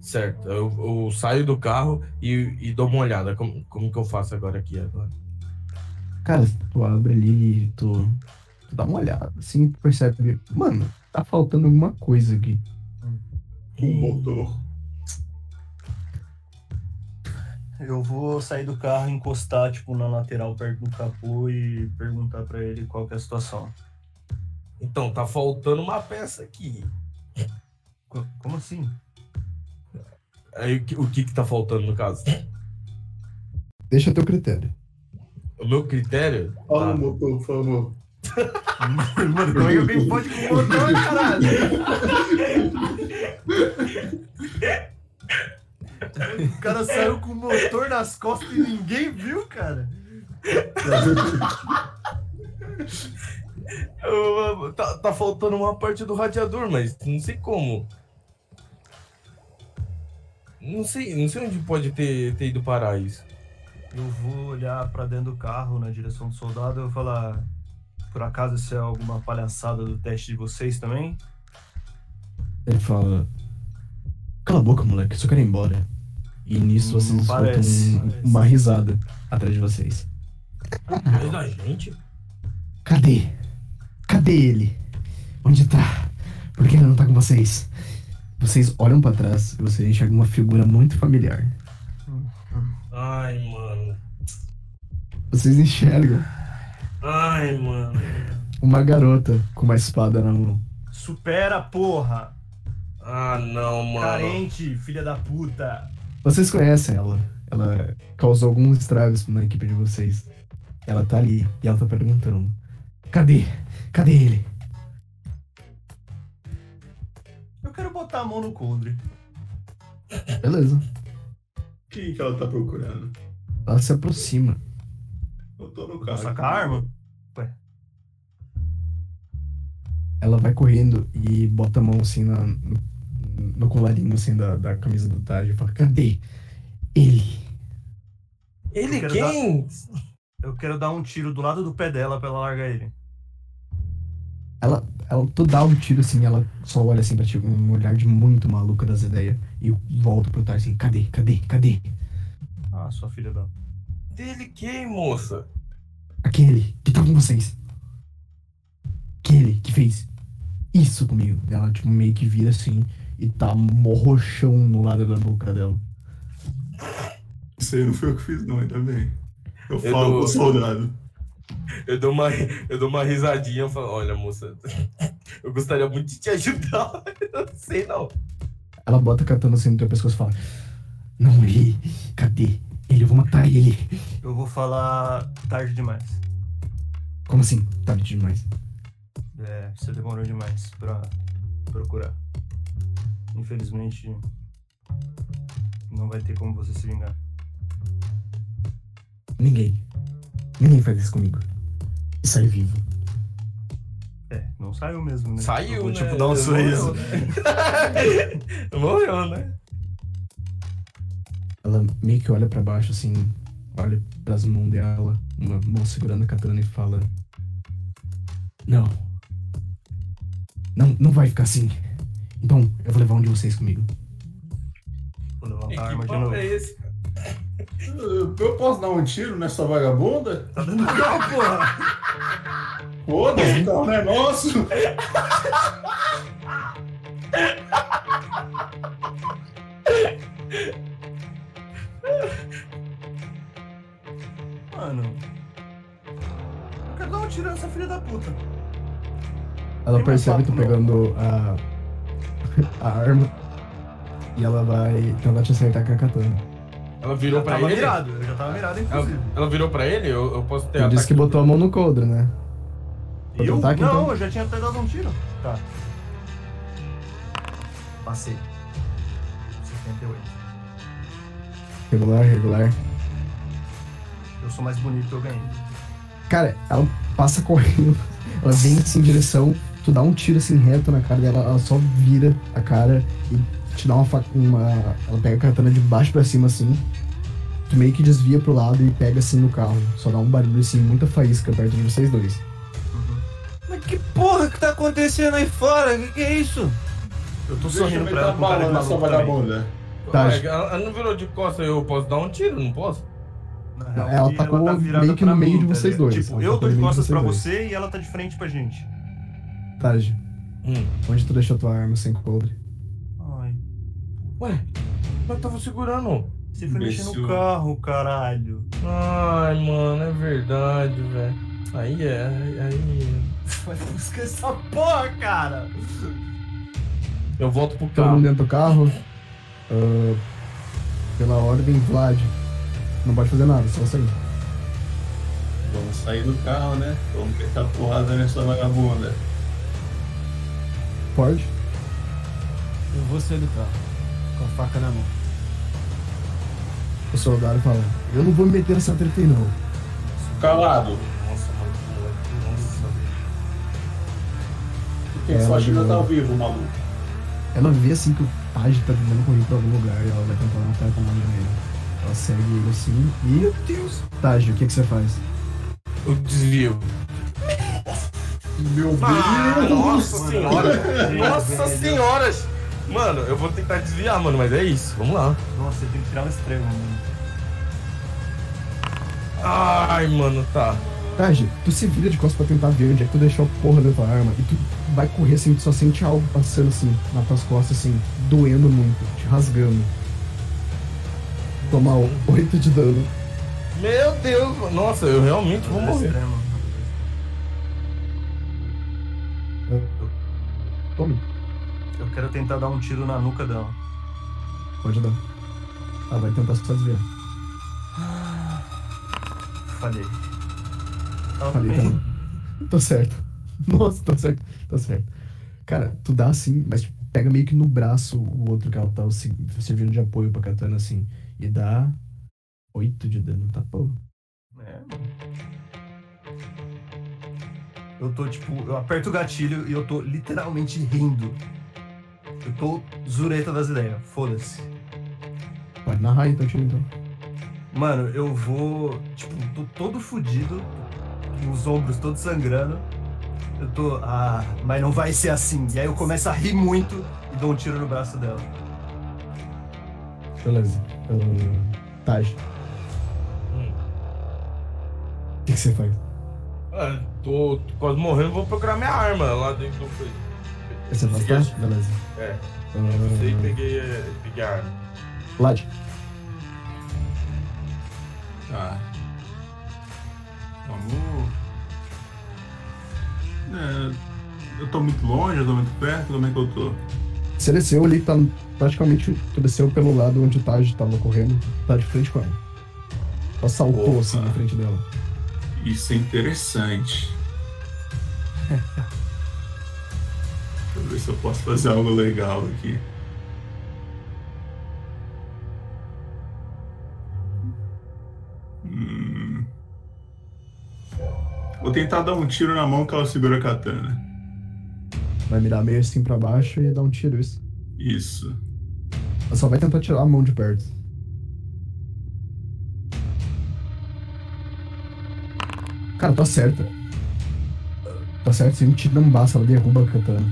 [SPEAKER 2] Certo, eu, eu saio do carro e, e dou uma olhada. Como, como que eu faço agora aqui? Agora?
[SPEAKER 1] Cara, tu abre ali e tu, tu dá uma olhada assim tu percebe. Mano, tá faltando alguma coisa aqui.
[SPEAKER 5] Um motor.
[SPEAKER 4] Eu vou sair do carro, encostar, tipo, na lateral perto do capô e perguntar pra ele qual que é a situação.
[SPEAKER 2] Então, tá faltando uma peça aqui.
[SPEAKER 4] Co- Como assim?
[SPEAKER 2] Aí, o que, o que que tá faltando no caso?
[SPEAKER 1] Deixa a teu critério.
[SPEAKER 2] O meu critério.
[SPEAKER 5] Fala
[SPEAKER 2] tá.
[SPEAKER 5] o motor, por favor.
[SPEAKER 4] Mano, como é que alguém pode com o motor, caralho? O cara saiu com o motor nas costas e ninguém viu, cara.
[SPEAKER 2] Eu- eu- tá, tá faltando uma parte do radiador, mas não sei como. Não sei, não sei onde pode ter, ter ido parar isso.
[SPEAKER 4] Eu vou olhar pra dentro do carro, na direção do soldado, e vou falar... Por acaso isso é alguma palhaçada do teste de vocês também?
[SPEAKER 1] Ele fala. Cala a boca, moleque, eu só quero ir embora. E nisso
[SPEAKER 4] Não
[SPEAKER 1] vocês escutam
[SPEAKER 4] Hum, parece,
[SPEAKER 1] um-
[SPEAKER 4] parece.
[SPEAKER 1] uma risada atrás de vocês.
[SPEAKER 2] Mas a gente?
[SPEAKER 1] Cadê? Cadê ele? Onde tá? Por que ele não tá com vocês? Vocês olham pra trás e vocês enxergam uma figura muito familiar.
[SPEAKER 2] Ai, mano.
[SPEAKER 1] Vocês enxergam
[SPEAKER 2] Ai, mano.
[SPEAKER 1] uma garota com uma espada na mão.
[SPEAKER 4] Supera, porra!
[SPEAKER 2] Ah, não, mano.
[SPEAKER 4] Carente, filha da puta!
[SPEAKER 1] Vocês conhecem ela. Ela causou alguns estragos na equipe de vocês. Ela tá ali e ela tá perguntando: Cadê? Cadê ele?
[SPEAKER 4] Eu quero botar a mão no coldre.
[SPEAKER 1] Beleza.
[SPEAKER 5] Quem que ela tá procurando?
[SPEAKER 1] Ela se aproxima.
[SPEAKER 5] Eu tô no
[SPEAKER 4] Vou
[SPEAKER 5] carro.
[SPEAKER 4] sacar a arma?
[SPEAKER 1] Ela vai correndo e bota a mão assim na, no, no colarinho assim da, da camisa do Taj e fala: Cadê ele?
[SPEAKER 2] Ele
[SPEAKER 4] Eu quero
[SPEAKER 2] quem?
[SPEAKER 4] Eu quero dar um tiro do lado do pé dela pra ela largar ele.
[SPEAKER 1] Ela, tu dá um tiro assim, ela só olha assim pra ti, um olhar de muito maluca das ideias. E volta pro Taj assim: Cadê? Cadê? Cadê?
[SPEAKER 4] Ah, sua filha da.
[SPEAKER 2] Dele quem, moça?
[SPEAKER 1] Aquele que tá com vocês. Aquele que fez isso comigo. Ela, tipo, meio que vira assim e tá morrochão no lado da boca dela.
[SPEAKER 5] Isso aí não foi eu que fiz, não, ainda bem. Eu
[SPEAKER 2] Eu
[SPEAKER 5] falo
[SPEAKER 2] dou-
[SPEAKER 5] pro soldado.
[SPEAKER 2] Eu dou uma, eu dou uma risadinha e falo, olha, moça, eu gostaria muito de te ajudar, mas eu não sei não.
[SPEAKER 1] Ela bota a katana assim no teu pescoço e fala: Não ri, cadê? Ele, eu vou matar ele.
[SPEAKER 4] Eu vou falar tarde demais.
[SPEAKER 1] Como assim? Tarde demais.
[SPEAKER 4] É, você demorou demais pra procurar. Infelizmente, não vai ter como você se vingar.
[SPEAKER 1] Ninguém. Ninguém faz isso comigo. E sai vivo.
[SPEAKER 4] É, não saiu mesmo, né?
[SPEAKER 2] Saiu,
[SPEAKER 4] Eu vou,
[SPEAKER 2] né?
[SPEAKER 4] Tipo, dar um
[SPEAKER 2] Morreu,
[SPEAKER 4] sorriso.
[SPEAKER 2] né? Morreu, né?
[SPEAKER 1] Ela meio que olha pra baixo, assim, olha pras mãos dela, uma mão segurando a katana e fala: Não. Não, não vai ficar assim. Então, eu vou levar um de vocês comigo.
[SPEAKER 4] Vou levantar
[SPEAKER 2] E
[SPEAKER 4] a arma
[SPEAKER 2] que
[SPEAKER 4] de
[SPEAKER 2] papo
[SPEAKER 4] novo.
[SPEAKER 2] é esse?
[SPEAKER 5] Eu eu posso dar um tiro nessa vagabunda?
[SPEAKER 4] Tá dando pau, porra!
[SPEAKER 5] Foda-se, o carro não é nosso.
[SPEAKER 4] Mano. Eu quero dar um tiro nessa filha da puta.
[SPEAKER 1] Ela
[SPEAKER 4] Tem mais
[SPEAKER 1] percebe tu
[SPEAKER 4] papo, não?
[SPEAKER 1] pegando a, a arma e ela vai tentar te acertar com a katana.
[SPEAKER 2] Ela
[SPEAKER 4] Eu
[SPEAKER 2] virou
[SPEAKER 4] já
[SPEAKER 2] pra
[SPEAKER 4] tava
[SPEAKER 2] ele? É
[SPEAKER 4] mirado, eu já tava mirado,
[SPEAKER 2] Ela,
[SPEAKER 4] inclusive.
[SPEAKER 2] ela virou pra ele? Eu, eu posso ter
[SPEAKER 1] Tu disse
[SPEAKER 2] ataque
[SPEAKER 1] que botou a mão no coldre, né? Outro
[SPEAKER 4] Eu?
[SPEAKER 1] ataque,
[SPEAKER 4] não,
[SPEAKER 1] então?
[SPEAKER 4] eu já tinha até dado um tiro. Tá. Passei. 78.
[SPEAKER 1] Regular, regular.
[SPEAKER 4] Eu sou mais bonito, eu ganhei.
[SPEAKER 1] Cara, ela passa correndo, ela vem assim, em direção, tu dá um tiro assim reto na cara dela, ela só vira a cara e te dá uma faca, uma... Ela pega a katana de baixo pra cima assim, tu meio que desvia pro lado e pega assim no carro. Só dá um barulho assim, muita faísca perto de vocês dois.
[SPEAKER 3] Mas que porra que tá acontecendo aí fora? Que que é isso?
[SPEAKER 4] Eu tô
[SPEAKER 5] Deixa eu tá
[SPEAKER 4] sorrindo pra
[SPEAKER 5] meter a
[SPEAKER 4] ela com um cara
[SPEAKER 5] né, bala
[SPEAKER 4] de
[SPEAKER 5] nessa
[SPEAKER 4] maluco também.
[SPEAKER 5] vagabunda.
[SPEAKER 1] Tá.
[SPEAKER 2] Ué, É, Ela, ela não virou de costas, eu posso dar um tiro, não posso?
[SPEAKER 4] Na
[SPEAKER 1] Ela
[SPEAKER 4] real, e
[SPEAKER 1] tacou
[SPEAKER 4] virada
[SPEAKER 1] meio que
[SPEAKER 4] pra
[SPEAKER 1] no meio de
[SPEAKER 4] tá
[SPEAKER 1] vocês
[SPEAKER 4] ligado?
[SPEAKER 1] dois.
[SPEAKER 4] Tipo,
[SPEAKER 1] Ela
[SPEAKER 4] eu
[SPEAKER 1] tacou
[SPEAKER 4] tô
[SPEAKER 1] no meio
[SPEAKER 4] de
[SPEAKER 1] de
[SPEAKER 4] costas pra
[SPEAKER 1] vocês
[SPEAKER 4] você e ela tá de frente pra gente.
[SPEAKER 1] Tarde,
[SPEAKER 2] Hum.
[SPEAKER 1] onde tu deixou tua arma sem coldre?
[SPEAKER 4] Ai,
[SPEAKER 2] Ué, mas eu tava segurando.
[SPEAKER 4] você foi mexer
[SPEAKER 5] Imbecil.
[SPEAKER 4] no carro, caralho.
[SPEAKER 2] Ai, mano, é verdade, velho. Aí é, aí aí
[SPEAKER 4] Vai buscar essa porra, cara.
[SPEAKER 2] é. Eu volto pro
[SPEAKER 1] Todo mundo
[SPEAKER 2] carro.
[SPEAKER 1] dentro do carro. Ah, pela ordem, Vlad. Não pode fazer nada, só sair.
[SPEAKER 5] Vamos sair do carro, né? Vamos meter a porrada nessa vagabunda.
[SPEAKER 1] Pode?
[SPEAKER 3] Eu vou sair do carro. Com a faca na mão.
[SPEAKER 1] O soldado fala: Eu não vou me meter nessa treta aí não.
[SPEAKER 5] Calado.
[SPEAKER 4] Nossa, mano, que moleque, nossa. velho.
[SPEAKER 5] Quem
[SPEAKER 1] É,
[SPEAKER 5] só
[SPEAKER 1] ela
[SPEAKER 5] ajuda tá
[SPEAKER 1] virou.
[SPEAKER 5] ao vivo, maluco.
[SPEAKER 1] Ela vê assim que o Taj tá tentando correr pra algum lugar e ela vai tentar matar com a mão nele. Ela segue ele assim e. Meu Deus! Taj, o que, que você faz?
[SPEAKER 2] Eu desvio.
[SPEAKER 5] Meu
[SPEAKER 2] Ah,
[SPEAKER 5] Deus!
[SPEAKER 2] nossa
[SPEAKER 4] Mano,
[SPEAKER 2] senhora!
[SPEAKER 4] velho,
[SPEAKER 2] Nossa
[SPEAKER 4] velho.
[SPEAKER 2] senhora! Mano, eu vou tentar desviar, mano, mas é isso. Vamos lá.
[SPEAKER 4] Nossa, você tem que tirar um extremo, mano.
[SPEAKER 2] Ai, mano, tá.
[SPEAKER 1] Taj, tu se vira de costas pra tentar ver onde é que tu deixou a porra da tua arma e tu vai correr assim, tu só sente algo passando assim nas tuas costas, assim, doendo muito, te rasgando. Toma 8 de dano.
[SPEAKER 2] Meu Deus, mano. nossa, eu realmente vou
[SPEAKER 4] Um
[SPEAKER 2] morrer.
[SPEAKER 4] extremo.
[SPEAKER 1] Tome,
[SPEAKER 4] Eu quero tentar dar um tiro na nuca dela.
[SPEAKER 1] pode dar. Ela vai tentar só desviar.
[SPEAKER 4] Falhei.
[SPEAKER 1] Falei, tá. Tô certo. Nossa, tô certo. Tô certo. Cara, tu dá assim, mas tipo, pega meio que no braço o outro que ela tá se- servindo de apoio pra katana assim. E dá 8 de dano, tá pô.
[SPEAKER 4] É, mano. Eu tô tipo, eu aperto o gatilho e eu tô literalmente rindo. Eu tô zureta das ideias, foda-se.
[SPEAKER 1] Pode narrar então, tio, então.
[SPEAKER 4] Mano, eu vou, tipo, tô todo fudido, com os ombros todos sangrando. Eu tô, ah, mas não vai ser assim. E aí eu começo a rir muito e dou um tiro no braço dela.
[SPEAKER 1] Beleza. Uh, Taj.
[SPEAKER 2] Hum.
[SPEAKER 1] O que que você faz?
[SPEAKER 2] Ah, tô, tô quase morrendo, vou procurar minha arma lá dentro do freio.
[SPEAKER 1] Você faz, tá? Beleza.
[SPEAKER 2] É, eu sei,
[SPEAKER 1] Uh,
[SPEAKER 2] peguei, eh, peguei a arma.
[SPEAKER 1] Vlad.
[SPEAKER 5] Tá. Vamos. É, eu tô muito longe, eu tô muito perto, como é que eu tô?
[SPEAKER 1] Você desceu ali, tá praticamente. Tu desceu pelo lado onde o Taj tava correndo, tá de frente com ela. Ela saltou
[SPEAKER 5] Opa.
[SPEAKER 1] assim na frente dela.
[SPEAKER 5] Isso é interessante. Deixa eu ver se eu posso fazer algo legal aqui. Hum. Vou tentar dar um tiro na mão que ela segura a katana.
[SPEAKER 1] Vai mirar meio assim pra baixo e dar um tiro isso.
[SPEAKER 5] Isso.
[SPEAKER 1] Ela só vai tentar tirar a mão de perto. Cara, tá certa. Tá certo, você me tira um baço, ela derruba a katana.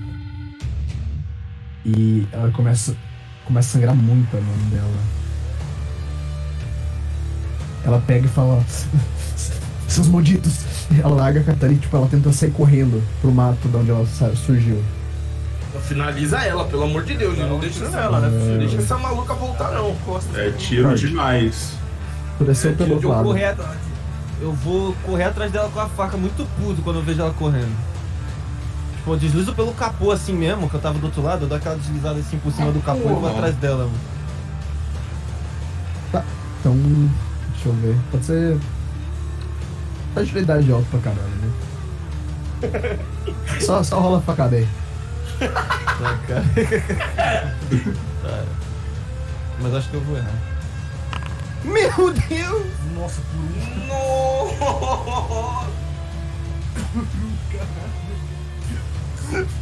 [SPEAKER 1] E ela começa. Começa a sangrar muito a mão dela. Ela pega e fala. Seus malditos! Ela larga a katana e tipo, ela tenta sair correndo pro mato de onde ela sa- surgiu.
[SPEAKER 2] Finaliza ela, pelo amor de Deus, né? Não, deixa essa,
[SPEAKER 4] ela, né?
[SPEAKER 2] não deixa essa maluca voltar, não.
[SPEAKER 5] É tiro demais.
[SPEAKER 1] Tu desceu é pelo outro
[SPEAKER 3] Eu,
[SPEAKER 1] lado.
[SPEAKER 3] correr atrás, eu vou correr atrás dela com a faca muito puto quando eu vejo ela correndo. Tipo, eu deslizo pelo capô assim mesmo, que eu tava do outro lado, eu dou aquela deslizada assim por cima do capô e vou
[SPEAKER 5] Porra.
[SPEAKER 3] atrás dela, mano.
[SPEAKER 1] Então. Deixa eu ver. Pode ser. Agilidade alta pra caralho, né? só, só rola a facada aí.
[SPEAKER 3] Tá, cara. Tá. Mas acho que eu vou errar. Meu Deus!
[SPEAKER 4] Nossa, por um.
[SPEAKER 2] Nossa!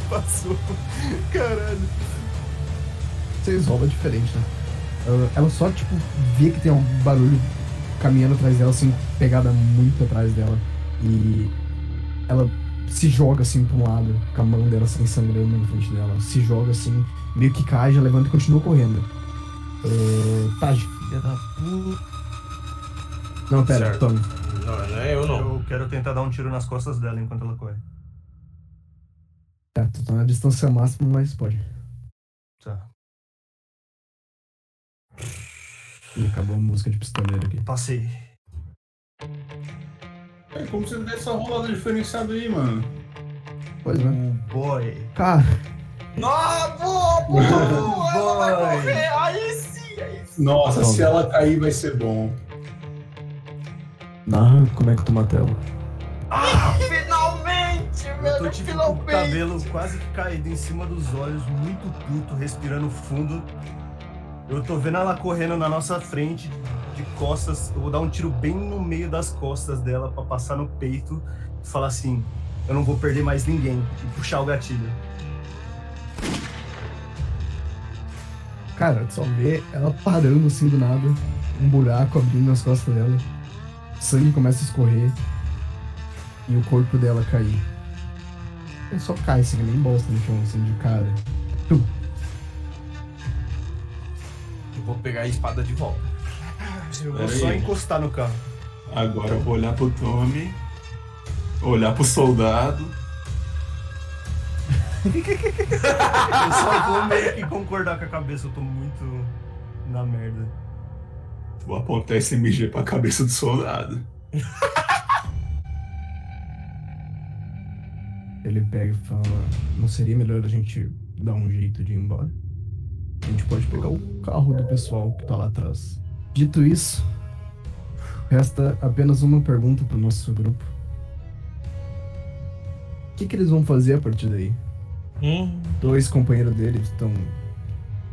[SPEAKER 4] Passou. Caralho.
[SPEAKER 1] Vocês rolam diferente, né? Ela- Ela só, tipo, vê que tem um barulho caminhando atrás dela, assim, pegada muito atrás dela. E ela se joga, assim, pra um lado, com a mão dela, assim, sangrando na frente dela. Se joga, assim, meio que cai, já levanta e continua correndo. É... Taj.
[SPEAKER 3] Filha da puta.
[SPEAKER 1] Não, pera,
[SPEAKER 2] Certo.
[SPEAKER 1] Tommy.
[SPEAKER 2] Não, não é eu não.
[SPEAKER 4] Eu quero tentar dar um tiro nas costas dela enquanto ela corre.
[SPEAKER 1] Tá, tu tá na distância máxima, mas pode.
[SPEAKER 4] Tá.
[SPEAKER 1] Ih, acabou a música de pistoleiro aqui.
[SPEAKER 4] Passei.
[SPEAKER 5] É como você der essa rolada diferenciada aí, mano.
[SPEAKER 1] Pois é.
[SPEAKER 4] O boy.
[SPEAKER 1] Cara,
[SPEAKER 2] Não, boa, boa, boa, ela vai
[SPEAKER 4] Vai.
[SPEAKER 2] correr. Aí sim, aí sim.
[SPEAKER 5] Nossa,
[SPEAKER 1] Toma.
[SPEAKER 5] se ela cair vai ser bom.
[SPEAKER 1] narra como é que tu mata ela.
[SPEAKER 2] Finalmente,
[SPEAKER 4] Eu tô
[SPEAKER 2] velho,
[SPEAKER 4] tipo com o
[SPEAKER 2] finalmente.
[SPEAKER 4] cabelo quase que caído em cima dos olhos, muito puto, respirando fundo. Eu tô vendo ela correndo na nossa frente, de costas. Eu vou dar um tiro bem no meio das costas dela pra passar no peito e falar assim: eu não vou perder mais ninguém. E puxar o gatilho.
[SPEAKER 1] Cara, tu só vê ela parando assim do nada, um buraco abrindo nas costas dela, sangue começa a escorrer e o corpo dela cair. Ele só cai assim, que nem bosta no chão, assim, de cara.
[SPEAKER 2] Eu vou pegar a espada de volta.
[SPEAKER 4] Eu vou
[SPEAKER 5] Pera
[SPEAKER 4] só
[SPEAKER 5] aí.
[SPEAKER 4] encostar no carro.
[SPEAKER 5] Agora eu vou olhar pro Tommy, olhar pro soldado.
[SPEAKER 4] Eu só vou meio que concordar com a cabeça, eu tô muito na merda.
[SPEAKER 5] Vou apontar esse MG pra cabeça do soldado.
[SPEAKER 1] Ele pega e fala: Não seria melhor a gente dar um jeito de ir embora? A gente pode pegar o carro do pessoal que tá lá atrás. Dito isso, resta apenas uma pergunta pro nosso grupo: O que, que eles vão fazer a partir daí?
[SPEAKER 2] Hum.
[SPEAKER 1] dois companheiros dele estão,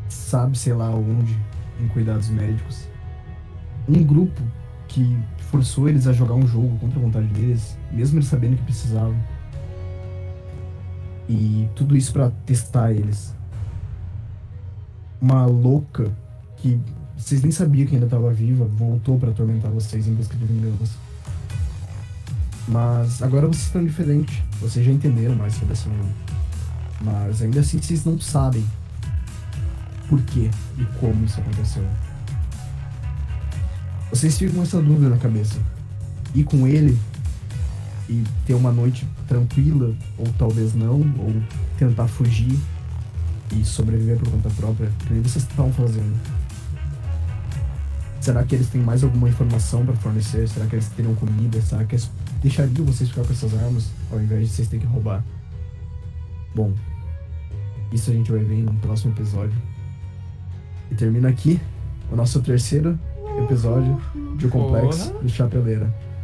[SPEAKER 1] sabe sei lá onde, em cuidados médicos. Um grupo que forçou eles a jogar um jogo contra a vontade deles, mesmo eles sabendo que precisavam. E tudo isso pra testar eles. Uma louca que vocês nem sabiam que ainda estava viva voltou pra atormentar vocês em busca de vingança. Mas agora vocês estão diferentes. Vocês já entenderam mais sobre essa menina. Mas ainda assim vocês não sabem por que e como isso aconteceu. Vocês ficam com essa dúvida na cabeça. Ir com ele e ter uma noite tranquila, ou talvez não, ou tentar fugir e sobreviver por conta própria, que nem vocês estão fazendo. Será que eles têm mais alguma informação para fornecer? Será que eles teriam comida? Será que eles deixariam vocês ficar com essas armas ao invés de vocês terem que roubar? Bom, isso a gente vai ver no próximo episódio. E termina aqui o nosso terceiro episódio de O Complexo do Chapeleira.